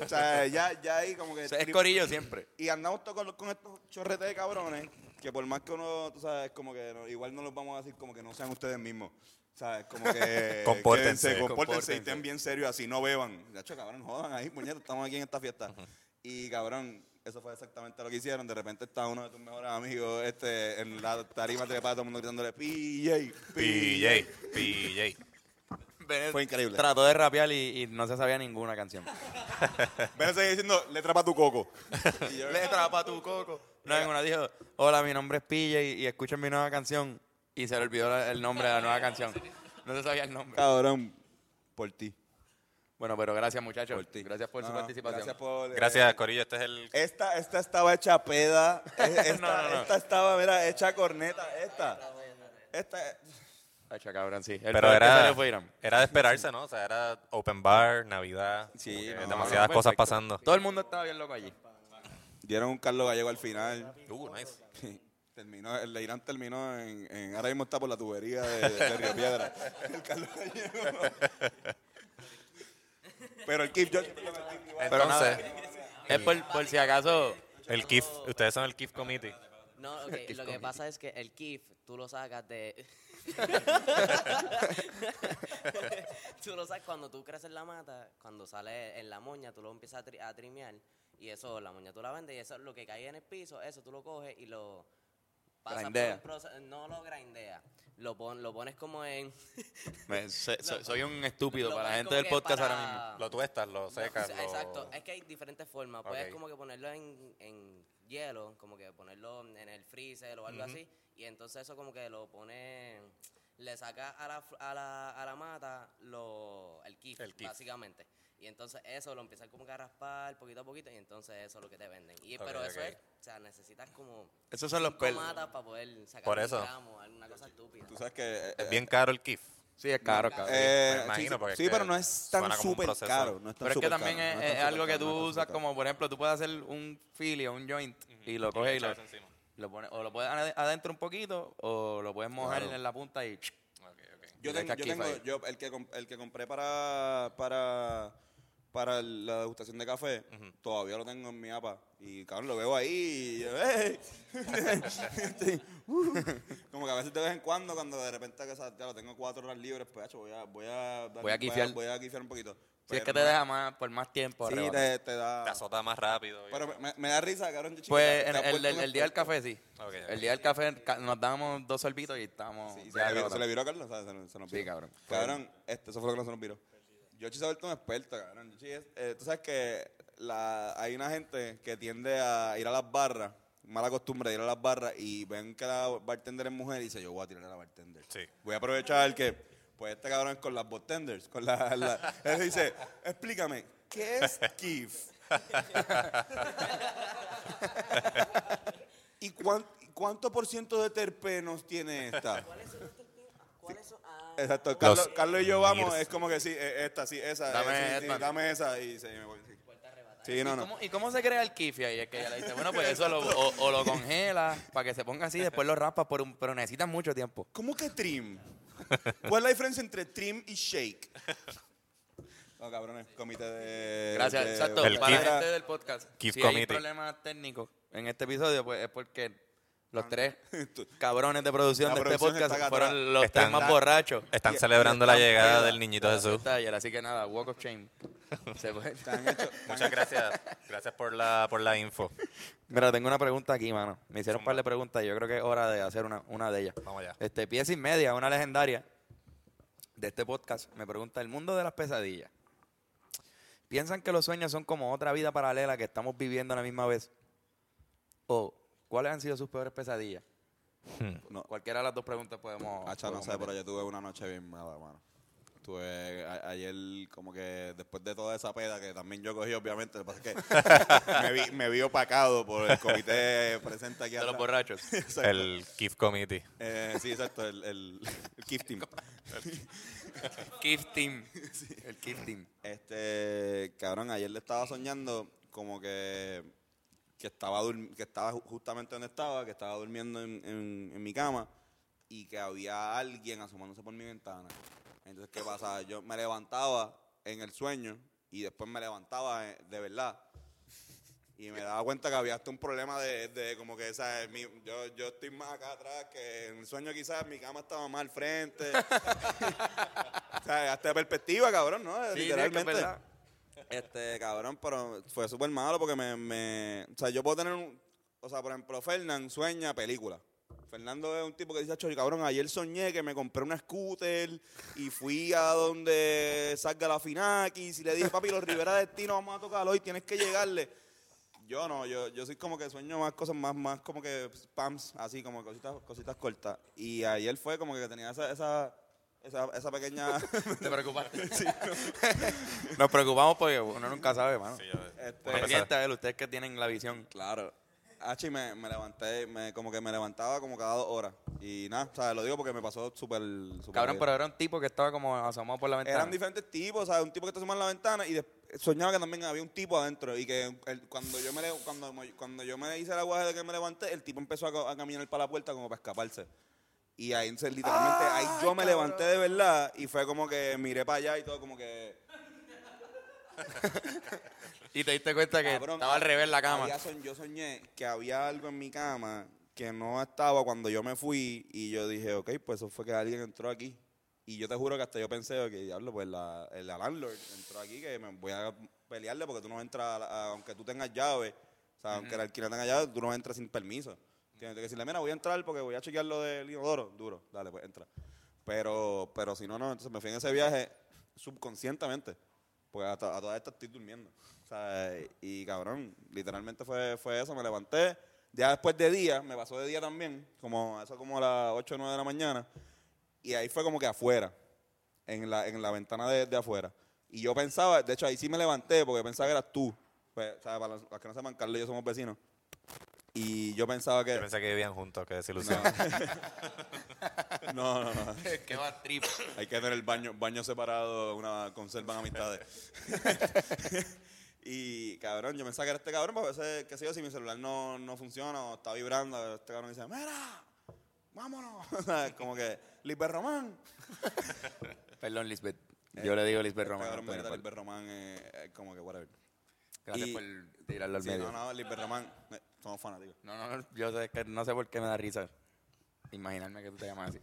S1: O sea, ya, ya ahí como que.
S2: O sea, es corillo siempre.
S1: Y andamos todos con, los- con estos chorretes de cabrones que por más que uno, tú sabes, como que no- igual no los vamos a decir como que no sean ustedes mismos. ¿Sabes? Como
S3: (laughs)
S1: que.
S3: Compórtense,
S1: quédense, compórtense y
S2: compórtense.
S1: estén bien serios así, no beban. De hecho, cabrón, jodan ahí, puñetos, estamos aquí en esta fiesta. Y cabrón, eso fue exactamente lo que hicieron. De repente está uno de tus mejores amigos este, en la tarima trepada, todo el mundo gritándole PJ,
S3: PJ, PJ.
S2: Bennett
S1: Fue increíble.
S2: Trató de rapear y, y no se sabía ninguna canción.
S1: Ven, sigue diciendo, letra para tu
S3: (laughs)
S1: coco. Y yo,
S2: Le trapa tu coco. No, en una dijo, hola, mi nombre es PJ y, y escuchen mi nueva canción. Y se le olvidó la- el nombre de la nueva canción. No se sabía el nombre.
S1: cabrón, por ti.
S2: Bueno, pero gracias muchachos.
S1: Por ti.
S2: Gracias por
S1: No,
S2: su
S1: no,
S2: participación.
S1: Gracias por. eh,
S3: Gracias, Corillo. Este es el.
S1: Esta, esta estaba hecha
S2: (laughs)
S1: peda. E- Esta,
S2: No, no, no.
S1: esta estaba, mira, hecha corneta. Esta. Esta.
S2: Hacha, cabrón, sí. El
S3: Pero
S2: peor que
S3: era,
S2: salió fue Irán.
S3: era de esperarse, ¿no? O sea, era open bar, Navidad.
S1: Sí,
S3: como que
S1: no,
S3: demasiadas
S2: no,
S3: cosas
S2: perfecto.
S3: pasando.
S2: Todo el mundo estaba bien loco allí.
S1: Dieron un Carlos Gallego al final. (laughs)
S3: Uh, nice.
S1: Terminó, el Leirán terminó en, en- Ahora mismo está por la tubería de, de Río Piedra. El Carlos Gallego. Pero el Keith George.
S2: Pero nada,
S3: Entonces,
S2: es por, por si acaso.
S3: el KIF, ustedes son el KIF Committee.
S7: No, ok, lo que pasa es que el KIF tú lo sacas de. (laughs) tú lo sacas cuando tú creces la mata, cuando sale en la moña, tú lo empiezas a, tri- a trimear y eso, la moña tú la vendes y eso, lo que cae en el piso, eso tú lo coges y lo Pasa por
S2: Grindea.
S7: un proce- no lo grindea. Lo, pon- lo pones como en.
S2: Me- se- so- soy un estúpido
S7: Lo
S2: para la
S7: pones
S2: gente
S7: como
S2: del
S7: que
S2: podcast ahora
S7: para-
S2: mismo.
S3: Lo tuestas, lo secas.
S7: No,
S3: lo-
S7: Exacto, es que hay diferentes formas. Puedes
S3: Ok.
S7: como que ponerlo en, en hielo, como que ponerlo en el freezer o algo así, y entonces eso como que lo pone, le saca a la, fr- a la, a la mata lo, el kif,
S3: El kif.
S7: básicamente. Y entonces eso lo empiezas como que a raspar poquito a poquito, y entonces eso es lo que te venden. Y,
S3: Ok,
S7: pero eso
S3: ok. Pues,
S7: es, o sea, necesitas como
S2: Esos son los
S7: cinco
S2: pelos.
S7: matas para poder sacar
S3: Por
S7: un
S3: eso.
S7: gramo, alguna cosa estúpida.
S1: Tú sabes que... eh,
S3: Es bien caro el KIF.
S2: Sí, es caro, cabrón.
S1: eh,
S3: Me imagino,
S1: sí, sí,
S3: porque es
S1: sí,
S3: que
S1: pero no es tan
S3: suena como un
S1: súper
S3: proceso.
S1: caro. No es tan
S2: Pero es que
S1: súper
S2: también
S1: caro,
S2: es,
S1: no tan
S2: es
S1: súper
S2: algo que
S1: caro, no es
S2: tú
S1: tan
S2: usas
S1: súper caro.
S2: como, por ejemplo, tú puedes hacer un fili o un joint y lo coges y lo,
S3: echarse encima.
S2: lo pones, o lo puedes ade- adentro un poquito o lo puedes mojar en la punta y...
S1: Pues Yo
S2: Le
S1: tengo,
S2: echas
S1: yo
S2: kiff
S1: tengo-
S2: ahí.
S1: yo- el que comp- el que compré para para para la degustación de café, todavía lo tengo en mi apa y cabrón lo veo ahí y yo, "Ey". (laughs) Sí, (laughs) uh. como que a veces de vez en cuando cuando de repente que sa- ya lo tengo cuatro horas libres, pues hacho, voy a voy a dar-
S2: Voy a kiffear.
S1: voy a kiffear un poquito.
S2: Si es
S1: Pero
S2: que te
S1: no-
S2: deja más, por más tiempo.
S1: sí,
S2: arrebatar.
S1: te, te da
S3: Te azota más rápido. y-
S1: Pero me- me, me da risa, cabrón, yo chiquita,
S2: Pues
S1: te
S2: en
S1: has
S2: el,
S1: vuelto
S2: el-
S1: un
S2: el día del
S1: experto.
S2: café, sí.
S3: Ok, ok.
S2: El día del café ca- nos damos dos sorbitos y estamos...
S1: Sí, se,
S2: ya
S1: le vio, se
S2: agotados.
S1: le viró a Carlos, ¿sabes? Se, nos- se nos
S2: Sí,
S1: viró.
S2: cabrón.
S1: Cabrón, este, eso fue lo que no se nos viró. Yoshi se ha vuelto un experto, cabrón. Yoshi es- eh, tú sabes que la, hay una gente que tiende a ir a las barras, mala costumbre de ir a las barras, y ven que la bartender es mujer y dice, yo voy a tirar a la bartender.
S3: Sí.
S1: Voy a aprovechar que, pues este cabrón es con las bartenders, con la, la- (laughs) él dice, explícame, ¿qué es Kif? ¿Y cuán- cuánto por ciento de terpenos tiene esta?
S7: ¿Cuáles son los terpenos? ¿Cuáles son? Ah,
S1: Exacto,
S7: ok.
S1: Carlos, Carlos y yo vamos,
S3: Mirs.
S1: es como que sí, eh, esta, sí, esa,
S2: Dame
S1: eh, sí, sí,
S2: esta.
S1: dame esa y se me voy. sí. Sí, no,
S2: ¿Y,
S1: no.
S2: cómo, y cómo se crea el kifi ahí? Es que ella le dice, bueno, pues eso lo, o, o lo congela para que se ponga así, después lo raspas, por un, pero necesitas mucho tiempo.
S1: ¿Cómo que
S2: (laughs)
S1: trim? ¿Cuál es la diferencia entre trim y shake? No, cabrones, comité de...
S2: Gracias,
S1: de-
S2: exacto.
S3: el
S2: para
S3: kiff-
S2: la gente del podcast,
S3: kiff
S2: si hay
S3: committee.
S2: problemas técnicos en este episodio, pues es porque los tres
S1: (laughs) Tú-
S2: cabrones de producción
S1: La
S2: de este
S1: producción está
S2: podcast
S1: acá atrás.
S2: fueron los tres
S3: Están-
S2: más borrachos.
S3: Están
S1: Y-
S3: celebrando la
S2: Están
S3: llegada
S2: peda
S3: del niñito
S2: de la
S3: Jesús.
S2: fiesta de ayer, así que nada, walk of
S3: (laughs)
S2: shame. Se fue.
S1: han hecho-
S3: Muchas gracias. Gracias por la, por la info.
S2: Mira, tengo una pregunta aquí, mano. Me hicieron un par de preguntas y yo creo que es hora de hacer una, una de ellas.
S3: Vamos
S1: Eh,
S3: allá.
S2: Este, Pies y Media, una legendaria de este podcast, me pregunta, ¿el mundo de las pesadillas? ¿Piensan que los sueños son como otra vida paralela que estamos viviendo a la misma vez? ¿O cuáles han sido sus peores pesadillas? Hmm.
S1: No,
S2: Cualquiera de las dos preguntas podemos...
S1: Hacha, no
S2: podemos
S1: sé, pero
S2: meter.
S1: yo tuve una noche bien mala, hermano. Tuve a- ayer como que después de toda esa peda que también yo cogí, obviamente, lo que pasa es que me vi, me vi opacado por el comité presente aquí
S2: De los
S1: atrás. (laughs)
S2: borrachos.
S1: Exacto.
S3: El Kif Committee.
S1: Eh, sí, exacto, el, el, el Kiff Team.
S2: Kiff Team. El Kiff Team.
S1: Este, cabrón, ayer le estaba soñando como que, que, estaba, durm- que estaba ju- justamente donde estaba, que estaba durmiendo en, en- en mi cama y que había alguien asomándose por mi ventana. Entonces, ¿qué pasa? Yo me levantaba en el sueño y después me levantaba eh, de verdad. Y me daba cuenta que había hasta un problema de, de como que, ¿sabes? Mi- yo, yo estoy más acá atrás que en el sueño quizás mi cama estaba más al frente. (laughs) o sea, hasta de perspectiva, cabrón, ¿no?
S2: Sí, sí, es que es
S1: Literalmente.
S2: verdad.
S1: Este, cabrón, pero fue súper malo porque me, me- O sea, yo puedo tener un... O sea, por ejemplo, Fernán sueña película. Fernando es un tipo que dice, "Acho, cabrón, ayer soñé que me compré una scooter y fui a donde salga la Finakis y le dije, papi, los Rivera Destino vamos a tocar hoy, tienes que llegarle. Yo no, yo, yo soy como que sueño más cosas, más, más como que spams, así como cositas, cositas cortas. Y ayer fue como que tenía esa, esa, esa, esa pequeña... (laughs)
S2: Te preocupaste. Nos preocupamos porque uno nunca sabe, mano.
S3: Sí, yo-
S1: Este-
S3: por empezar.
S2: Pendiente a él, ustedes que tienen la visión.
S1: Claro. Hachi, me, me levanté, me, como que me levantaba como cada dos horas. Y nada, o sea, lo digo porque me pasó súper... súper
S2: Cabrón,
S1: bien.
S2: pero era un tipo que estaba como asomado por la ventana.
S1: Eran diferentes tipos, o sea, un tipo que te asomaba en la ventana y des- soñaba que también había un tipo adentro. Y que el- cuando, yo me, le- cuando, mo- cuando yo me hice el aguaje de que me levanté, el tipo empezó a, co- a caminar para la puerta como para escaparse. Y ahí, se- literalmente, ahí yo me levanté de verdad y fue como que miré para allá y todo como que...
S2: Y te diste cuenta que
S1: Cabrón,
S2: estaba al revés la cama.
S1: había soñ- yo soñé que había algo en mi cama que no estaba cuando yo me fui y yo dije, ok, pues eso fue que alguien entró aquí. Y yo te juro que hasta yo pensé, ok, diablo, pues la, el landlord entró aquí que me voy a pelearle porque tú no entras, a la- a- aunque tú tengas llave, o sea, aunque el alquiler tenga llave, tú no entras sin permiso. ¿Entiendes? Tienes que decirle, mira, voy a entrar porque voy a chequear lo del inodoro. Duro, dale, pues entra. Pero, pero si no, no, entonces me fui en ese viaje subconscientemente. Porque a, to- a todas estas estoy durmiendo. O sea, y cabrón, literalmente fue, fue eso. Me levanté. Ya después de día, me pasó de día también, como a eso como a las 8 o 9 de la mañana. Y ahí fue como que afuera, en la, en la ventana de, de afuera. Y yo pensaba, de hecho ahí sí me levanté porque pensaba que eras tú. Pues, o sea, para los, los que no sepan, Carlos y yo somos vecinos. Y yo pensaba que...
S3: Yo pensé que vivían juntos, qué desilusión.
S1: (laughs) No, no, no.
S2: (laughs) Qué va trip.
S1: Hay que tener el baño, baño separado, una conservan amistades. (laughs) y cabrón, yo pensaba que era este cabrón, porque a veces, qué sé yo, si mi celular no, no funciona o está vibrando, este cabrón dice, ¡Mira! ¡Vámonos! (laughs) como que, Lisbeth Román.
S2: Perdón, Lisbeth. Yo le digo Lisbeth
S1: Este
S2: Román.
S1: cabrón me
S2: Antonio,
S1: grita
S2: por-
S1: Lisbeth Román, eh, eh, como que whatever.
S2: Gracias
S1: y-
S2: por tirarlo al
S1: Sí,
S2: medio.
S1: no, no, Lisbeth Román, eh, somos fanáticos.
S2: No, no, no, yo sé que no sé por qué me da risa imaginarme que tú te llamas así.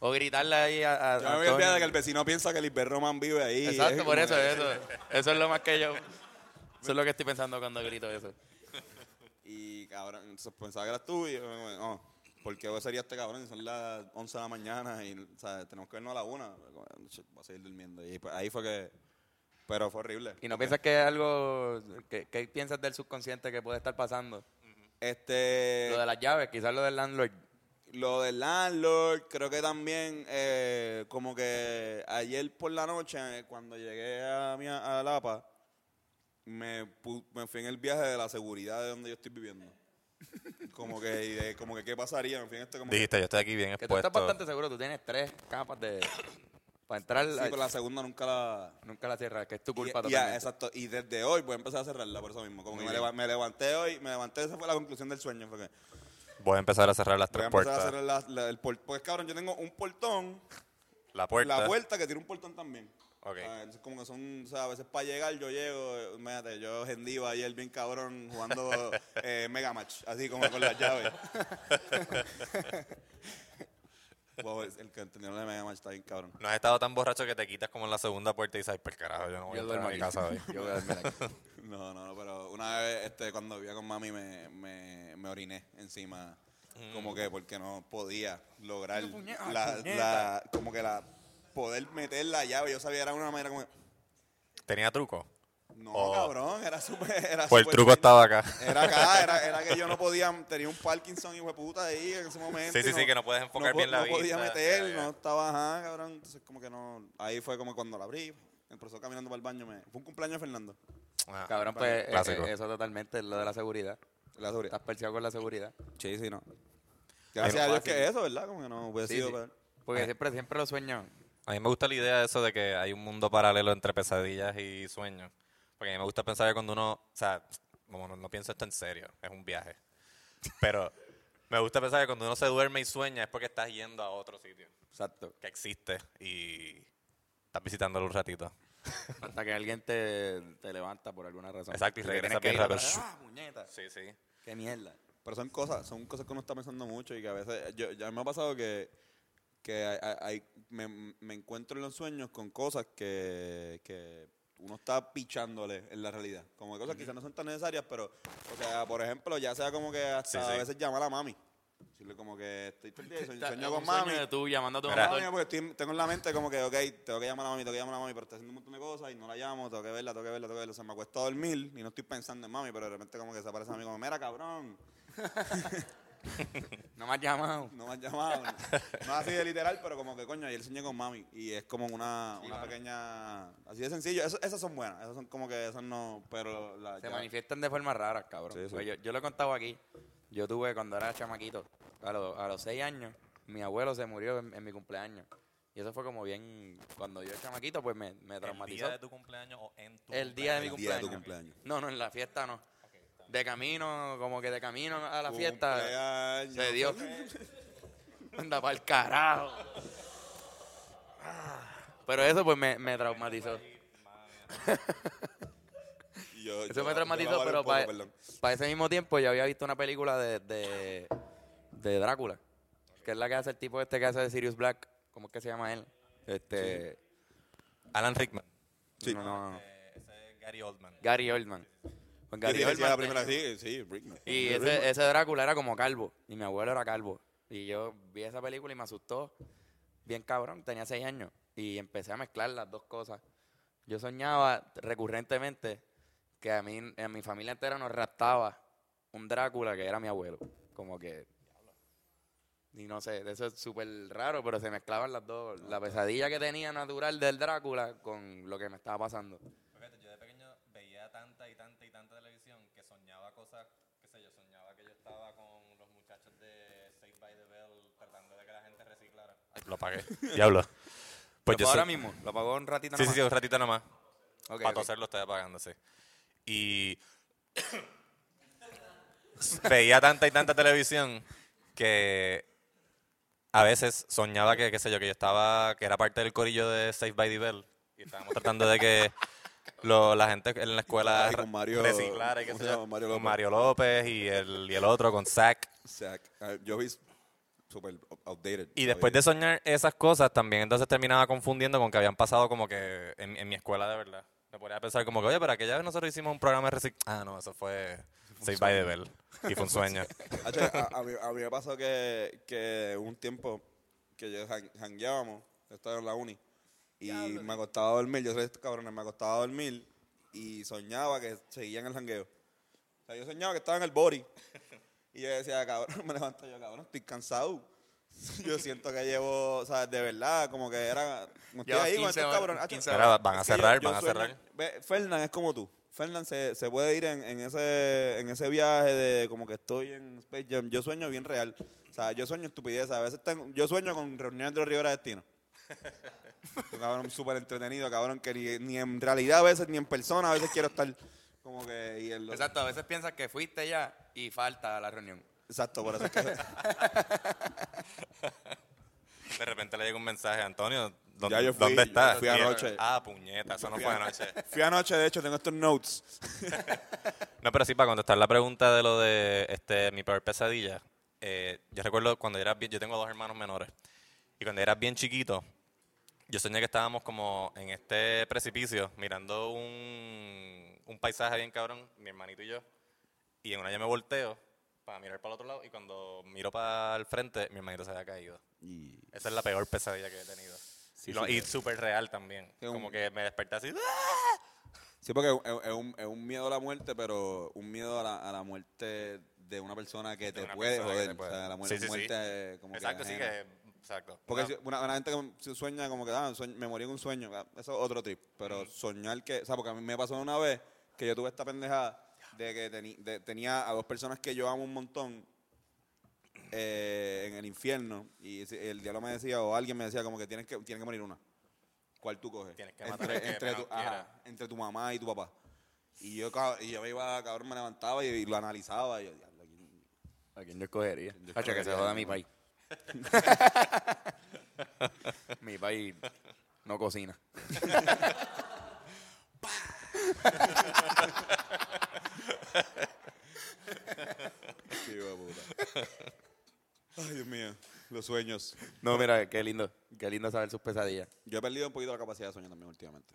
S2: O gritarle ahí a, a-
S1: Yo
S2: a
S1: me voy a olvidar
S2: Antonio.
S1: de que el vecino piensa que Lisbeth Román vive ahí.
S2: Exacto,
S1: Es
S2: por
S1: como
S2: eso,
S1: que-
S2: eso. Eso es lo más que yo... Eso es lo que estoy pensando cuando grito eso.
S1: Y cabrón, entonces pensaba que eras tú y yo, no, ¿por qué hoy sería este cabrón? Son las 11 de la mañana y o sea, tenemos que irnos a la 1. Voy a seguir durmiendo. Y pues, ahí fue que. Pero fue horrible.
S2: ¿Y no piensas que es algo... ¿Qué qué piensas del subconsciente que puede estar pasando?
S1: Este.
S2: Lo de las llaves, quizás lo del landlord.
S1: Lo del landlord, creo que también, eh, como que ayer por la noche, eh, cuando llegué a, mi, a Lapa, me, pu- me fui en el viaje de la seguridad de donde yo estoy viviendo.
S2: (laughs)
S1: Como que, y de- como que, ¿qué pasaría? Me fui en este como que-
S3: Dijiste, yo estoy aquí bien
S2: Que tú
S1: Pues
S2: estás
S3: expuesto.
S2: bastante seguro, tú tienes tres capas de... Para entrar...
S1: Sí,
S2: a-
S1: pero la segunda nunca la...
S2: Nunca la cierras, que es tu culpa
S1: Y- y-
S2: totalmente.
S1: exacto. Y desde hoy voy a empezar a cerrarla por eso mismo. Como que me,
S2: bien.
S1: leva- me levanté hoy, me levanté, esa fue la conclusión del sueño. Fue que
S3: Voy a empezar a cerrar las
S1: voy a
S3: tres
S1: empezar a
S3: puertas.
S1: cerrar la, la- el portón. Porque cabrón, yo tengo un portón,
S3: La puerta.
S1: la puerta que tiene un portón también.
S3: Ok.
S1: Ah, entonces como que son, o sea, a veces para llegar yo llego, eh, imagínate, yo gendiva ayer bien cabrón jugando eh, Mega Match, así como con las llaves. (laughs) wow, es- el que entendió lo de Mega Match está bien cabrón.
S3: No has estado tan borracho que te quitas como en la segunda puerta y dices, "Ay, por carajo, yo no voy
S2: Yo
S3: a entrar
S2: duermo
S3: a mi
S2: aquí.
S3: casa hoy.
S2: Yo voy a dormir aquí.
S1: No, no, no, pero una vez este, cuando vivía con mami me, me, me oriné encima,
S3: Mm.
S1: como que porque no podía lograr
S2: puñeta,
S1: la,
S2: puñeta.
S1: la- como que la, poder meter la llave, yo sabía, era una manera como,
S3: ¿Tenía truco?
S1: no,
S3: Oh.
S1: cabrón, era súper, era
S3: Pues el
S1: súper
S3: truco
S1: fácil.
S3: estaba acá.
S1: Era acá,
S3: (laughs)
S1: era, era que yo no podía, tenía un Parkinson y puta ahí en ese momento.
S3: Sí,
S1: y
S3: sí, sí, que no puedes enfocar
S1: po-
S3: bien la
S1: No podía
S3: vista.
S1: meter,
S3: Ya, ya.
S1: no estaba, ajá, cabrón, entonces como que no, ahí fue como cuando la abrí, empezó caminando para el baño, me, fue un cumpleaños de Fernando,
S3: Ah,
S2: (laughs) Cabrón, pues eh,
S3: Clásico.
S2: eh, eso totalmente es lo de la seguridad.
S1: la seguridad.
S2: Estás perseguido con la seguridad.
S1: Sí, sí, no. Gracias
S2: Pero
S1: a Dios
S2: fácil.
S1: que eso, ¿verdad? Como que no hubiera
S2: Sí,
S1: sido
S2: sí.
S1: peor.
S2: Porque siempre, siempre lo sueño.
S3: A mí me gusta la idea de eso de que hay un mundo paralelo entre pesadillas y sueños. Porque a mí me gusta pensar que cuando uno, o sea, como no, no pienso esto en serio, es un viaje. Pero me gusta pensar que cuando uno se duerme y sueña es porque estás yendo a otro sitio
S2: Exacto.
S3: que existe y estás visitándolo un ratito.
S2: Hasta que alguien te, te levanta por alguna razón.
S3: Exacto, y
S2: Porque tienes
S3: regresa
S2: que
S3: bien
S2: ir otra
S3: rápido.
S2: vez. ¡Ah, puñeta!
S3: Sí, sí.
S2: ¡Qué mierda!
S1: Pero son cosas, son cosas que uno está pensando mucho y que a veces, yo, ya me ha pasado que, que hay- hay- hay- me, me encuentro en los sueños con cosas que, que uno está pichándole en la realidad. Como que cosas que quizás no son tan necesarias, pero, o sea, por ejemplo, ya sea como que hasta
S3: Sí, sí.
S1: a veces llamar a mami. Decirle como que estoy todo el día y sueño, sueño
S2: Un
S1: con mami.
S2: Sueño de tú llamando a tu
S3: Mira.
S1: Ah,
S2: mamá.
S1: mira, porque estoy- tengo en la mente como que, ok, tengo que llamar a mami, tengo que llamar a mami, pero estoy haciendo un montón de cosas y no la llamo, tengo que verla, tengo que verla, tengo que verla. O sea, me acuesto a dormir y no estoy pensando en mami, pero de repente como que se aparece a mí como, mira, cabrón,
S2: No me has llamado.
S1: no me has
S2: (laughs)
S1: llamado. no así de literal, pero como que, coño, ayer soñé con mami y es como una, una pequeña... Así de sencillo. Eso- esas son buenas, esas son como que, esas no, pero... La,
S2: Se
S1: ya-
S2: manifiestan de forma rara, cabrón.
S1: Sí, sí.
S2: Pues Yo, yo lo he contado aquí. Yo tuve cuando era chamaquito, a, los- a los seis años, mi abuelo se murió en, en mi cumpleaños. Y eso fue como bien. Cuando yo era chamaquito, pues me, me traumatizó.
S3: tu cumpleaños o en tu
S2: El día de mi
S1: El día de
S2: cumpleaños.
S1: tu cumpleaños.
S2: No, no, en la fiesta no. De camino, como que de camino a la
S1: Tu
S2: fiesta.
S1: cumpleaños. pues.
S2: Se dio. (laughs) Anda para el carajo. Ah, Pero eso pues me, me traumatizó.
S1: Y yo- yo-
S2: Eso
S1: yo
S2: me
S1: la
S2: traumatizó,
S1: valoro
S2: pero
S1: un poco,
S2: para
S1: perdón.
S2: ese mismo tiempo yo había visto una película de, de, de Drácula, que es la que hace el tipo este que hace de Sirius Black. ¿Cómo es que se llama él? Este,
S3: Alan Rickman.
S1: Sí.
S2: no, no, no.
S3: Eh, Ese es Gary Oldman.
S2: Gary Oldman. Pues
S1: Yo
S2: Gary
S1: te decía la primera,
S2: Oldman,
S1: (laughs) sí, sí, Britney.
S2: Y
S1: Britney.
S2: ese, ese Drácula era como calvo. Y mi abuelo era calvo. Y yo vi esa película y me asustó. Bien cabrón, tenía seis años. Y empecé a mezclar las dos cosas. Yo soñaba recurrentemente que a mí, a mi familia entera nos raptaba un Drácula que era mi abuelo. Como que. Y no sé, eso es súper raro, pero se mezclaban las dos. La pesadilla que tenía natural del Drácula con lo que me estaba pasando.
S3: Fíjate, yo de pequeño veía tanta y tanta y tanta televisión que soñaba cosas, qué sé yo, soñaba que yo estaba con los muchachos de Save by the Bell tratando de que la gente reciclara. Lo apagué.
S2: (laughs)
S3: Diablo. Pues
S2: lo apagó
S3: yo so-
S2: ahora mismo, lo apagó un ratito
S3: Sí, sí,
S2: nada
S3: sí, un ratito nomás.
S2: más. Ok,
S3: Para
S2: ok.
S3: toser lo estoy apagando, sí. Y (laughs) veía tanta y tanta televisión que a veces soñaba que, qué sé yo, que yo estaba, que era parte del corillo de Save by the Bell. Y estábamos tratando de que lo- la gente en la escuela
S1: Ay, con Mario-
S3: reciclara y qué
S1: ¿cómo
S3: sé
S1: se
S3: yo.
S1: llama? Mario
S3: Con
S1: López.
S3: Mario López y el, y el otro con Zach.
S1: Zack. Ah, Yo vi super outdated.
S3: Y después de soñar esas cosas, también entonces terminaba confundiendo con que habían pasado como que en, en mi escuela de verdad. Me ponía a pensar como que, oye, pero aquella vez nosotros hicimos un programa de reciclaje. Ah, no, eso fue Save by the Bell.
S1: (laughs)
S3: Y fue un sueño.
S1: Hacho, a, a mí, a mí me pasó que, que un tiempo que yo jan- jangueábamos, yo estaba en la uni, y me acostaba a dormir, yo soy de estos cabrones, me acostaba a dormir y soñaba que seguían el jangueo. O sea, yo soñaba que estaba en el body. Y yo decía, cabrón, (laughs) me levanto yo, cabrón, estoy cansado. Yo siento que llevo, o sea, de verdad, como que era. Como estoy
S2: Llevas
S1: ahí con
S2: 15
S1: estos
S2: horas,
S1: cabrones. hacho.
S2: 15
S3: Mira, van a
S1: Es que yo-
S3: cerrar,
S1: yo
S3: van a
S1: sueño-
S3: cerrar.
S1: ve, Fernan es como tú. Fernan se, se puede ir en, en ese, en ese viaje de como que estoy en Space Jam. Yo sueño bien real. O sea, yo sueño estupidez. A veces tengo, yo sueño con reuniones de los Rivera
S3: (laughs)
S1: Destino. Un cabrón súper entretenido, cabrón, que ni, ni en realidad a veces, ni en persona, a veces quiero estar como que... y el-
S2: Exacto, a veces piensas que fuiste ya y falta a la reunión.
S1: Exacto, por eso es que...
S3: De repente le llega un mensaje, Antonio, ¿dónde,
S1: Ya yo fui,
S3: ¿dónde
S1: yo
S3: estás?
S1: fui
S3: Y-
S1: anoche.
S3: Ah, puñeta, eso no
S1: fui
S3: fue
S1: anoche.
S3: anoche.
S1: Fui anoche, de hecho, tengo estos notes.
S3: No, pero sí, para contestar la pregunta de lo de este, mi peor pesadilla, eh, yo recuerdo cuando era bien, yo tengo dos hermanos menores, y cuando era bien chiquito, yo soñé que estábamos como en este precipicio, mirando un, un paisaje bien cabrón, mi hermanito y yo, y en una yo me volteo para mirar para el otro lado, y cuando miro para el frente, mi hermanito se había caído. Esa es la peor pesadilla que he tenido. y lo- y súper real también.
S1: eh. Es un-
S3: Como que me desperté así.
S1: Sí, porque es, es- es un, es un miedo a la muerte, pero un miedo a la, a la muerte de una persona que te
S3: una
S1: puede
S3: persona que
S1: joder.
S3: te puede.
S1: O sea, la muer-
S3: Sí, sí, sí.
S1: muerte eh, como
S3: ¡ah! Exacto,
S1: que
S3: sí
S1: ajena.
S3: que. Exacto.
S1: Porque
S3: Una-
S1: si- una, una gente que se sueña como que, ah, sueño- me morí en un sueño, ah, eso es otro trip. Pero soñar que, o sea, porque a mí me pasó una vez que yo tuve esta pendejada de que teni- de- tenía a dos personas que yo amo un montón eh, en el infierno y si- el diablo me decía, o alguien me decía como que tienes que, tienes que morir una. ¿Cuál tú coges?
S3: Tienes que matar
S1: entre,
S3: al que
S1: entre, tu,
S3: menos quiera.
S1: ajá, entre tu mamá y tu papá. Y yo, cab- y yo me iba, cabrón, me levantaba y, y lo analizaba. Y yo, "Diablo, ¿quién-
S2: ¿A quién yo escogería?
S1: yo
S2: Hacho, que se
S1: escogería?
S2: joda mi (laughs) país. mi país no cocina.
S1: (laughs) qué hijo de puta?".
S3: (laughs)
S1: Ay, Dios mío, los sueños.
S2: No, mira, qué lindo. Qué lindo saber sus pesadillas.
S1: Yo he perdido un poquito la capacidad de soñar también últimamente.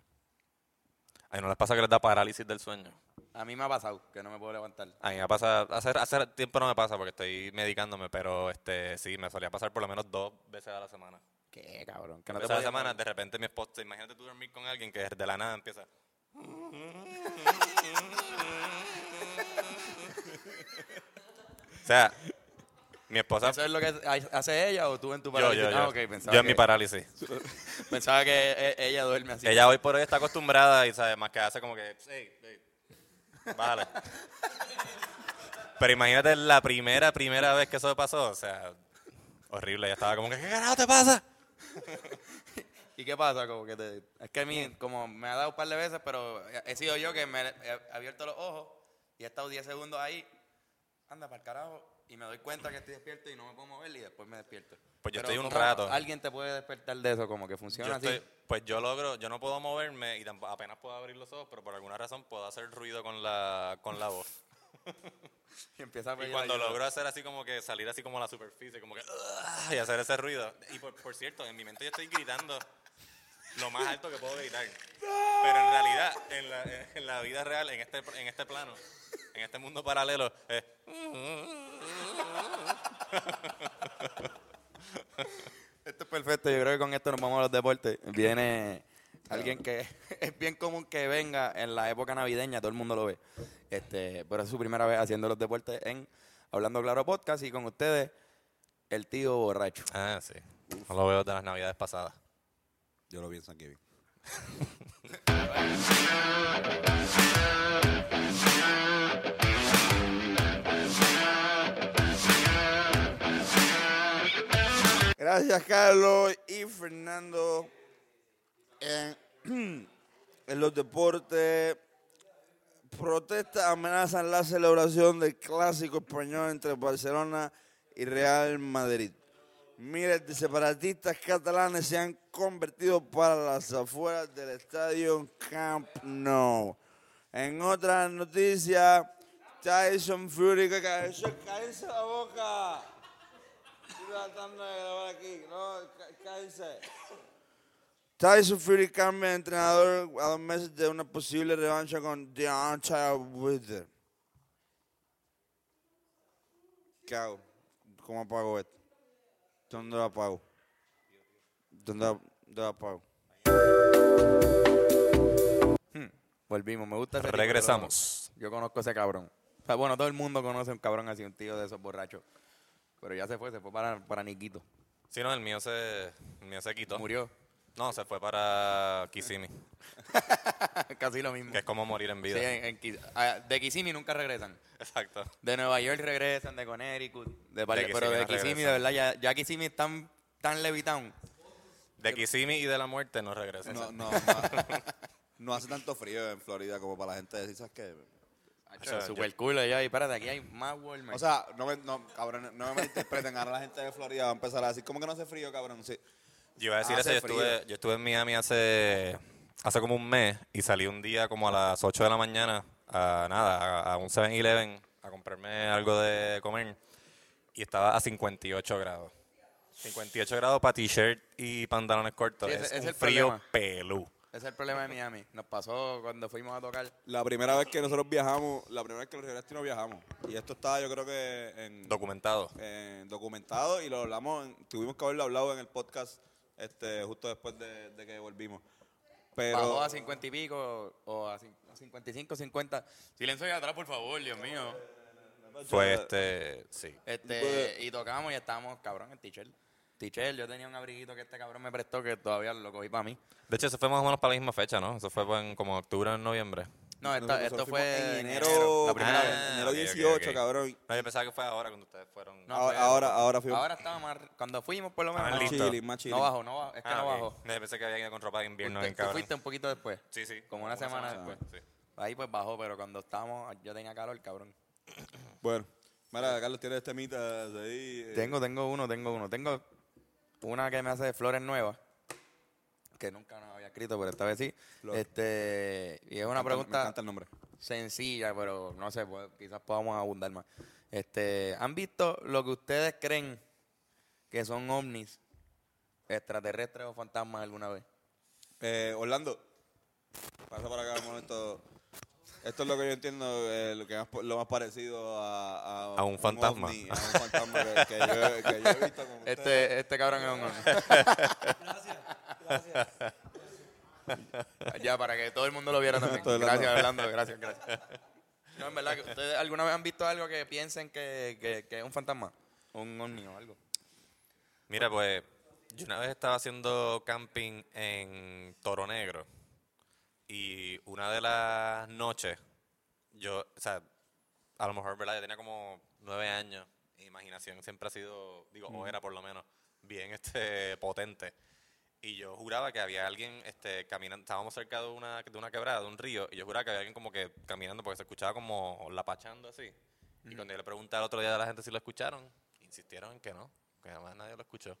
S3: Ay, no les pasa que les da parálisis del sueño.
S2: A mí me ha pasado que no me puedo levantar.
S3: A mí me pasa, hace, hace tiempo no me pasa porque estoy medicándome, pero este sí, me solía pasar por lo menos dos veces a la semana.
S2: Qué cabrón. Que
S3: Que
S2: no te
S3: veces a la
S2: puedes
S3: semana, de repente mi esposa, imagínate tú dormir con alguien que de la nada empieza. (laughs) o sea, mi esposa,
S2: ¿Eso es lo que hace ella o tú en tu
S3: yo,
S2: parálisis?
S3: yo, yo,
S2: Ah, ok, pensaba
S3: yo en
S2: que,
S3: mi parálisis.
S2: (laughs) Pensaba que e- ella duerme así.
S3: Ella hoy por hoy está acostumbrada y sabe más que hace como que, hey, hey, bájale. Pero imagínate la primera, primera vez que eso pasó, o sea, horrible. Ella estaba como que, ¿qué carajo te pasa?
S2: ¿Y qué pasa? Como que te- es que a mí, como me ha dado un par de veces, pero he he sido yo que me he abierto los ojos y he estado 10 segundos ahí, anda para el carajo, y me doy cuenta que estoy despierto y no me puedo mover y después me despierto.
S3: Pues yo
S2: Pero
S3: estoy un
S2: ¿cómo
S3: rato.
S2: Alguien te puede despertar de eso, como que
S3: Yo
S2: funciona así.
S3: estoy- pues yo logro, yo no puedo moverme y tampo- apenas puedo abrir los ojos, pero por alguna razón puedo hacer ruido con la, con la voz.
S2: (laughs) Y empieza a
S3: Y
S2: pedir
S3: cuando
S2: ayuda.
S3: logro hacer así como que salir así como uh, a la superficie, como que "Ugh", y hacer ese ruido. Y por, por cierto, en mi mente yo estoy gritando. lo más alto que puedo gritar. Pero en realidad, en la, en la vida real, en este, en este plano, en este mundo paralelo, es...
S2: Esto es perfecto. Yo creo que con esto nos vamos a los deportes. Viene alguien que (laughs) es bien común que venga en la época navideña, todo el mundo lo ve. Este, pero es su primera vez haciendo los deportes en Hablando Claro Podcast y con ustedes, el tío borracho.
S3: Ah, sí. No lo veo de las navidades pasadas.
S1: Yo lo vi en San Kevin. Gracias, Carlos y Fernando. Eh. En, en los deportes, protestas amenazan la celebración del clásico español entre Barcelona y Real Madrid. Miles de separatistas catalanes se han convertido para las afueras del estadio Camp Nou. En otras noticias, Tyson Fury, que ca- eso es cállese la boca. Estoy tratando de grabar aquí, no, Cá- cállense. Tyson Fury cambia de entrenador a dos meses de una posible revancha con Deontay Wilder. ¿Qué hago? ¿Cómo apago esto? ¿Dónde lo apago? ¿Dónde, dónde lo apago?
S2: Volvimos, me gusta. ese tipo,
S3: Regresamos.
S2: pero Yo conozco a ese cabrón. O sea, bueno, todo el mundo conoce a un cabrón así, un tío de esos borrachos. Pero ya se fue, se fue para, para Niquito.
S3: Si no, el mío se, el mío se quitó.
S2: Murió. (laughs)
S3: No, se fue para Kissimmee,
S2: Casi lo mismo.
S3: que es como morir en
S2: Sí,
S3: vida.
S2: en- en Kiss- ah, de Kissimmee nunca regresan.
S3: Exacto.
S2: De Nueva York regresan, de Connecticut, de varios- pero
S3: Kissimmee
S2: de
S3: no
S2: Kissimmee, de
S3: regresan.
S2: verdad, ya, ya Kissimmee es tan, tan levitown.
S3: De Kissimmee y de la muerte no regresa.
S1: No, no, no, (laughs) no hace tanto frío en Florida como para la gente decir, ¿sabes qué?
S3: Eso es
S2: Super cool allá, y espérate, aquí hay más Walmart.
S1: O sea, no me, no, cabrón, no me malinterpreten. Ahora la gente de Florida va a empezar a decir, ¿cómo que no hace frío, cabrón? Sí.
S3: Yo iba a decir
S1: Hace
S3: eso, yo estuve,
S1: frío.
S3: yo estuve en Miami hace, hace como un mes y salí un día como a las 8 de la mañana a nada, a, a un 7-Eleven a comprarme algo de comer y estaba a 58 grados. 58 grados para t-shirt y pantalones cortos.
S2: Sí, ese-
S3: es
S2: ese es
S3: un
S2: el
S3: frío
S2: problema.
S3: pelú.
S2: Ese es el problema de Miami. Nos pasó cuando fuimos a tocar.
S1: La primera vez que nosotros viajamos, la primera vez que los regresaste no viajamos. Y esto está, yo creo que en,
S3: Documentado.
S1: en documentado y lo hablamos, en- tuvimos que haberlo hablado en el podcast este, justo después de, de que volvimos. Pero
S2: Bajó a 50 y pico o a cin- a 55, 50. Silencio ahí atrás, por favor, Dios mío.
S3: Fue este, sí.
S1: Pues-
S2: Este, y tocamos y estábamos, cabrón, en t-shirt. T-shirt, yo tenía un abriguito que este cabrón me prestó que todavía lo cogí para mí.
S3: De hecho, eso fue más o menos para la misma fecha, ¿no? Eso fue en como octubre o noviembre.
S2: No, esto,
S1: nosotros
S2: esto
S1: fuimos
S2: fue
S1: en enero,
S2: la primera
S1: ah,
S2: vez.
S1: enero
S3: ok, ok,
S1: 18,
S3: ok.
S1: cabrón.
S3: No, yo pensaba que fue ahora cuando ustedes fueron.
S2: No,
S1: ahora,
S2: pero-
S1: ahora, ahora fuimos
S2: Ahora estaba más. Cuando fuimos, por lo menos.
S3: Estaban
S2: no-
S1: más
S3: listo.
S1: chilling, más chilling.
S2: No bajó, no bajó. Es que
S3: Ah,
S2: no
S3: ok.
S2: bajó.
S3: Yo pensé que había ido con ropa de invierno
S2: Usted-
S3: bien
S2: tú
S3: cabrón.
S2: fuiste un poquito después.
S3: Sí, sí.
S2: Como una semana después.
S3: Sí.
S2: Ahí pues bajó, pero cuando estábamos, yo tenía calor, cabrón.
S1: Bueno, mira, Carlos, tienes este mita de ahí. eh,
S2: Tengo, tengo uno, tengo uno. Tengo una que me hace de flores nuevas, que nunca nos había escrito, pero esta vez sí.
S1: Flor.
S2: Este, y
S1: me
S2: es una
S1: encanta- Me
S2: pregunta
S1: encanta el nombre.
S2: sencilla, pero no sé, pues, quizás podamos abundar más. Este, ¿Han visto lo que ustedes creen que son ovnis, extraterrestres o fantasmas alguna vez?
S1: Eh, Orlando, pasa para acá un momento. Esto es lo que yo entiendo, eh, lo, que más, lo más parecido a...
S3: A un fantasma.
S1: ovni, a un fantasma que, que yo, que yo he visto
S2: (laughs)
S1: con ustedes.
S2: Este, este cabrón es un ovni. Gracias, gracias. Ya, para que todo el mundo lo viera también.
S1: Todo el mundo.
S2: Gracias, Orlando, gracias, gracias. No, en verdad, que ¿ustedes alguna vez han visto algo que piensen que, que- que es un fantasma? Un ovni o algo.
S3: Mira, pues yo una vez estaba haciendo camping en Toro Negro y una de las noches, yo, o sea, a lo mejor, ¿verdad? Yo tenía como nueve años. Mi imaginación siempre ha sido, digo, o era por lo menos, bien este potente. Y yo juraba que había alguien este, caminando, estábamos cerca de una, de una quebrada, de un río, y yo juraba que había alguien como que caminando porque se escuchaba como lapachando así. Y cuando yo le pregunté al otro día a la gente si lo escucharon, insistieron en que no, que además nadie lo escuchó.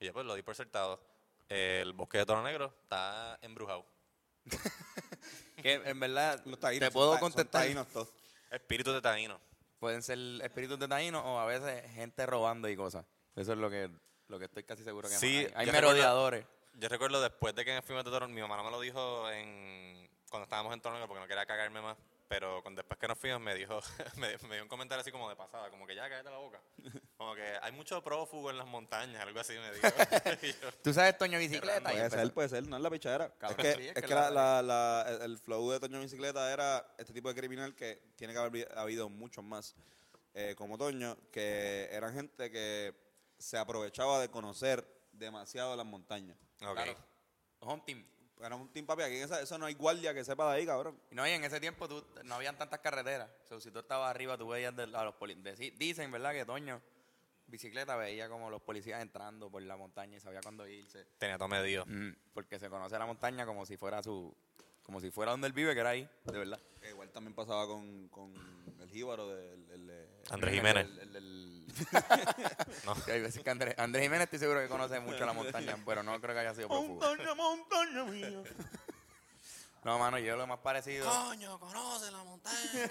S3: Y yo pues lo di por acertado. El bosque de Toro Negro está embrujado.
S2: Que en verdad,
S1: Los taínos son
S2: te puedo
S1: ta- son
S2: contestar.
S1: taínos todos.
S3: Espíritus de Taíno.
S2: Pueden ser espíritus de taínos o a veces gente robando y cosas. Eso es lo que, lo que estoy casi seguro que hay.
S3: Sí,
S2: Hay
S3: yo recuerdo-
S2: merodeadores.
S3: Yo yo recuerdo después de que fuimos a Toronto, mi mamá no me lo dijo en, cuando estábamos en Toronto porque no quería cagarme más. Pero cuando- después que nos fuimos me dijo, (laughs) me, me dio un comentario así como de pasada, como que ya cállate la boca. Como que hay mucho prófugo en las montañas, algo así me dijo. Y yo,
S2: Tú sabes, Toño Bicicleta. Y
S1: Puede ser,
S2: empezó.
S1: puede ser, no es la pichadera.
S2: Cabrón,
S1: es que,
S2: sí, es
S1: es
S2: que
S1: que
S2: la-
S1: la- la- la- el- el flow de Toño Bicicleta era este tipo de criminal que tiene que haber habido muchos más eh, como Toño, que eran gente que se aprovechaba de conocer demasiado las montañas.
S3: ok.
S2: Claro. Home team.
S1: Era un team papi, aquí en esa- eso no hay guardia que sepa de ahí, cabrón.
S2: Y No, y en ese tiempo tú, no habían tantas carreteras. O sea, si tú estabas arriba, tú veías de- a los policías. Dicen, ¿verdad? Que Toño, bicicleta, veía como los policías entrando por la montaña y sabía cuándo irse.
S3: Tenía todo medio.
S2: Mm, Porque se conoce la montaña como si fuera su... Como si fuera donde él vive, que era ahí, de verdad.
S1: Que igual también pasaba con, con el jíbaro de el- el- el-
S3: Andrés
S1: el-
S3: Jiménez.
S1: el- el- el-
S3: No.
S2: Sí, hay veces que Andrés, Andrés Jiménez estoy seguro que conoce mucho la montaña, pero no creo que haya sido profundo.
S1: montaña, montaña mía.
S2: (laughs) No, mano, yo lo más parecido...
S3: Coño, conoce la montaña.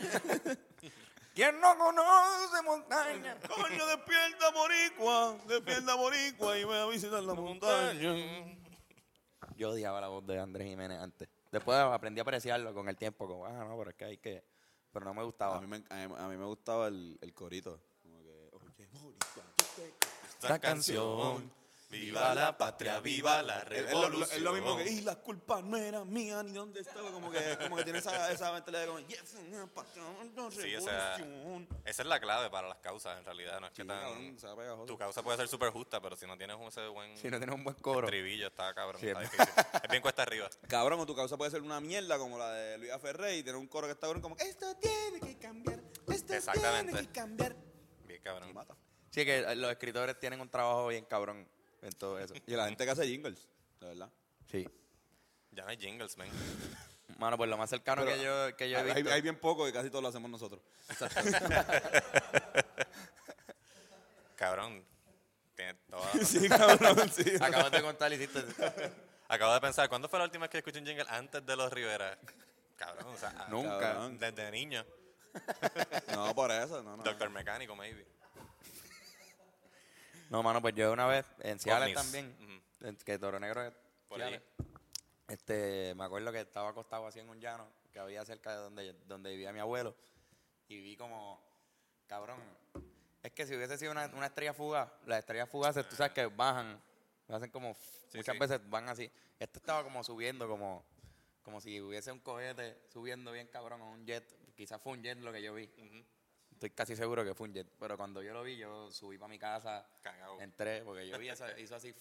S2: ¿Quién no conoce montaña?
S1: Coño, despierta boricua, despierta boricua y ve a visitar la montaña.
S2: Yo odiaba la voz de Andrés Jiménez antes. Después aprendí a apreciarlo con el tiempo, como, ah, no, pero es que hay que... Pero no me
S1: A
S2: gustaba.
S1: mí me, a mí- a mí me gustaba el, el corito. Como que, oye, boricua.
S3: Esta canción. Viva la patria, viva la
S1: Es, es lo-
S3: revolución.
S1: lo, es lo mismo que, y la culpa no era mía, ni dónde estaba. Como que, como que tiene esa, esa mentalidad como, yes, una patria, una
S3: Sí, o sea,
S1: revolución.
S3: esa es la clave para las causas, en realidad. No es que
S1: Sí,
S3: tan-
S1: cabrón, se va pegajoso.
S3: tu causa puede ser súper justa, pero si no tienes ese buen
S2: Si no tienes un buen coro.
S3: estribillo, está cabrón.
S2: Sí,
S3: está
S2: es-
S3: difícil. es bien cuesta arriba.
S1: Cabrón, o tu causa puede ser una mierda como la de Luis Ferrey y tener un coro que está cabrón como, esto tiene que cambiar, esto
S3: Exactamente.
S1: tiene que cambiar.
S3: Bien
S1: Y
S3: cabrón.
S1: mata.
S2: Sí, que eh, los escritores tienen un trabajo bien cabrón en todo eso.
S1: Y la gente que hace jingles, de verdad.
S2: Sí.
S3: Ya no hay jingles, man.
S2: Mano, pues lo más cercano que yo, que yo he
S1: hay,
S2: visto.
S1: hay- hay bien poco y casi todos lo hacemos
S3: (laughs)
S1: nosotros.
S3: Cabrón. Tiene toda la razón.
S1: sí, cabrón, sí.
S2: Acabas de contar,
S1: (laughs)
S2: hiciste.
S3: Acabo de pensar, ¿cuándo fue la última vez que escuché un jingle antes de los Rivera? Cabrón, o sea, ah,
S2: Nunca.
S1: Cabrón.
S3: desde niño.
S1: No, por eso, no, no.
S3: Doctor Mecánico, maybe.
S2: No, mano, pues yo una vez en Ciales
S3: Ovnis.
S2: también, en- que Toro Negro es
S3: Por
S2: Ciales, Este, me acuerdo que estaba acostado así en un llano que había cerca de donde, donde vivía mi abuelo y vi como, cabrón, es que si hubiese sido una, una estrella fugaz, las estrellas fugaces, tú sabes que bajan, hacen como, muchas
S3: sí.
S2: veces van así. Esto estaba como subiendo, como, como si hubiese un cohete subiendo bien cabrón a un jet, quizás fue un jet lo que yo vi. Estoy casi seguro que fue un jet. Pero cuando yo lo vi, yo subí para mi casa,
S3: Cagao.
S2: entré, porque yo vi eso, (laughs) hizo así.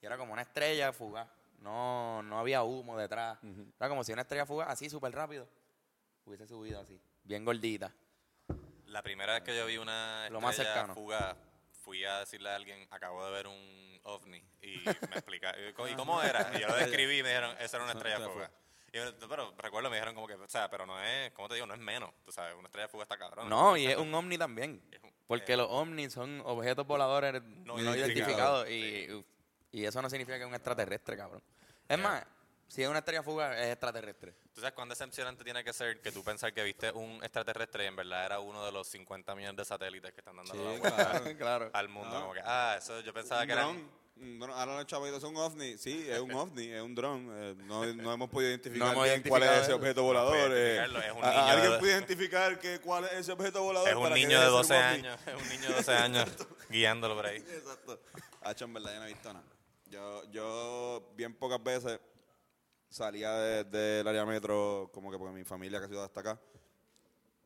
S2: Y era como una estrella fugaz. No, no había humo detrás. Era como si una estrella fugaz, así súper rápido, hubiese subido así, bien gordita.
S3: La primera vez que yo vi una
S2: Lo más
S3: estrella
S2: cercano.
S3: fuga, fui a decirle a alguien, acabo de ver un ovni. Y me explica, ¿y co- y cómo era? Y yo lo describí y me dijeron, esa era una estrella fuga. Y yo, pero recuerdo, me dijeron como que, o sea, pero no es, ¿cómo te digo? No es menos, tú sabes, una estrella fuga está cabrón.
S2: No, y es un ovni también.
S3: Es un-
S2: Porque
S3: eh,
S2: los ovnis son objetos voladores no,
S3: No
S2: identificados. Y, y eso no significa que es un extraterrestre, cabrón. Es más, si es una estrella fugaz, es extraterrestre.
S3: ¿Tú sabes cuán decepcionante tiene que ser que tú pensar que viste un extraterrestre y en verdad era uno de los 50 millones de satélites que están dando la vuelta
S2: claro.
S3: al mundo?
S1: No.
S3: Como que, ah, eso yo pensaba
S1: un
S3: que
S1: dron.
S3: eran...
S1: un dron. Ahora los chavitos son ovni. Sí, es un ovni, es un dron. Eh, no, no hemos podido identificar
S2: No hemos
S1: bien cuál es
S2: identificado
S1: ese
S2: eso.
S1: objeto
S3: No hemos
S1: volador.
S3: podido
S1: eh.
S3: identificarlo, es un
S1: ¿A- a-
S3: niño de
S1: ¿Alguien
S3: dos-
S1: puede identificar que cuál es ese objeto volador?
S3: Es un
S1: para que
S3: niño de
S1: deje ser
S3: 12
S1: un ovni?
S3: años, es un niño de 12 años guiándolo por
S1: (laughs)
S3: ahí.
S1: Exacto. Hacho, en verdad, yo no he visto nada. Yo, yo bien pocas veces salía de- del área metro, como que porque mi familia casi toda está acá.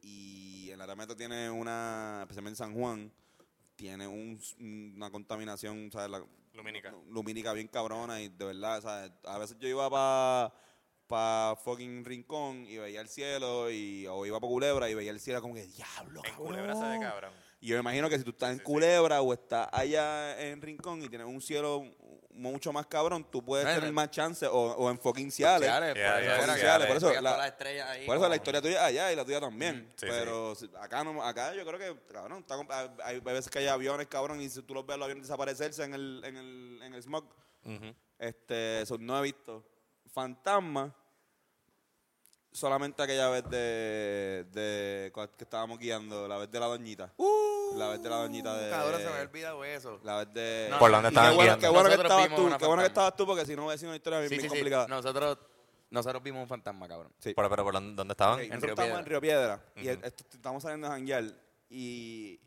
S1: Y el área metro tiene una, especialmente San Juan, tiene un- una contaminación, ¿sabes? La,
S3: Lumínica.
S1: lumínica bien cabrona y de verdad, ¿sabes? A veces yo iba para pa fucking Rincón y veía el cielo y, o iba para Culebra y veía el cielo como que, diablo,
S3: En culebra se ve
S1: cabrón".
S3: cabrón.
S1: Y yo me imagino que si tú estás en Culebra o estás allá en Rincón y tienes un cielo mucho más cabrón, tú puedes
S2: No,
S1: tener
S2: no.
S1: más chances o, o en fucking Ciales.
S3: Yeah,
S2: por eso
S3: yeah,
S2: era
S3: yeah.
S2: que
S3: Ciales,
S1: por eso
S2: veías
S1: la-
S2: todas las estrellas ahí
S1: Por eso la
S2: como-
S1: historia tuya es allá y la tuya también.
S3: sí,
S1: pero si- acá no, acá yo creo que, cabrón, está com- hay- hay veces que hay aviones, cabrón, y si tú los ves los aviones desaparecerse en el, en el, en el smog, este, eso no he visto. Fantasma, solamente aquella vez de, de cua- que estábamos guiando, la vez de la doñita. La vez de la doñita de.
S2: Uh, Cabrón, se me ha olvidado eso.
S1: La vez de.
S2: No,
S3: Por donde
S1: Y
S3: estaban
S1: qué bueno, qué
S3: guiando.
S1: bueno que
S2: Nosotros
S1: estabas
S2: vimos
S1: tú,
S2: una
S1: qué bueno que
S2: fantasma.
S1: estabas tú, porque si no hubiera sido una historia bien,
S2: Sí,
S1: bien
S2: sí, sí.
S1: complicada.
S2: Nosotros, nosotros vimos un fantasma, cabrón.
S1: Sí.
S3: Por, pero por donde donde estaban.
S1: Ok,
S3: En-
S1: nosotros
S2: Río
S1: estábamos
S2: Piedra.
S1: en Río Piedra y el- esto- estamos saliendo a janguear y,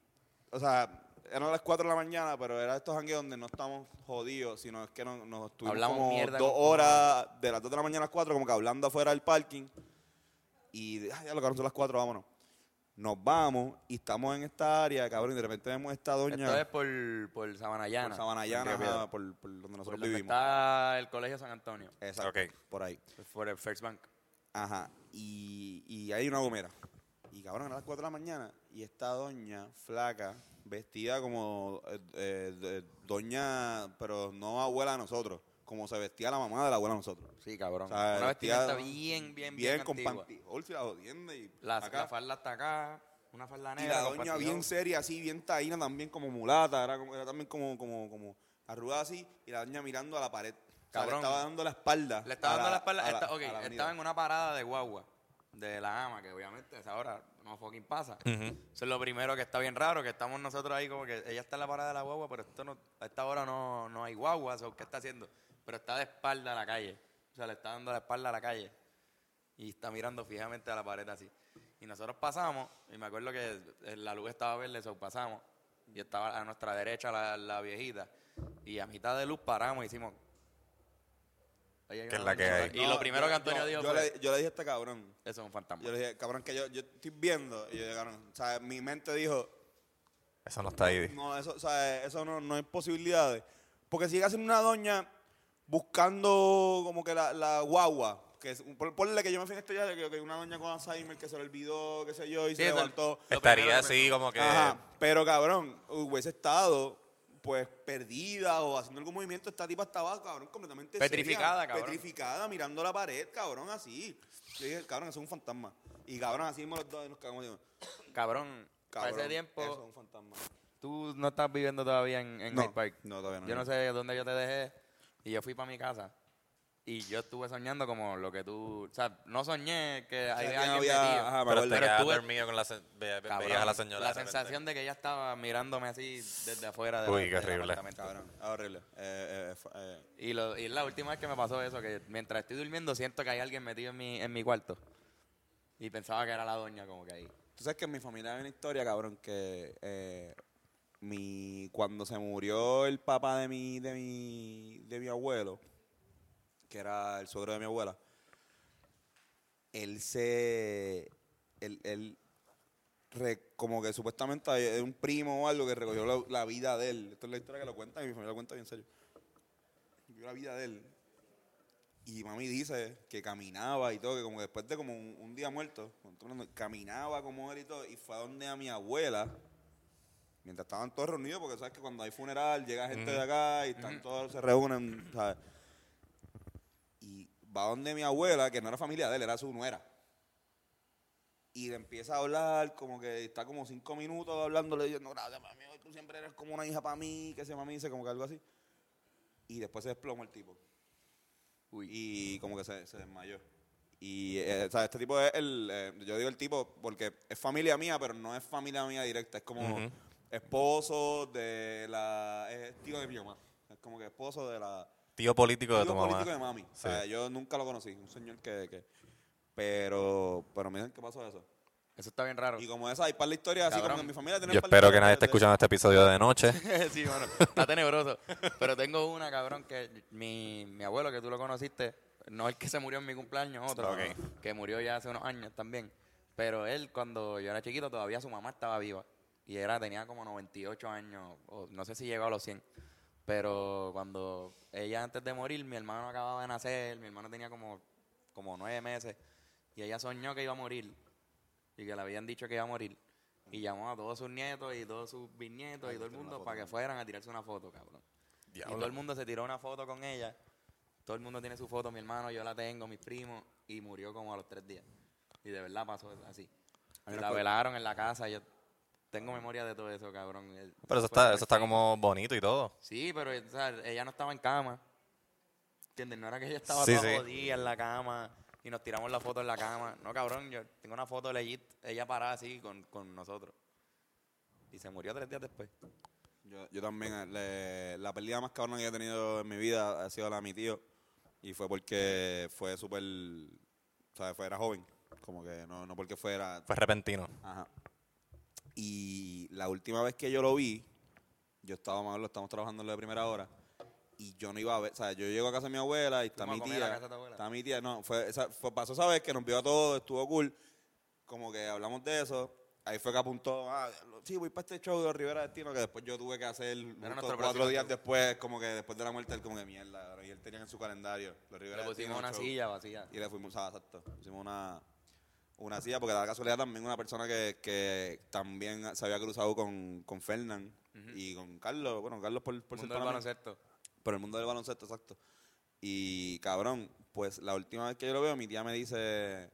S1: o sea, eran las 4 de la mañana, pero era estos jangueos donde no estamos jodidos, sino es que no- nos estuvimos
S2: Hablamos
S1: como
S2: mierda
S1: dos
S2: con-
S1: horas, de las 2 de la mañana a las 4, como que hablando afuera del parking y, de- ay, ya lo que son las 4, vámonos. Nos vamos y estamos en esta área, cabrón, y de repente vemos esta doña
S2: Esto es por, por Sabanayana.
S1: por Sabanayana,
S2: en Río Piedras.
S1: ajá, por, por donde
S2: Por
S1: nosotros
S2: donde
S1: vivimos.
S2: está el colegio San Antonio. Pues,
S1: Exacto,
S3: Ok.
S1: por ahí.
S2: Por el First Bank.
S1: Ajá. Y, y hay una gomera. Y cabrón, a las 4 de la mañana. Y esta doña flaca, vestida como eh, eh, de- doña, pero no abuela de nosotros. Como se vestía la mamá de la abuela de nosotros.
S2: Sí, cabrón.
S1: O sea,
S2: Una
S1: vestida
S2: vestimenta bien, bien, bien,
S1: con
S2: antigua.
S1: pantijol, si la jodienda y
S2: La,
S1: acá.
S2: la falda hasta acá, una falda
S1: Y
S2: negra.
S1: la
S2: con
S1: doña
S2: pantalón.
S1: bien seria, así, bien taína, también como mulata, era, como- era también como, como, como arrugada así, y la doña mirando a la pared. O sea, le
S2: Cabrón.
S1: estaba dando la espalda.
S2: Le estaba
S1: a
S2: dando la
S1: a
S2: espalda. esta- ok,
S1: a la avenida.
S2: estaba en una parada de guagua de la ama, que obviamente a esa hora no fucking pasa. Eso es lo primero que está bien raro, que estamos nosotros ahí como que ella está en la parada de la guagua, pero esto no, a esta hora no, no hay guagua, so, ¿qué está haciendo? Pero está de espalda a la calle. O sea, le está dando la espalda a la calle. Y está mirando fijamente a la pared así. Y nosotros pasamos, y me acuerdo que eh, la luz estaba verde, so pasamos. Y estaba a nuestra derecha la, la viejita. Y a mitad de luz paramos y hicimos, Ahí hay
S3: Que
S2: una
S3: es la que
S2: doña.
S3: hay.
S2: Y
S1: No,
S2: lo primero que
S1: yo-
S2: Antonio
S1: no,
S2: dijo
S1: yo
S2: fue,
S1: le, yo le dije a este cabrón.
S2: eso es un fantasma.
S1: Yo le dije, cabrón, que yo, yo estoy viendo. Y yo dije, cabrón, o sea, mi mente dijo,
S3: Eso no está ahí.
S1: no, eso, o sea, eso no, no hay posibilidades. Porque sigue siendo una doña buscando como que la, la guagua. Que es, por- ponle que yo me fijé esto ya de que, que una doña con Alzheimer que se le olvidó, qué sé yo, y
S2: Sí,
S1: se
S2: eso-
S1: levantó.
S2: Lo primero
S3: Estaría
S2: que
S3: así como que.
S1: Ajá,
S2: Eh,
S1: pero cabrón, hubiese estado pues perdida o haciendo algún movimiento, esta tipa estaba, cabrón, completamente seria,
S2: Petrificada, cabrón.
S1: Petrificada, mirando la pared, cabrón, así. Yo dije, cabrón, eso es un fantasma. Y cabrón, así mismo los dos y nos cagamos. digo,
S2: Cabrón,
S1: Cabrón,
S2: para ese tiempo,
S1: eso es un fantasma.
S2: tú no estás viviendo todavía en, en
S1: No,
S2: Hyde Park.
S1: no, todavía no.
S2: Yo no sé dónde yo te dejé. Y yo fui para mi casa. Y yo estuve soñando como lo que tú... O sea, no soñé que ahí
S1: que
S2: alguien
S1: había-
S2: metido.
S1: ajá, me
S3: Pero
S1: acuerdo.
S3: te
S2: Pero
S3: quedas
S2: estuve-
S3: dormido con la, se- ve- ve-
S2: Cabrón,
S3: veías a la señora. de repente.
S2: sensación de que ella estaba mirándome así desde afuera de la-
S3: Uy,
S2: del
S3: qué horrible.
S2: apartamento.
S1: Cabrón, es horrible. Eh, eh, fu- eh,
S2: Y, lo, y es la última vez que me pasó eso, que mientras estoy durmiendo siento que hay alguien metido en mi, en mi cuarto. Y pensaba que era la doña como que ahí.
S1: Tú sabes que en mi familia hay una historia, cabrón, que eh, mi, cuando se murió el papá de mi, de mi, de mi abuelo, que era el suegro de mi abuela, él se, él, él re- como que supuestamente hay un primo o algo que recogió la, la vida de él. Esta es la historia que lo cuenta y mi familia lo cuenta bien serio. Vio la vida de él. Y mami dice que caminaba y todo, que como que después de como un, un día muerto, cuando todo el mundo- caminaba como él y todo, y fue a donde a mi abuela, mientras estaban todos reunidos, porque sabes que cuando hay funeral llega gente de acá y están todos, se reúnen, ¿sabes? Y va donde mi abuela, que no era familia de él, era su nuera. Y le empieza a hablar, como que está como cinco minutos hablándole, diciendo, gracias, mami, hoy tú siempre eres como una hija para mí, que se mami dice, como que algo así. Y después se desplomó el tipo. Y como que se, se desmayó. Y eh, o sea, este tipo es el. eh, yo digo el tipo porque es familia mía, pero no es familia mía directa. Es como esposo de la. Es tío de mi mamá. Es como que esposo de la.
S3: Tío político de
S1: tío
S3: tu mamá.
S1: político de mami. O sea,
S3: Sí.
S1: yo nunca lo conocí. Un señor que. que- pero. Pero miren qué pasó eso.
S2: Eso está bien raro.
S1: Y como esa, hay par de historias así,
S2: Cabrón.
S1: como que en mi familia tiene
S3: Yo
S1: par de
S3: espero que
S1: historias
S3: nadie esté
S1: de-
S3: escuchando este episodio de
S1: (laughs)
S2: (laughs)
S3: noche.
S2: sí, mano, está tenebroso. Pero tengo una, cabrón, que mi, mi abuelo, que tú lo conociste, no el que se murió en mi cumpleaños, otro,
S3: Ok.
S2: que murió ya hace unos años también. Pero él, cuando yo era chiquito, todavía su mamá estaba viva. Y era, tenía como 98 años, o no sé si llegó a los 100. Pero cuando ella antes de morir, mi hermano acababa de nacer, mi hermano tenía como, como nueve meses, y ella soñó que iba a morir, y que le habían dicho que iba a morir, y llamó a todos sus nietos y todos sus bisnietos y todo el mundo para que fueran a tirarse una foto, cabrón. Y todo el mundo se tiró una foto con ella, todo el mundo tiene su foto, mi hermano, yo la tengo, mis primos, y murió como a los tres días. Y de verdad pasó así. Y la velaron en la casa, yo tengo memoria de todo eso, cabrón. El- Pues
S3: Pero eso
S2: fue
S3: está, eso está
S2: fuerte.
S3: como bonito y todo.
S2: Sí, pero o sea, ella no estaba en cama. ¿Entiendes? No era que ella estaba
S3: Sí,
S2: toda
S3: sí.
S2: jodida en la cama y nos tiramos la foto en la cama. No, cabrón, yo tengo una foto legit, ella parada así con, con nosotros. Y se murió tres días después.
S1: Yo, yo también, eh, le- la pérdida más cabrona que he tenido en mi vida ha sido la de mi tío. Y fue porque fue súper. O sea, fue, era joven. Como que no, no porque fuera.
S3: Fue repentino.
S1: Ajá. Y la última vez que yo lo vi, yo estaba malo, estamos trabajando en lo de primera hora. Y yo no iba a ver, o sea, yo llego a casa de mi abuela y está
S2: Fuimos
S1: mi
S2: a comer a
S1: tía.
S2: casa de tu abuela.
S1: Está mi tía, no, fue, esa- fue- pasó esa vez que nos vio a todos, estuvo cool. Como que hablamos de eso. Ahí fue que apuntó, ah, diablo, sí, voy para este show de Rivera Destino, que después yo tuve que hacer justo
S2: nuestro
S1: cuatro
S2: próximo
S1: días
S2: show.
S1: después, como que después de la muerte, él como que mierda. Y él tenía en su calendario, los Rivera
S2: Le
S1: Destino
S2: pusimos una
S1: show.
S2: silla vacía.
S1: Y le fuimos, ah, exacto. Hicimos una, una silla, porque da la casualidad también una persona que, que también se había cruzado con, con Fernán y con Carlos. Bueno, Carlos por, por ser
S2: Mundo del
S1: pana mío.
S2: baloncesto.
S1: Por el mundo del baloncesto, exacto. Y cabrón, pues la última vez que yo lo veo, mi tía me dice,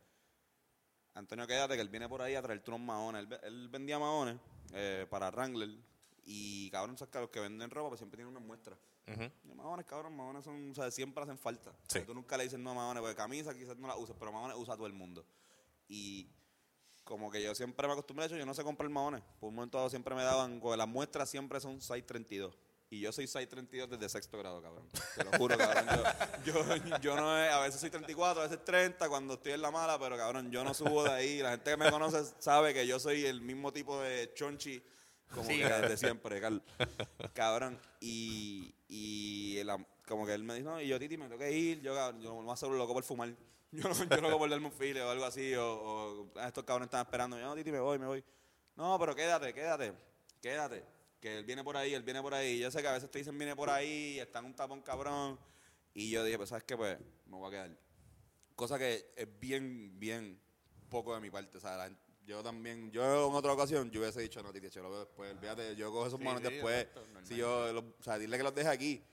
S1: Antonio, quédate, que él viene por ahí a traerte unos maones. Él, ve- él vendía maones eh, para Wrangler. Y cabrón, sabes que los que venden ropa pues siempre tienen una muestra.
S3: Ujú.
S1: Y Mahones, cabrón, mahones son, o sea, siempre hacen falta. O sea,
S3: Sí.
S1: tú nunca le dices no a mahones, porque camisa quizás no la uses, pero mahones usa todo el mundo. Y como que yo siempre me acostumbré, de hecho, yo no sé comprar mahones. Por un momento dado siempre me daban, porque las muestras siempre son 632. Y yo soy 632 desde sexto grado, cabrón. Te lo juro, cabrón. Yo, yo, yo no, he- a veces soy 34, a veces 30, cuando estoy en la mala, pero cabrón, yo no subo de ahí. La gente que me conoce sabe que yo soy el mismo tipo de chonchi como que desde siempre, Carlos. Cabrón. Y, y el am- como que él me dijo, no, y yo, Titi, me tengo que ir. Yo, cabrón, yo más seguro loco por fumar. (laughs) Yo, no- yo loco por darme un file o algo así. O, o, "Ah, estos cabrones están esperando. Yo, no, Titi, me voy, me voy. No, pero quédate, quédate, quédate. Que él viene por ahí, él viene por ahí. Yo sé que a veces te dicen viene por ahí, está en un tapón cabrón. Y yo dije, pues, ¿sabes qué? Pues, me voy a quedar. Cosa que es bien, bien poco de mi parte. O sea, la- yo también, yo en otra ocasión, yo hubiese dicho, no, Titi, yo lo veo después, olvídate, yo cojo esos manos después. si yo, los- o sea, dile que los deje aquí.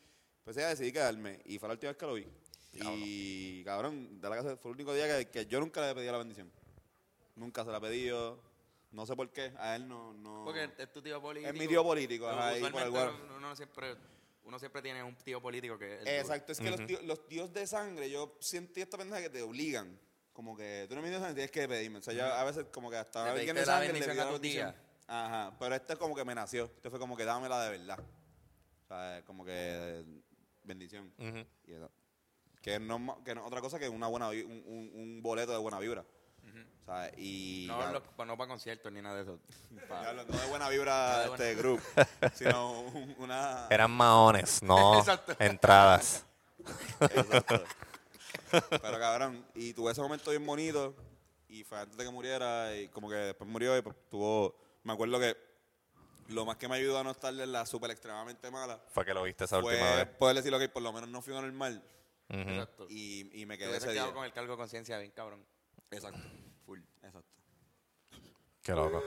S1: Pues ya decidí quedarme. Y fue la última vez que lo vi. Y, cabrón, de la casa, fue el único día que, que yo nunca le pedí la bendición. Nunca se la he pedido. No sé por qué. A él no. no
S2: Porque es tu tío político.
S1: Es mi tío político,
S2: Pero
S1: ajá, ahí por
S2: usualmente
S1: algo.
S2: uno, uno siempre, uno siempre tiene un tío político que es el duro.
S1: Eh, Exacto, es que los, tíos, los tíos de sangre, yo sentí esta pendeja que te obligan. Como que tú no me de sangre, tienes que pedirme. O sea, yo a veces como que hasta
S2: Le
S1: alguien
S2: pediste
S1: de
S2: la
S1: sangre
S2: bendición
S1: pido
S2: a
S1: la
S2: tu tía.
S1: bendición. Ajá, pero este como que me nació. Este fue como que dámela de verdad. O sea, es como que eh, bendición.
S3: Ujú.
S1: Y eso. Que no, es ma- que no es otra cosa que una buena vi- un, un- un boleto de buena vibra. O sea, y
S2: No,
S1: ya-
S2: los- pues no para conciertos ni nada de eso. Pa-
S1: ya, no de buena vibra
S2: de
S1: de
S2: buena-
S1: este group, sino un- una
S3: Eran
S1: (laughs)
S3: maones, no entradas.
S1: Exacto. (laughs) Pero cabrón, y tuve ese momento bien bonito y fue antes de que muriera y como que después murió y pues tuvo, me acuerdo que lo más que me ayudó a no estarle en la super extremadamente mala
S3: Fue que lo viste esa última
S1: fue
S3: vez.
S1: poder decir, ok, por lo menos no fui normal
S3: Ujú.
S2: Exacto. Y
S1: y, y me
S2: que
S1: quedé ese día.
S2: con el cargo de conciencia bien cabrón. (laughs)
S1: Exacto, full, exacto. (laughs)
S3: Qué loco.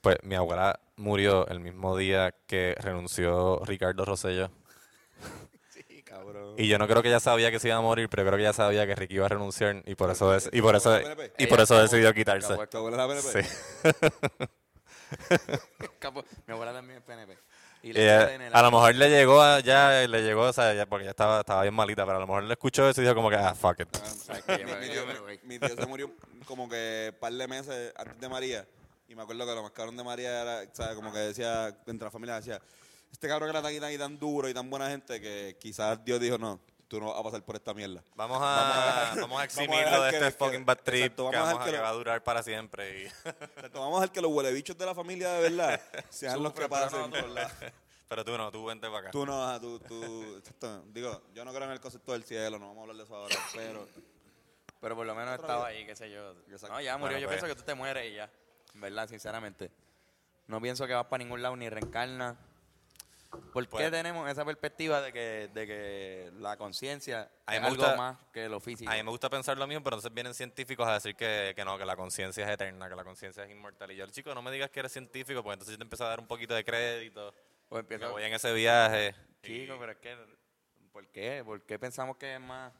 S3: Pues mi abuela murió el mismo día que renunció Ricardo Rosello.
S1: Cabrón.
S3: Y yo no creo que ella sabía que se iba a morir, pero creo que ella sabía que Ricky iba a renunciar y por eso dec- y por eso y por eso decidió quitarse.
S1: ¿Tu abuela la PNP?
S3: Sí.
S2: Capo, mi abuela también es PNP. Y le
S3: Ella-
S2: sale en el
S3: a lo
S2: acto.
S3: mejor le llegó a, ya le llegó, o sea, ya- porque ya estaba, estaba bien malita, pero a lo mejor le escuchó eso y dijo como que ah, fuck it.
S1: Ah,
S2: yo
S1: (laughs) mi,
S2: me-
S1: mi
S2: yo
S1: tío,
S2: me voy.
S1: mi tío se
S2: (laughs)
S1: murió como que un par de meses antes de María. Y me acuerdo que lo más cabrón de María era, ¿sabes? Como que decía, entre la familia decía, este cabrón que era tan, y tan, y tan duro y tan buena gente que quizás Dios dijo, no, tú no vas a pasar por esta
S2: (laughs)
S1: mierda.
S3: Vamos a, vamos a
S1: vamos a
S3: eximirlo
S1: dejar
S3: de
S1: que-
S3: este
S1: que-
S3: fucking bad trip
S1: exacto, vamos
S3: que,
S1: a
S3: vamos
S1: dejar
S3: a,
S1: que
S3: que
S1: lo-
S3: va a durar para siempre. y- (laughs)
S1: Entonces, vamos a dejar que los huelebichos de la familia de
S2: (laughs)
S1: verdad sean los que
S2: Sufre, pero
S1: pasen
S2: no tú.
S1: por la...
S3: pero tú no, tú vente para
S1: (laughs)
S3: acá.
S1: Tú no, ajá, tú, tú... exacto. Digo, yo no creo en el concepto del cielo, no vamos a hablar de eso
S2: (laughs)
S1: ahora, pero...
S2: (laughs) Pero por lo menos estaba ahí, qué sé yo.
S1: Exacto.
S2: No, ya murió.
S3: Bueno,
S2: yo
S3: pues.
S2: pienso que tú te mueres y ya. En verdad, sinceramente. No pienso que vas para ningún lado ni reencarna. ¿Por qué
S3: Pues-
S2: tenemos esa perspectiva de que, de que la conciencia
S3: A mí
S2: es
S3: me
S2: algo
S3: gusta-
S2: más que lo físico?
S3: A mí me gusta pensar lo mismo, pero entonces vienen científicos a decir que, que no, que la conciencia es eterna, que la conciencia es inmortal. Y yo, chico, no me digas que eres científico, porque entonces yo te empiezo a dar un poquito de crédito.
S2: O
S3: Que
S2: empieza-
S3: voy en ese viaje.
S2: Chico, Pues pero es que, ¿por qué? ¿Por qué pensamos que es más?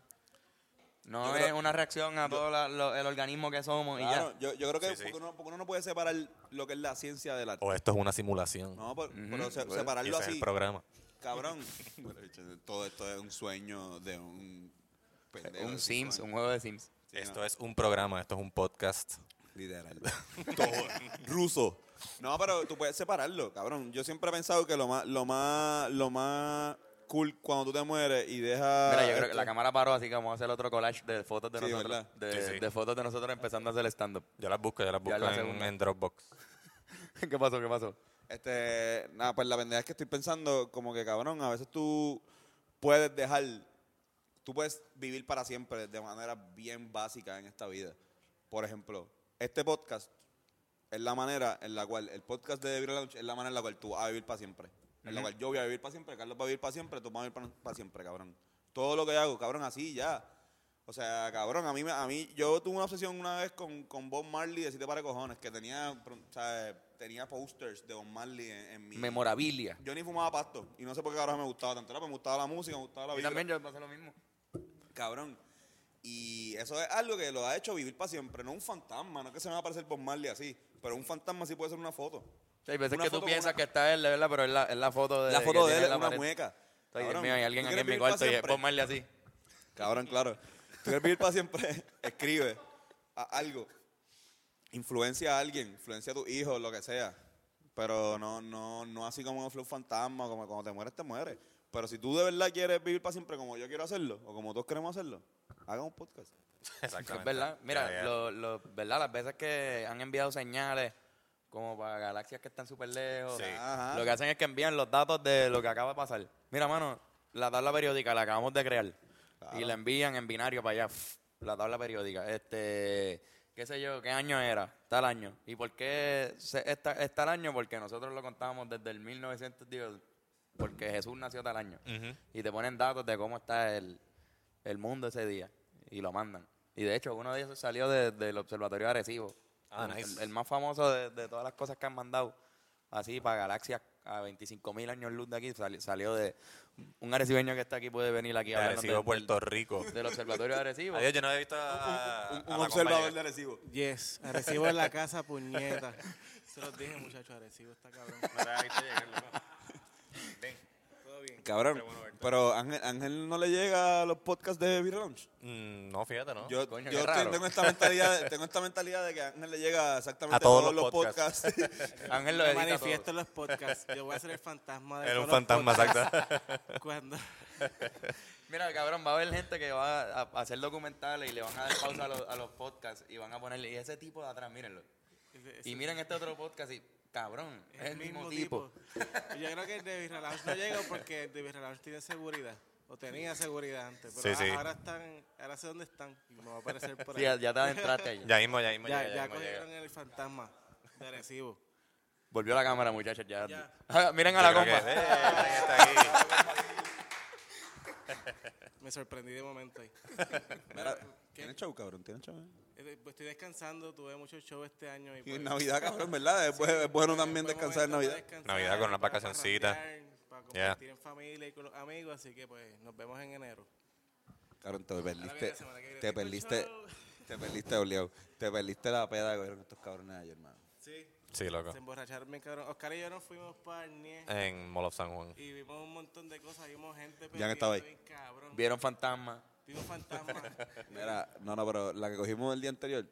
S2: No
S1: Yo
S2: es
S1: creo-
S2: una reacción a todo la- lo- el organismo que somos
S1: Claro,
S2: y ya.
S1: yo, yo creo que
S3: Sí, sí.
S1: Porque, uno, porque uno no puede separar lo que es la ciencia del arte.
S3: O esto es una simulación.
S1: No, por-
S2: Ujú,
S1: pero se-
S2: bueno.
S3: Y
S1: separarlo
S3: ese es el
S1: así,
S3: programa.
S1: cabrón. (laughs) Bueno, bicho, todo esto es un sueño de un pendejo de
S2: Un
S1: cinco
S2: Sims, un
S1: años.
S2: juego de Sims.
S3: Esto es un programa, esto es un podcast.
S1: Literal. (laughs) Todo. Ruso. No, pero tú puedes separarlo, cabrón. Yo siempre he pensado que lo más, lo más, lo más cool cuando tú te mueres y dejas.
S2: Mira, yo creo que
S1: esto-
S2: la cámara paró, así que vamos a hacer otro collage de fotos de
S1: Este. Sí,
S2: nosotros.
S1: ¿verdad?
S2: De,
S3: Sí, sí.
S2: de fotos de nosotros empezando a hacer stand-up. (laughs)
S3: Yo las busco, yo las
S2: Ya
S3: busco
S2: es la
S3: en,
S2: segunda.
S3: en Dropbox.
S2: ¿Qué pasó? ¿Qué pasó?
S1: Este, nada, pues la pendeja es que estoy pensando como que, cabrón, a veces tú puedes dejar, tú puedes vivir para siempre de manera bien básica en esta vida. Por ejemplo, este podcast es la manera en la cual, el podcast de The Viral Lounge es la manera en la cual tú vas a vivir para siempre. En la cual yo voy a vivir para siempre, Carlos va a vivir para siempre, tú vas a vivir para, siempre, cabrón. Todo lo que hago, cabrón, así ya. O sea, cabrón, a mí, me- a mí yo tuve una obsesión una vez con, con Bob Marley de Siete Para Cojones, que tenía, pro- o sea, tenía posters de Bob Marley en, en mi...
S2: Memorabilia.
S1: Yo ni fumaba pasto y no sé por qué cabrón me gustaba tanto. Era porque me gustaba la música, me gustaba la
S2: Y
S1: vida.
S2: también yo pasé lo mismo.
S1: Cabrón. Y eso es algo que lo ha hecho vivir para siempre. No un fantasma, no es que se me va a aparecer Bob Marley así, pero un fantasma sí puede ser una foto.
S2: O sea, hay veces
S1: Una
S2: que tú
S1: foto con
S2: piensas
S1: una-
S2: que está él, de verdad, pero es la, es la foto de
S1: La foto
S2: que
S1: de
S2: tiene
S1: él
S2: en
S1: es
S2: la
S1: una
S2: pared.
S1: muñeca.
S2: Ay, Dios
S1: Cabrón,
S2: mío, hay
S1: ¿tú
S2: alguien aquí
S1: quieres
S2: en mi
S1: vivir pa'
S2: cuarto y es
S1: siempre?
S2: Bob Marley así.
S1: Cabrón, claro. Tú quieres vivir para siempre, (laughs) escribe a algo. Influencia a alguien, influencia a tu hijo, lo que sea. Pero no, no, no así como un flow fantasma, como cuando te mueres, te mueres. Pero si tú de verdad quieres vivir para siempre como yo quiero hacerlo, o como todos queremos hacerlo, hagan un podcast.
S2: (laughs)
S3: Exactamente.
S2: Es verdad. Mira,
S3: Ya, ya.
S2: lo- lo- ¿verdad? las veces que han enviado señales como para galaxias que están súper lejos,
S3: Sí.
S1: Ajá.
S2: lo que hacen es que envían los datos de lo que acaba de pasar. Mira, mano, la tabla periódica la acabamos de crear y la envían en binario para allá. pf, La tabla periódica. Este, qué sé yo, qué año era, tal año. ¿Y por qué se- esta- es tal año? Porque nosotros lo contábamos desde el 1900, digo, porque Jesús nació tal año.
S3: Ujú.
S2: Y te ponen datos de cómo está el, el mundo ese día. Y lo mandan. Y de hecho, uno de ellos salió de- del observatorio de Arecibo.
S3: Ah,
S2: el,
S3: nice.
S2: el más famoso de, de todas las cosas que han mandado. Así, para galaxias a 25.000 años luz de aquí, sali- salió de... Un arecibeño que está aquí puede venir aquí
S3: De
S2: a hablarnos
S3: Arecibo,
S2: del- del-
S3: Puerto Rico.
S2: del observatorio de Arecibo.
S3: Adiós, yo no había visto a,
S1: Un,
S3: a
S1: un
S3: Macomba
S1: observador de
S3: llegar.
S1: Arecibo.
S8: Yes, Arecibo en la casa, puñeta. Se los dije, muchachos, Arecibo está cabrón.
S1: Cabrón, pero Ángel, Ángel no le llega a los podcasts de Beer Lounge.
S3: Mm, no, fíjate, ¿no?
S1: Yo,
S2: Coño,
S1: yo
S2: qué
S1: te-
S2: raro.
S1: tengo, esta mentalidad, tengo esta mentalidad de que a Ángel le llega exactamente
S3: A todos los podcasts.
S1: (laughs)
S2: Ángel lo
S8: Me
S2: edita todo.
S8: manifiesto en los podcasts. Yo voy a ser el fantasma de
S3: Era
S8: todos
S3: un
S8: los
S3: fantasma,
S8: podcasts.
S3: exacto.
S8: (laughs) Cuando,
S2: Mira, cabrón, va a haber gente que va a, a hacer documentales y le van a dar pausa a los, a los podcasts y van a ponerle... Y ese tipo de atrás, mírenlo. Y miren este otro podcast y... Cabrón, es el mismo tipo.
S8: Yo creo que el de Virralaunch no llega porque el de Virralaunch tiene seguridad. O tenía seguridad antes. Pero
S3: Sí,
S8: a-
S3: sí.
S8: ahora están, ahora sé dónde están. Y me va a aparecer por
S2: Sí, ya,
S8: ahí.
S2: ya te adentraste
S3: (laughs)
S2: allá.
S3: Ya mismo, ya mismo.
S8: ya,
S3: llega,
S8: ya
S3: mismo llega.
S8: cogieron el fantasma de Arecibo.
S2: Volvió la cámara, muchachos. Ya.
S8: Ya.
S2: Ah, (laughs) Miren a
S3: Yo
S2: la
S3: creo que-
S2: compa.
S3: eh,
S2: (laughs)
S3: está aquí.
S8: Me sorprendí de momento ahí.
S1: Mira, ¿Tiene show, cabrón? ¿Tiene show? eh?
S8: Eh, pues Estoy descansando, tuve mucho show este año. Y,
S1: Y
S8: pues,
S1: en Navidad, cabrón, ¿verdad? Es bu- es bueno también
S8: fue
S1: descansar en
S8: momento
S1: Navidad.
S8: para descansar,
S3: Navidad con unas
S8: para
S3: vacacioncitas.
S8: parrandear, Para
S3: Yeah.
S8: compartir en familia y con los amigos, así que pues nos vemos en enero.
S1: Cabrón, te perdiste.
S8: viene, semana que viene.
S1: Te
S8: Tengo
S1: perdiste.
S8: show.
S1: Te perdiste, obligado. Te perdiste la peda que vieron estos cabrones ayer, hermano.
S8: Sí,
S3: Sí, loco.
S8: se emborracharon bien cabrón. Oscar y yo nos fuimos para el NIE
S3: En Mall of San Juan.
S8: y vimos un montón de cosas, vimos gente
S1: Jan estaba ahí.
S8: bien cabrón.
S2: Vieron fantasma.
S8: Vimos fantasmas. (laughs)
S1: Mira, no, no, pero la que cogimos el día anterior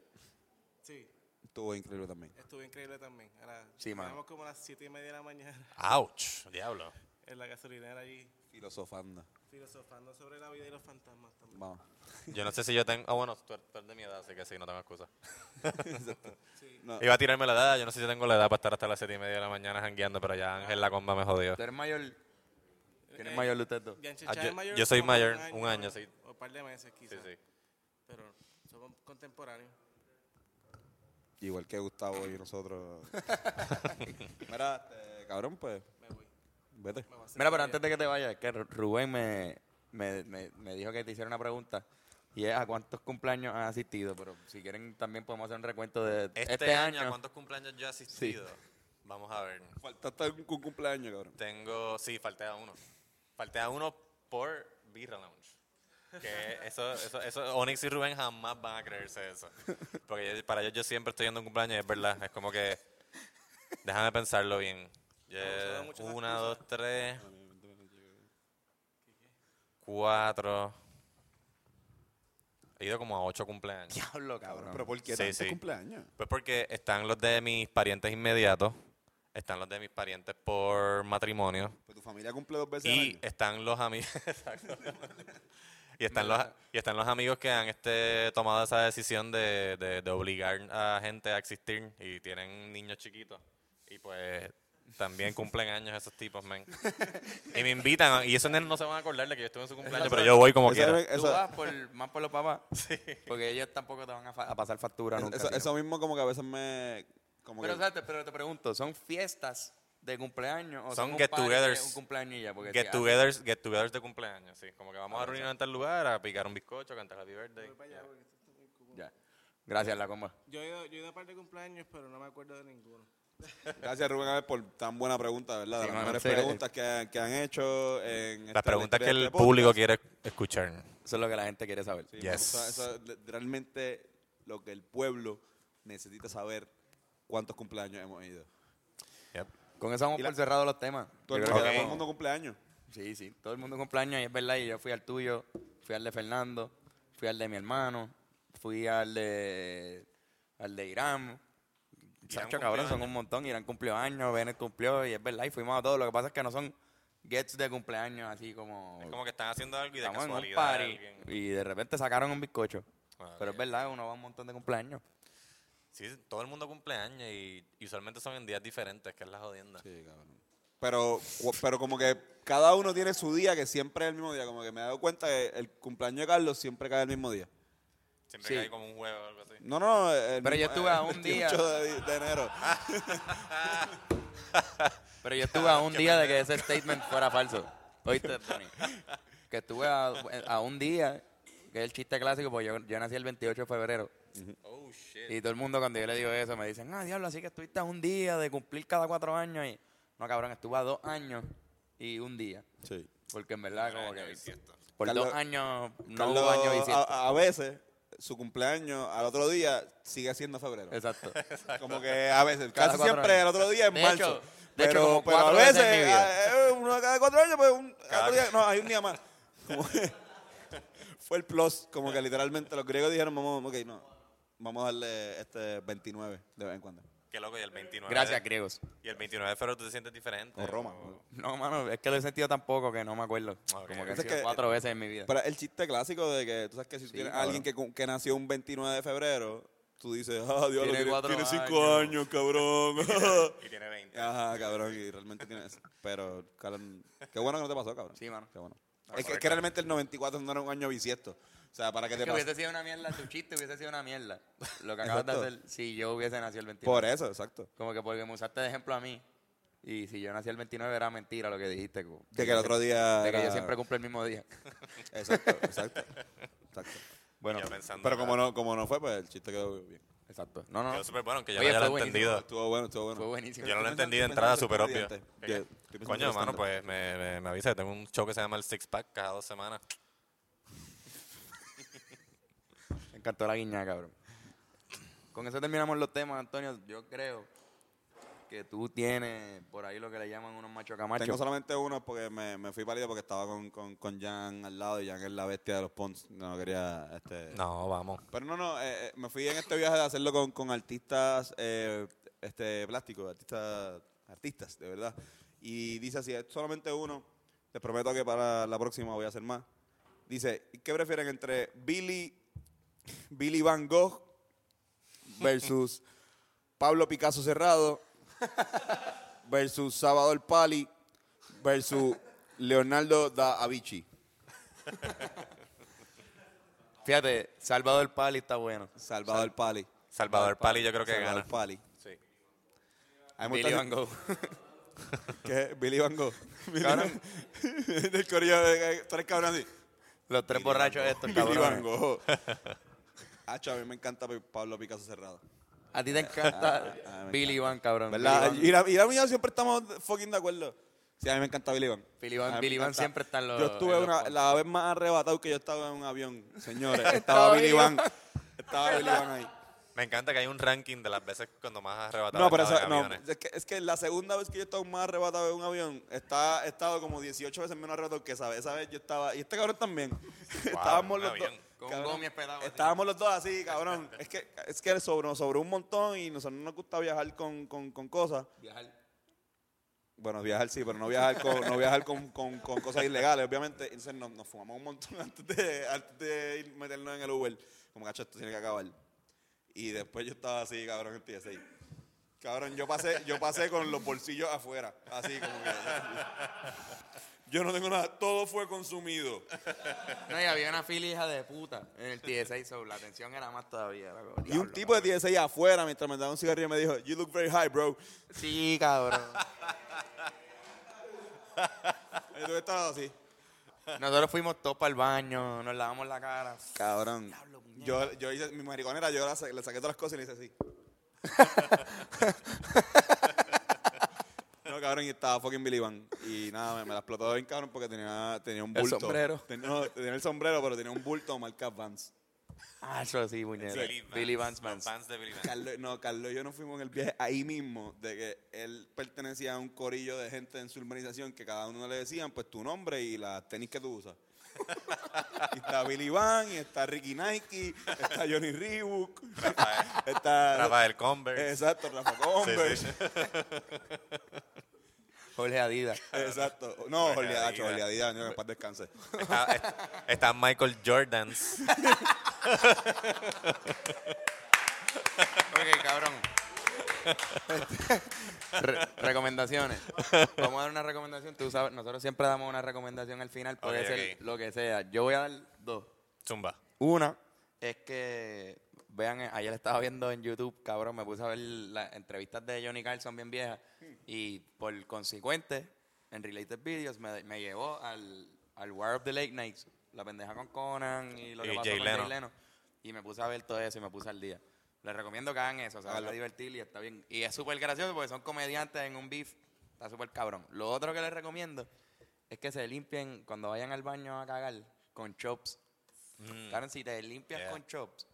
S8: sí,
S1: estuvo increíble también.
S8: estuvo increíble también. Ahora,
S2: Sí, mano.
S8: llegamos como a las 7 y media de la mañana (laughs)
S3: ¡Auch! Diablo.
S8: en la gasolinera allí,
S1: Filosofando.
S8: filosofando sobre la vida y los fantasmas también.
S1: Vamos.
S3: Yo no sé si yo tengo. Ah, bueno, tú tú eres de mi edad, así que sí, no tengo excusa.
S1: No,
S3: Iba a tirarme la edad, yo no sé si tengo la edad para estar hasta las 7 y media de la mañana jangueando, pero ya Ángel la comba me jodió.
S2: Tú eres mayor. ¿Quién es mayor de ustedes dos?
S8: Yanchi
S3: Ah,
S8: Chá
S3: yo-
S8: es mayor
S3: yo soy
S8: como por
S3: mayor, un año,
S8: ¿no?
S3: sí.
S8: O un par de meses
S3: Sí,
S8: quizás.
S3: sí.
S8: Pero somos contemporáneos.
S1: Igual que Gustavo y nosotros. Mira, eh, cabrón, pues.
S8: Me voy.
S1: Vete.
S8: Me voy a hacer
S2: Mira, pero
S8: tarea.
S2: antes de que te vayas, es que Ru- Rubén me, me, me, me dijo que te hiciera una pregunta. Y es a cuántos cumpleaños has asistido. Pero si quieren, también podemos hacer un recuento de este, año.
S3: ¿cuántos cumpleaños yo he
S2: asistido?
S3: Vamos a ver.
S1: Faltaste un, un cumpleaños, cabrón.
S3: Tengo, sí, falté a uno. Falté a uno por Birra Lounge. Que eso, eso, eso, Onyx y Rubén jamás van a creerse eso. Porque yo- para ellos yo siempre estoy yendo a un cumpleaños y es verdad. Es como que, déjame pensarlo bien. Yo- una, dos, tres. Cuatro. He ido como a ocho cumpleaños.
S2: Diablo, cabrón.
S9: Pero ¿por qué
S3: Sí,
S9: tantos
S3: sí.
S9: cumpleaños?
S3: Pues porque están los de mis parientes inmediatos, están los de mis parientes por matrimonio
S9: Pues tu familia cumple dos veces al
S3: y
S9: año.
S3: están los (laughs) amigos. y, están los, y están los amigos que han este, tomado esa decisión de, de- de obligar a gente a existir y tienen niños chiquitos. Y pues también cumplen años esos tipos, men. y me invitan, y esos nenes no se van a acordar de que yo estuve en su cumpleaños, pero yo voy como
S1: Eso
S3: quiera.
S1: era-
S2: Tú
S1: eso-
S2: vas por, más por los papás. Porque ellos tampoco te van a, fa- a pasar factura
S1: eso-
S2: nunca.
S1: eso-
S2: tío.
S1: eso mismo como que a veces me... Como
S2: pero,
S1: que-
S2: ¿sabes? Te- pero te pregunto, ¿son fiestas de cumpleaños o
S3: Son
S2: son un
S3: get
S2: party de
S3: togethers.
S2: Un cumpleaños y ya, porque si
S3: Get
S2: hay-
S3: togethers, get togethers de cumpleaños, sí. Como que vamos a reunirnos en tal lugar, a picar un bizcocho, a cantar Happy Birthday. ya.
S2: Ya. Gracias, la comba.
S8: Yo he ido, yo he ido a par de cumpleaños, pero no me acuerdo de ninguno.
S1: Gracias Rubén a ver, por tan buena pregunta, ¿verdad? De
S2: Sí,
S1: las
S2: no,
S1: mejores
S2: sí, eh.
S1: preguntas que, han- que han hecho en
S3: Las
S1: esta-
S3: preguntas
S1: la
S3: que
S1: historia de
S3: el
S1: este
S3: público
S1: podcast.
S3: quiere escuchar.
S2: Eso es lo que la gente quiere saber.
S1: Sí,
S3: Yes.
S1: me gusta eso, de- realmente lo que el pueblo necesita saber cuántos cumpleaños hemos ido.
S3: Yep.
S2: Con eso vamos
S1: Y la-
S2: por cerrado los temas.
S1: Todo
S2: Yo
S1: el,
S2: creo
S1: mundo,
S2: que
S1: todo el
S2: vamos-
S1: mundo cumpleaños.
S2: Sí, sí. Todo el mundo cumpleaños y es verdad. Y yo fui al tuyo, fui al de Fernando, fui al de mi hermano, fui al de, al de Irán. Chacho,
S3: cumplió
S2: cabrón, son
S3: años.
S2: un montón. Irán cumplió años, Benet cumplió y es verdad. Y fuimos a todos. Lo que pasa es que no son gets de cumpleaños así como...
S3: Es como que están haciendo algo y de
S2: estamos en un
S3: casualidad.
S2: party
S3: alguien-
S2: y de repente sacaron un bizcocho.
S3: Ah,
S2: Pero
S3: ok.
S2: es verdad, uno va a un montón de cumpleaños.
S3: Sí, todo el mundo cumpleaños y, y usualmente son en días diferentes, que es la jodienda.
S1: Pero, cu- pero como que cada uno tiene su día, que siempre es el mismo día. Como que me he dado cuenta que el cumpleaños de Carlos siempre cae el mismo día.
S3: Siempre
S2: Sí.
S3: que hay como un juego o algo así.
S1: No, no, el
S2: Pero yo
S1: mismo-
S2: estuve a
S1: el
S2: un día.
S1: 28 de, de enero.
S2: Pero yo estuve a un día de que ese statement fuera falso. ¿Oíste, Tony? Que estuve a, a un día, que es el chiste clásico, porque yo, yo nací el 28 de febrero.
S3: Oh, shit.
S2: Y todo el mundo cuando yo le digo eso me dicen, ah, diablo, así que estuviste a un día de cumplir cada cuatro años. Y, no, cabrón, estuve a dos años y un día.
S1: Sí.
S2: Porque en verdad como que... Por
S1: Carlos-
S2: dos años, no
S1: Carlos,
S2: hubo año y siete.
S1: a, a veces, su cumpleaños al otro día sigue siendo febrero. (laughs)
S2: Exacto.
S1: Como que a veces,
S2: Cada
S1: casi
S2: cuatro
S1: siempre
S2: años.
S1: el otro día es
S2: De
S1: marzo.
S2: hecho- de hecho,
S1: pero,
S2: como
S1: pero a
S2: cuatro
S1: veces,
S2: veces en mi vida.
S1: a- eh, uno cada cuatro años, pues un, otro día- no, hay un día más. Como que- (laughs) fue el plus, como que literalmente los griegos dijeron, vamos, ok, no, vamos a darle este 29 de vez en cuando.
S3: Qué loco, y el 29.
S2: Gracias,
S3: de-
S2: griegos.
S3: Y el 29 de febrero tú te sientes diferente.
S2: Eh,
S1: O Roma.
S2: No, mano, es que lo he sentido tampoco que no me acuerdo. Como
S3: Ok.
S2: que
S1: Es
S2: han sido
S1: que-
S2: cuatro veces en mi vida.
S1: Pero el chiste clásico de que, tú sabes que si
S2: Sí,
S1: tienes
S2: cabrón.
S1: alguien que, cu- que nació un 29 de febrero, tú dices, ah, Dios,
S2: Tiene
S1: tiene,
S2: cuatro
S1: tiene cinco
S2: años.
S1: años,
S2: (laughs)
S1: cabrón. (laughs)
S3: Y tiene 20.
S1: Ajá, cabrón, y realmente tienes. Pero, cabrón, qué bueno que no te pasó, cabrón.
S2: Sí, mano.
S1: Qué bueno. Es que, es que realmente el 94 no era un año bisiesto. O sea, para que te
S2: que
S1: pase.
S2: hubiese sido una mierda, tu chiste hubiese sido una mierda. Lo que acabas de
S1: Exacto.
S2: hacer, si yo hubiese nacido el 29.
S1: Por e- eso, exacto.
S2: Como que porque me usaste de ejemplo a mí. Y si yo nací el 29 era mentira lo que dijiste. como-
S1: De que el otro día.
S2: de que
S1: era-
S2: yo siempre cumplo el mismo día.
S1: Exacto, exacto.
S2: (laughs)
S1: exacto.
S2: Bueno,
S3: Yo pensando,
S1: Pero como no, como no fue, pues el chiste quedó bien.
S2: exacto. No, no,
S3: Quedó súper bueno, que yo
S2: Oye,
S3: no lo
S2: fue
S3: he
S2: buenísimo.
S3: entendido.
S1: Estuvo bueno, estuvo bueno.
S2: fue buenísimo.
S3: Yo no lo
S1: Estoy
S3: entendí
S1: pensando- estoy
S3: de entrada, súper
S1: pensando en
S3: obvio.
S1: comediante.
S3: ¿Qué?
S1: Yo- estoy pensando en
S3: Coño, hermano,
S1: stand-up.
S3: pues me, me, me avisa que tengo un show que se llama el Six Pack cada dos semanas.
S2: Me encantó la guiña, cabrón. Con eso terminamos los temas, Antonio. Yo creo que tú tienes por ahí lo que le llaman unos macho
S1: Tengo
S2: camachos.
S1: solamente uno porque me, me fui pálido porque estaba con, con, con Jan al lado y Jan es la bestia de los Pons. No quería. Este,
S3: No, vamos.
S1: Pero no, no, eh, eh, me fui en este viaje de hacerlo con, con artistas eh, este, plásticos, artistas, artistas, de verdad. Y dice así, es solamente uno, les prometo que para la próxima voy a hacer más. Dice, ¿y ¿qué prefieren entre Billy, Billy Van Gogh versus Pablo Picasso Cerrado versus Salvador Pali versus Leonardo da Avici?
S2: Fíjate, Salvador Pali está bueno.
S1: Salvador Pali.
S3: Salvador Pali yo creo que
S1: Salvador
S3: gana.
S1: Pali.
S3: Sí.
S1: Hay mucha gente-
S2: Billy
S1: (laughs)
S2: Van Gogh.
S1: ¿Qué? Billy Van
S2: (laughs)
S1: Gogh.
S2: Cabrón.
S1: (laughs) Del corillo de eh, tres cabrones así.
S2: Los tres borrachos estos,
S1: Billy Van
S2: cabrones. (laughs)
S1: Gogh. Hacho, a mí me encanta P- Pablo Picasso Cerrado.
S2: A ti te encanta
S1: ah, me
S2: Billy Van, cabrón.
S1: ¿Verdad?
S2: Billy
S1: Y
S2: Van,
S1: la, y la mía siempre estamos fucking de acuerdo. Sí, a mí me encanta Billy Van.
S2: Billy Van-
S1: A mí me
S2: Billy Van
S1: encanta.
S2: siempre está en los-
S1: Yo estuve
S2: en los
S1: una-
S2: puntos.
S1: la vez más arrebatado que yo estaba en un avión,
S2: (laughs)
S1: señores. Estaba Billy Van. Estaba Billy Van ahí.
S3: Me encanta que hay un ranking de las veces cuando más arrebatado
S1: No, pero
S3: estaba
S1: esa-
S3: en
S1: no,
S3: aviones.
S1: es, que, es que la segunda vez que yo he estado más arrebatado en un avión, está, he estado como 18 veces menos arrebatado que esa vez. Esa vez yo estaba, y este cabrón también. (laughs) Estábamos
S3: un
S1: los dos.
S3: avión.
S2: Con un
S1: Cabrón,
S2: gomi esperado.
S1: Estábamos los dos así, cabrón. es que, es que sobró, nos sobró un montón y nosotros no nos gusta viajar con, con, con cosas. Bueno, viajar sí, pero no viajar con, no viajar con, con- con cosas ilegales, obviamente. Entonces nos, nos fumamos un montón (laughs) antes de, antes de ir- meternos en el Uber. Como cacho, esto tiene que acabar. Y después yo estaba así, cabrón, en TSA. Cabrón, yo pasé, yo pasé con los bolsillos afuera. Así como que. (laughs) Yo no tengo nada, todo fue consumido.
S2: No, y había una fila hija de puta en el TSA, so la atención era más todavía. era como,
S1: Y un
S2: diablo,
S1: tipo de
S2: cabrón.
S1: 16 afuera, mientras me daba un cigarrillo, me dijo, You look very high, bro.
S2: Sí, cabrón.
S1: Y tú estabas así.
S2: Nosotros fuimos todos para el baño, nos lavamos la cara.
S1: Cabrón. Yo, yo hice, mi mariconera, yo la sa- le saqué todas las cosas y le hice así. no, cabrón, y estaba fucking Billy Van. Y nada, me, me la explotó bien, cabrón, porque tenía, tenía un
S2: El
S1: bulto.
S2: sombrero.
S1: Ten- no, tenía el sombrero, pero tenía un bulto marca Vans.
S2: Ah, eso sí, puñeta. Billy Vance Vance.
S3: Los Vans de Billy Vance.
S1: Carlos, no, Carlos y yo nos fuimos en el viaje ahí mismo, de que él pertenecía a un corillo de gente en su urbanización que cada uno le decían, pues tu nombre y las tenis que tú usas. (laughs) y está Billy Van, y está Ricky Nike, está Johnny Reebok, está
S3: Rafael Converse.
S1: Exacto, Rafa Converse.
S2: Jorge Adidas.
S1: Exacto. No, Jorge
S3: Jorge
S1: Adidas,
S3: Adidas.
S1: Jorge Adidas, no, que paz descanse.
S3: Está, est- está Michael Jordans.
S2: Ok, cabrón. (laughs) Re- recomendaciones. Vamos a dar una recomendación. Tú sabes, nosotros siempre damos una recomendación al final, puede
S3: Ok,
S2: ser
S3: ok.
S2: lo que sea. Yo voy a dar dos.
S3: Zumba.
S2: Una es que, vean, eh, ayer estaba viendo en YouTube, cabrón, me puse a ver las entrevistas de Johnny Carlson bien viejas y por consecuente, en Related Videos me, me llevó al, al War of the Late Nights, la pendeja con Conan y lo que
S3: Y
S2: pasó
S3: Jay
S2: con
S3: Leno.
S2: Jay Leno. Y me puse a ver todo eso y me puse al día. Les recomiendo que hagan eso, o sea, van a
S1: Hágalo.
S2: divertir y está bien. Y es súper gracioso porque son comediantes en un beef, está súper cabrón. Lo otro que les recomiendo es que se limpien cuando vayan al baño a cagar con chops. Karen, si te limpias
S3: Yeah.
S2: con chops,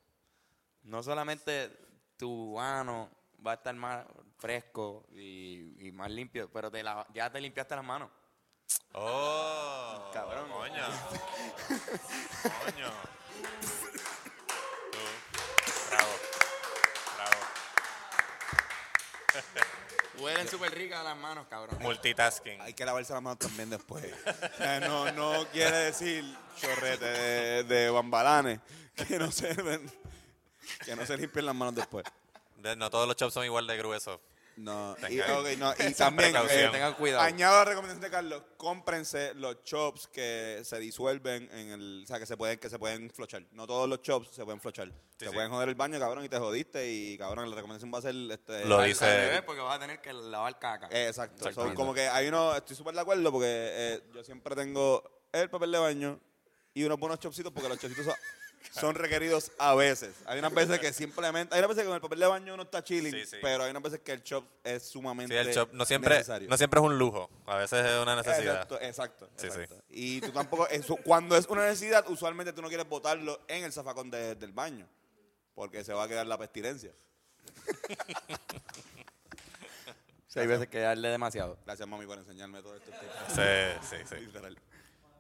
S2: no solamente tu ano va a estar más fresco y, y más limpio, pero te la- ya te limpiaste las manos.
S3: Oh,
S2: Cabrón.
S3: Coño. coño. Tú. Bravo. Bravo.
S2: Huelen súper ricas las manos, cabrón.
S3: Multitasking.
S1: Hay que lavarse las manos también después. O sea, no, no quiere decir chorrete de, de bambalanes que no se que no se limpien las manos después.
S3: De- No todos los chops son igual de gruesos.
S1: No, y,
S3: Tengan-
S1: ok, no, y
S3: Esa
S1: también
S3: precaución.
S1: eh,
S2: Tengan cuidado.
S1: añado la recomendación de Carlos, cómprense los chops que se disuelven en el, o sea, que se pueden que se pueden flochar. No todos los chops se pueden flochar. se
S3: sí.
S1: pueden joder el baño, cabrón, y te jodiste y cabrón, la recomendación va a ser este
S3: Lo
S2: Al-
S3: dice-
S2: al revés, porque vas a tener que lavar caca.
S1: Eh, Exacto. So,
S2: Exactamente.
S1: como que hay uno, estoy súper de acuerdo porque eh, yo siempre tengo el papel de baño y unos buenos chopsitos porque los
S3: (laughs)
S1: chopsitos son, son requeridos a veces. Hay unas veces que simplemente, hay unas veces que con el papel de baño uno está chilling,
S3: Sí, sí.
S1: pero hay unas veces que el chop es sumamente
S3: Sí, el chop no siempre,
S1: necesario.
S3: no siempre es un lujo. A veces es una necesidad.
S1: Exacto, exacto.
S3: Sí, sí.
S1: exacto. Y tú tampoco, eso- cuando es una necesidad, usualmente tú no quieres botarlo en el zafacón de- del baño porque se va a quedar la pestilencia.
S2: Sí, hay veces que darle demasiado.
S1: Gracias, mami, por enseñarme todo esto.
S3: Sí, sí, sí.
S1: (laughs) Literal.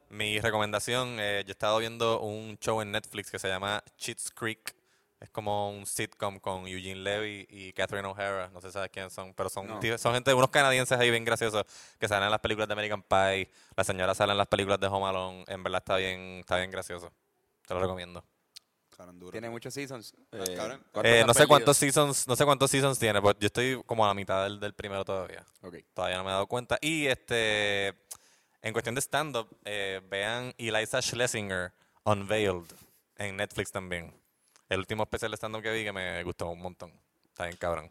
S3: Mi recomendación, eh, yo he estado viendo un show en Netflix que se llama Cheats Creek. Es como un sitcom con Eugene Levy y Catherine O'Hara. No sé sabes quiénes son, pero son, tíos- son gente, unos canadienses ahí bien graciosos que salen en las películas de American Pie. La señora sale en las películas de Home Alone. En verdad está bien, está bien gracioso. Te lo recomiendo.
S1: Cabrón, duro.
S2: Tiene muchos seasons.
S1: cabrón.
S2: ¿cuántos
S3: Eh,
S2: has
S3: no sé
S2: perdido?
S3: cuántos seasons, no sé cuántos seasons tiene, pero yo estoy como a la mitad del, del primero todavía.
S2: Ok.
S3: Todavía no me he dado cuenta. Y este, en cuestión de stand-up, eh, vean Eliza Schlesinger Unveiled en Netflix también. El último especial de stand-up que vi que me gustó un montón. Está bien cabrón.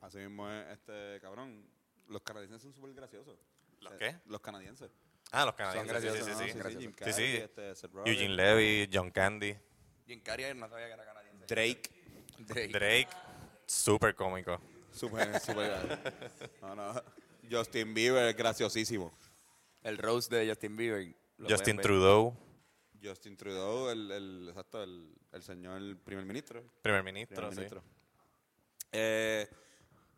S1: Así mismo es, este cabrón. Los canadienses son súper graciosos.
S3: ¿Los
S1: Eh,
S3: qué?
S1: Los canadienses.
S3: Ah, los
S1: Son
S3: canadienses.
S1: graciosos,
S3: Sí,
S1: ¿no?
S3: sí, sí, sí.
S1: Jim
S3: Sí, sí.
S1: Carrey, este, Seth Rogen,
S3: Eugene Levy, John Candy,
S2: Jim Carrey no sabía que era canadiense.
S1: Drake.
S2: Drake.
S3: Drake. Súper cómico.
S1: Súper, súper.
S3: (laughs)
S1: gracioso. No, no. Justin Bieber es graciosísimo.
S2: El roast de Justin Bieber. lo pueden
S3: Justin
S2: ver.
S3: Trudeau,
S1: Justin Trudeau, el, el, exacto, el, el señor primer ministro.
S3: primer ministro.
S1: primer
S3: sí.
S1: ministro. Eh,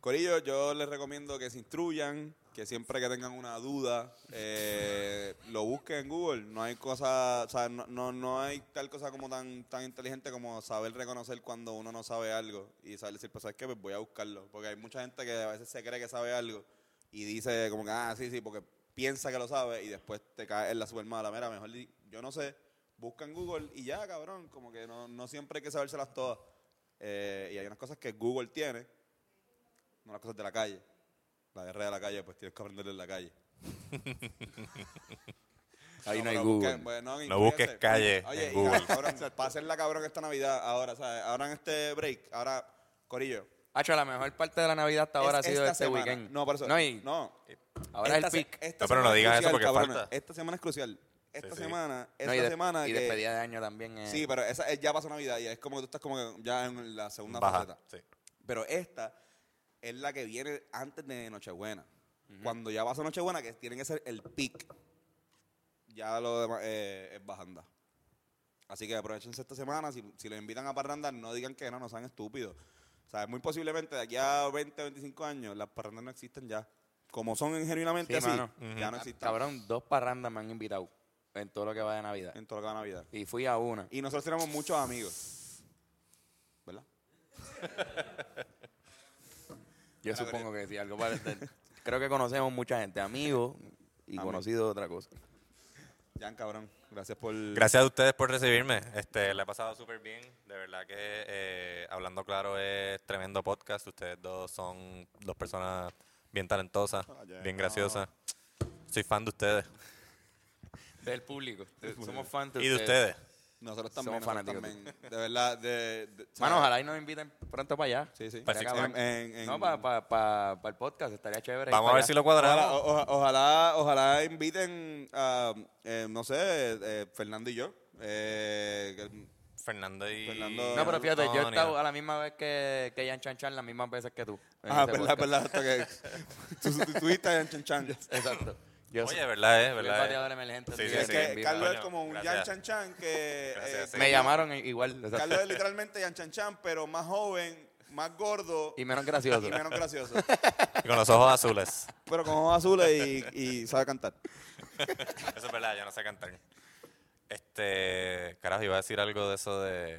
S1: Corillo, yo les recomiendo que se instruyan, que siempre que tengan una duda, eh, lo busquen en Google. No hay cosa, o sea, no, no, no hay tal cosa como tan, tan inteligente como saber reconocer cuando uno no sabe algo y saber decir, pues, ¿sabes qué? Pues voy a buscarlo. Porque hay mucha gente que a veces se cree que sabe algo y dice como que, ah, sí, sí, porque piensa que lo sabe y después te cae en la super mala. Mira, mejor di- yo no sé, busca en Google y ya, cabrón, como que no, no siempre hay que sabérselas todas. Eh, y hay unas cosas que Google tiene, no las cosas de la calle. La guerra de la calle, pues tienes que aprenderla en la calle.
S2: Ahí no hay
S1: pero
S2: Google.
S1: busquen, pues, no,
S3: No busques
S1: instruyese.
S3: calle
S1: Oye,
S3: en
S1: y
S3: Google.
S1: cabrón, pásenla, cabrón esta Navidad ahora, ¿sabes? Ahora en este break, ahora, Corillo.
S2: Hacho, la mejor parte de la Navidad hasta ahora ha
S1: es
S2: sido
S1: esta
S2: este
S1: semana.
S2: weekend.
S1: No, por eso.
S2: No, y
S1: no.
S2: ahora
S1: Esta
S2: es
S1: se-
S2: el pick.
S1: esta
S3: No, pero no
S1: semana es
S3: digas eso
S1: crucial,
S3: porque
S1: cabrón.
S3: falta.
S1: Esta semana es crucial. Esta
S3: sí.
S1: semana, esta
S2: No, y de-
S1: semana
S2: y
S1: que-
S2: despedida de año también. eh.
S1: Sí, pero esa es- ya pasó Navidad y es como que tú estás como que ya en la segunda
S3: Baja.
S1: faceta.
S3: Sí.
S1: Pero esta es la que viene antes de Nochebuena. Cuando ya pasa Nochebuena, que tiene que ser el pick, ya lo demás eh, es bajanda. Así que aprovechense esta semana. Si, si los invitan a parrandas, no digan que no, no sean estúpidos. O sea, muy posiblemente de aquí a 20, 25 años, las parrandas no existen ya. Como son genuinamente
S2: Sí,
S1: así,
S2: mano.
S1: ya no
S2: Ah,
S1: existen
S2: Cabrón, dos parrandas me han invitado en todo lo que va de Navidad.
S1: en toda la Navidad.
S2: Y fui a una.
S1: Y nosotros tenemos muchos amigos. ¿Verdad?
S2: Yo
S1: Ahora,
S2: supongo que sí, algo parecido. Creo que conocemos mucha gente, amigos y
S1: Amigos.
S2: conocidos otra cosa.
S1: Jan, cabrón, gracias por...
S3: Gracias a ustedes por recibirme. Este, la he pasado súper bien. De verdad que eh, Hablando Claro es tremendo podcast. Ustedes dos son dos personas bien talentosas,
S1: Oye,
S3: bien
S1: no.
S3: graciosas. Soy fan de ustedes
S2: Del público. Somos fans
S3: y de ustedes.
S1: Nosotros
S2: Somos
S1: también, nosotros
S2: fanáticos.
S1: también. De verdad, de... de-
S2: Mano, ojalá y nos inviten pronto para allá.
S1: Sí, sí.
S3: Para
S2: Estaría
S3: Six
S2: cabrón.
S1: En- en-
S2: No,
S1: en-
S2: para pa, pa- pa el podcast, estaría chévere.
S3: Vamos a ver si lo
S1: Ojalá,
S2: oh.
S3: cuadramos.
S1: o- o- ojalá, ojalá inviten a, eh, no sé, eh, Fernando y yo. Eh, que-
S3: Fernando y.
S1: Fernando-
S2: No, pero fíjate, yo he
S3: Antonio.
S2: estado a la misma vez que, que Jan Chan Chan, las mismas veces que tú. Este, en
S1: ah,
S2: ese
S1: verdad,
S2: podcast.
S1: verdad. Hasta que
S2: (laughs)
S1: tú sustituiste a Yan Chan Chan.
S2: Exacto. Yo soy-
S3: Oye, verdad, eh,
S2: soy el
S3: verdad.
S2: bateador emergente.
S3: Sí,
S2: tío,
S3: sí,
S1: es
S2: que
S1: que
S2: en vivo.
S1: Carlos
S3: coño,
S1: es como un Yan
S3: gracias.
S1: Chan Chan que... eh,
S3: Gracias, sí.
S2: Me llamaron i- igual. exacto.
S1: Carlos es literalmente Yan Chan Chan, pero más joven, más gordo
S2: Y menos gracioso.
S1: y menos gracioso.
S3: Y Con los ojos azules.
S1: pero con ojos azules y, y sabe cantar.
S3: Eso es verdad, yo no sé cantar. Este. Carajo, iba a decir algo de eso de.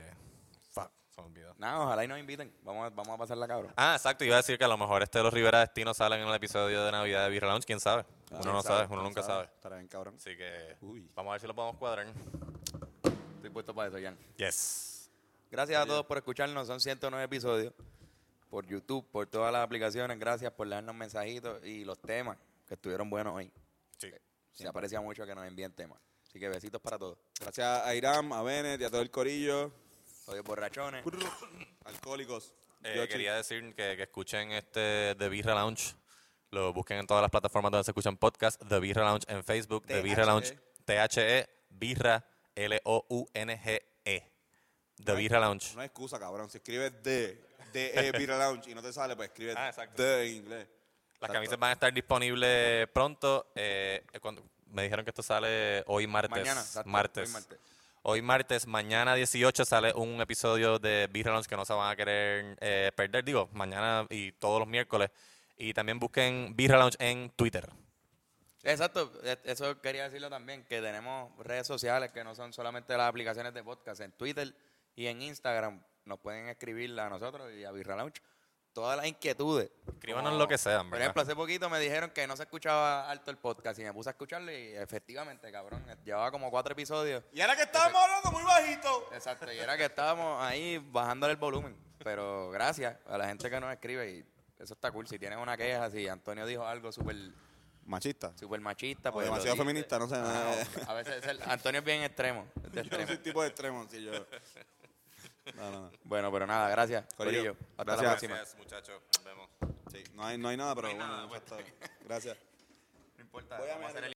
S3: Fuck, se me olvidó.
S2: (laughs) Nada, ojalá y nos inviten. Vamos a, vamos a pasarla, cabrón.
S3: Ah, exacto, iba a decir que a lo mejor este de los Rivera Destino salen en el episodio de Navidad de Beer Lounge, quién sabe.
S1: Ah,
S3: Uno no sabe, uno nunca sabe.
S1: Estará bien, cabrón.
S3: Así que
S1: Uy.
S3: vamos a ver si lo podemos cuadrar.
S2: Estoy puesto para eso, Jan.
S3: Yes.
S2: Gracias a todos por escucharnos. Son 109 episodios por YouTube, por todas las aplicaciones. Gracias por darnos mensajitos y los temas que estuvieron buenos hoy.
S3: Sí.
S2: Se aprecia mucho que nos envíen temas. Así que besitos para todos.
S1: Gracias a Iram, a Bennett y a todo el
S3: (coughs)
S1: corillo.
S2: Soy borrachones.
S1: Alcohólicos.
S3: Eh,
S1: Yoshi.
S3: quería decir que, que escuchen este The Birra Lounge. Lo busquen en todas las plataformas donde se escuchan podcasts. The Birra Lounge en Facebook. The Birra Lounge. T-H-E. Birra. L-O-U-N-G-E. E. The Birra Lounge.
S1: No hay excusa, cabrón. Si escribes de,
S3: (laughs)
S1: de Pira Lounge y no te sale, pues escribes
S3: Ah, exacto.
S1: de en inglés.
S3: Las
S1: Exacto.
S3: camisas van a estar disponibles pronto. eh, cuando- me dijeron que esto sale hoy martes.
S2: Mañana, exacto,
S3: martes.
S2: hoy martes.
S3: Hoy martes, mañana 18 sale un episodio de Beer Lounge que no se van a querer eh, perder. Digo, mañana y todos los miércoles. Y también busquen Beer Lounge en Twitter.
S2: Exacto, e- eso quería decirlo también, que tenemos redes sociales que no son solamente las aplicaciones de podcast, en Twitter y en Instagram nos pueden escribir a nosotros y a Birra Lounge todas las inquietudes.
S3: Escríbanos lo que sean,
S2: Por
S3: ¿verdad?
S2: ejemplo, hace poquito me dijeron que no se escuchaba alto el podcast y me puse a escucharlo y efectivamente, cabrón, llevaba como cuatro episodios.
S1: Y ahora que estábamos hablando muy bajito.
S2: Exacto, y era que estábamos ahí bajándole el volumen. Pero gracias a la gente que nos escribe y eso está cool. Si tienen una queja, si Antonio dijo algo súper
S1: Machista.
S2: super machista.
S1: O
S2: Pues
S1: demasiado
S2: lo dice.
S1: feminista, no sé.
S2: Ah, no. A veces es el- Antonio es bien extremo. es de
S1: (laughs) Yo no
S2: extremo.
S1: soy tipo de extremo, sí,
S3: (laughs)
S1: yo. No, no, no.
S2: Bueno, pero nada, gracias.
S1: Corillo,
S2: Corillo. Hasta la
S1: gracias.
S2: próxima.
S3: muchachos. Nos vemos. pues.
S1: Sí, no hay, no hay nada, pero bueno, eso está. Gracias.
S2: No importa.
S1: Voy a mear.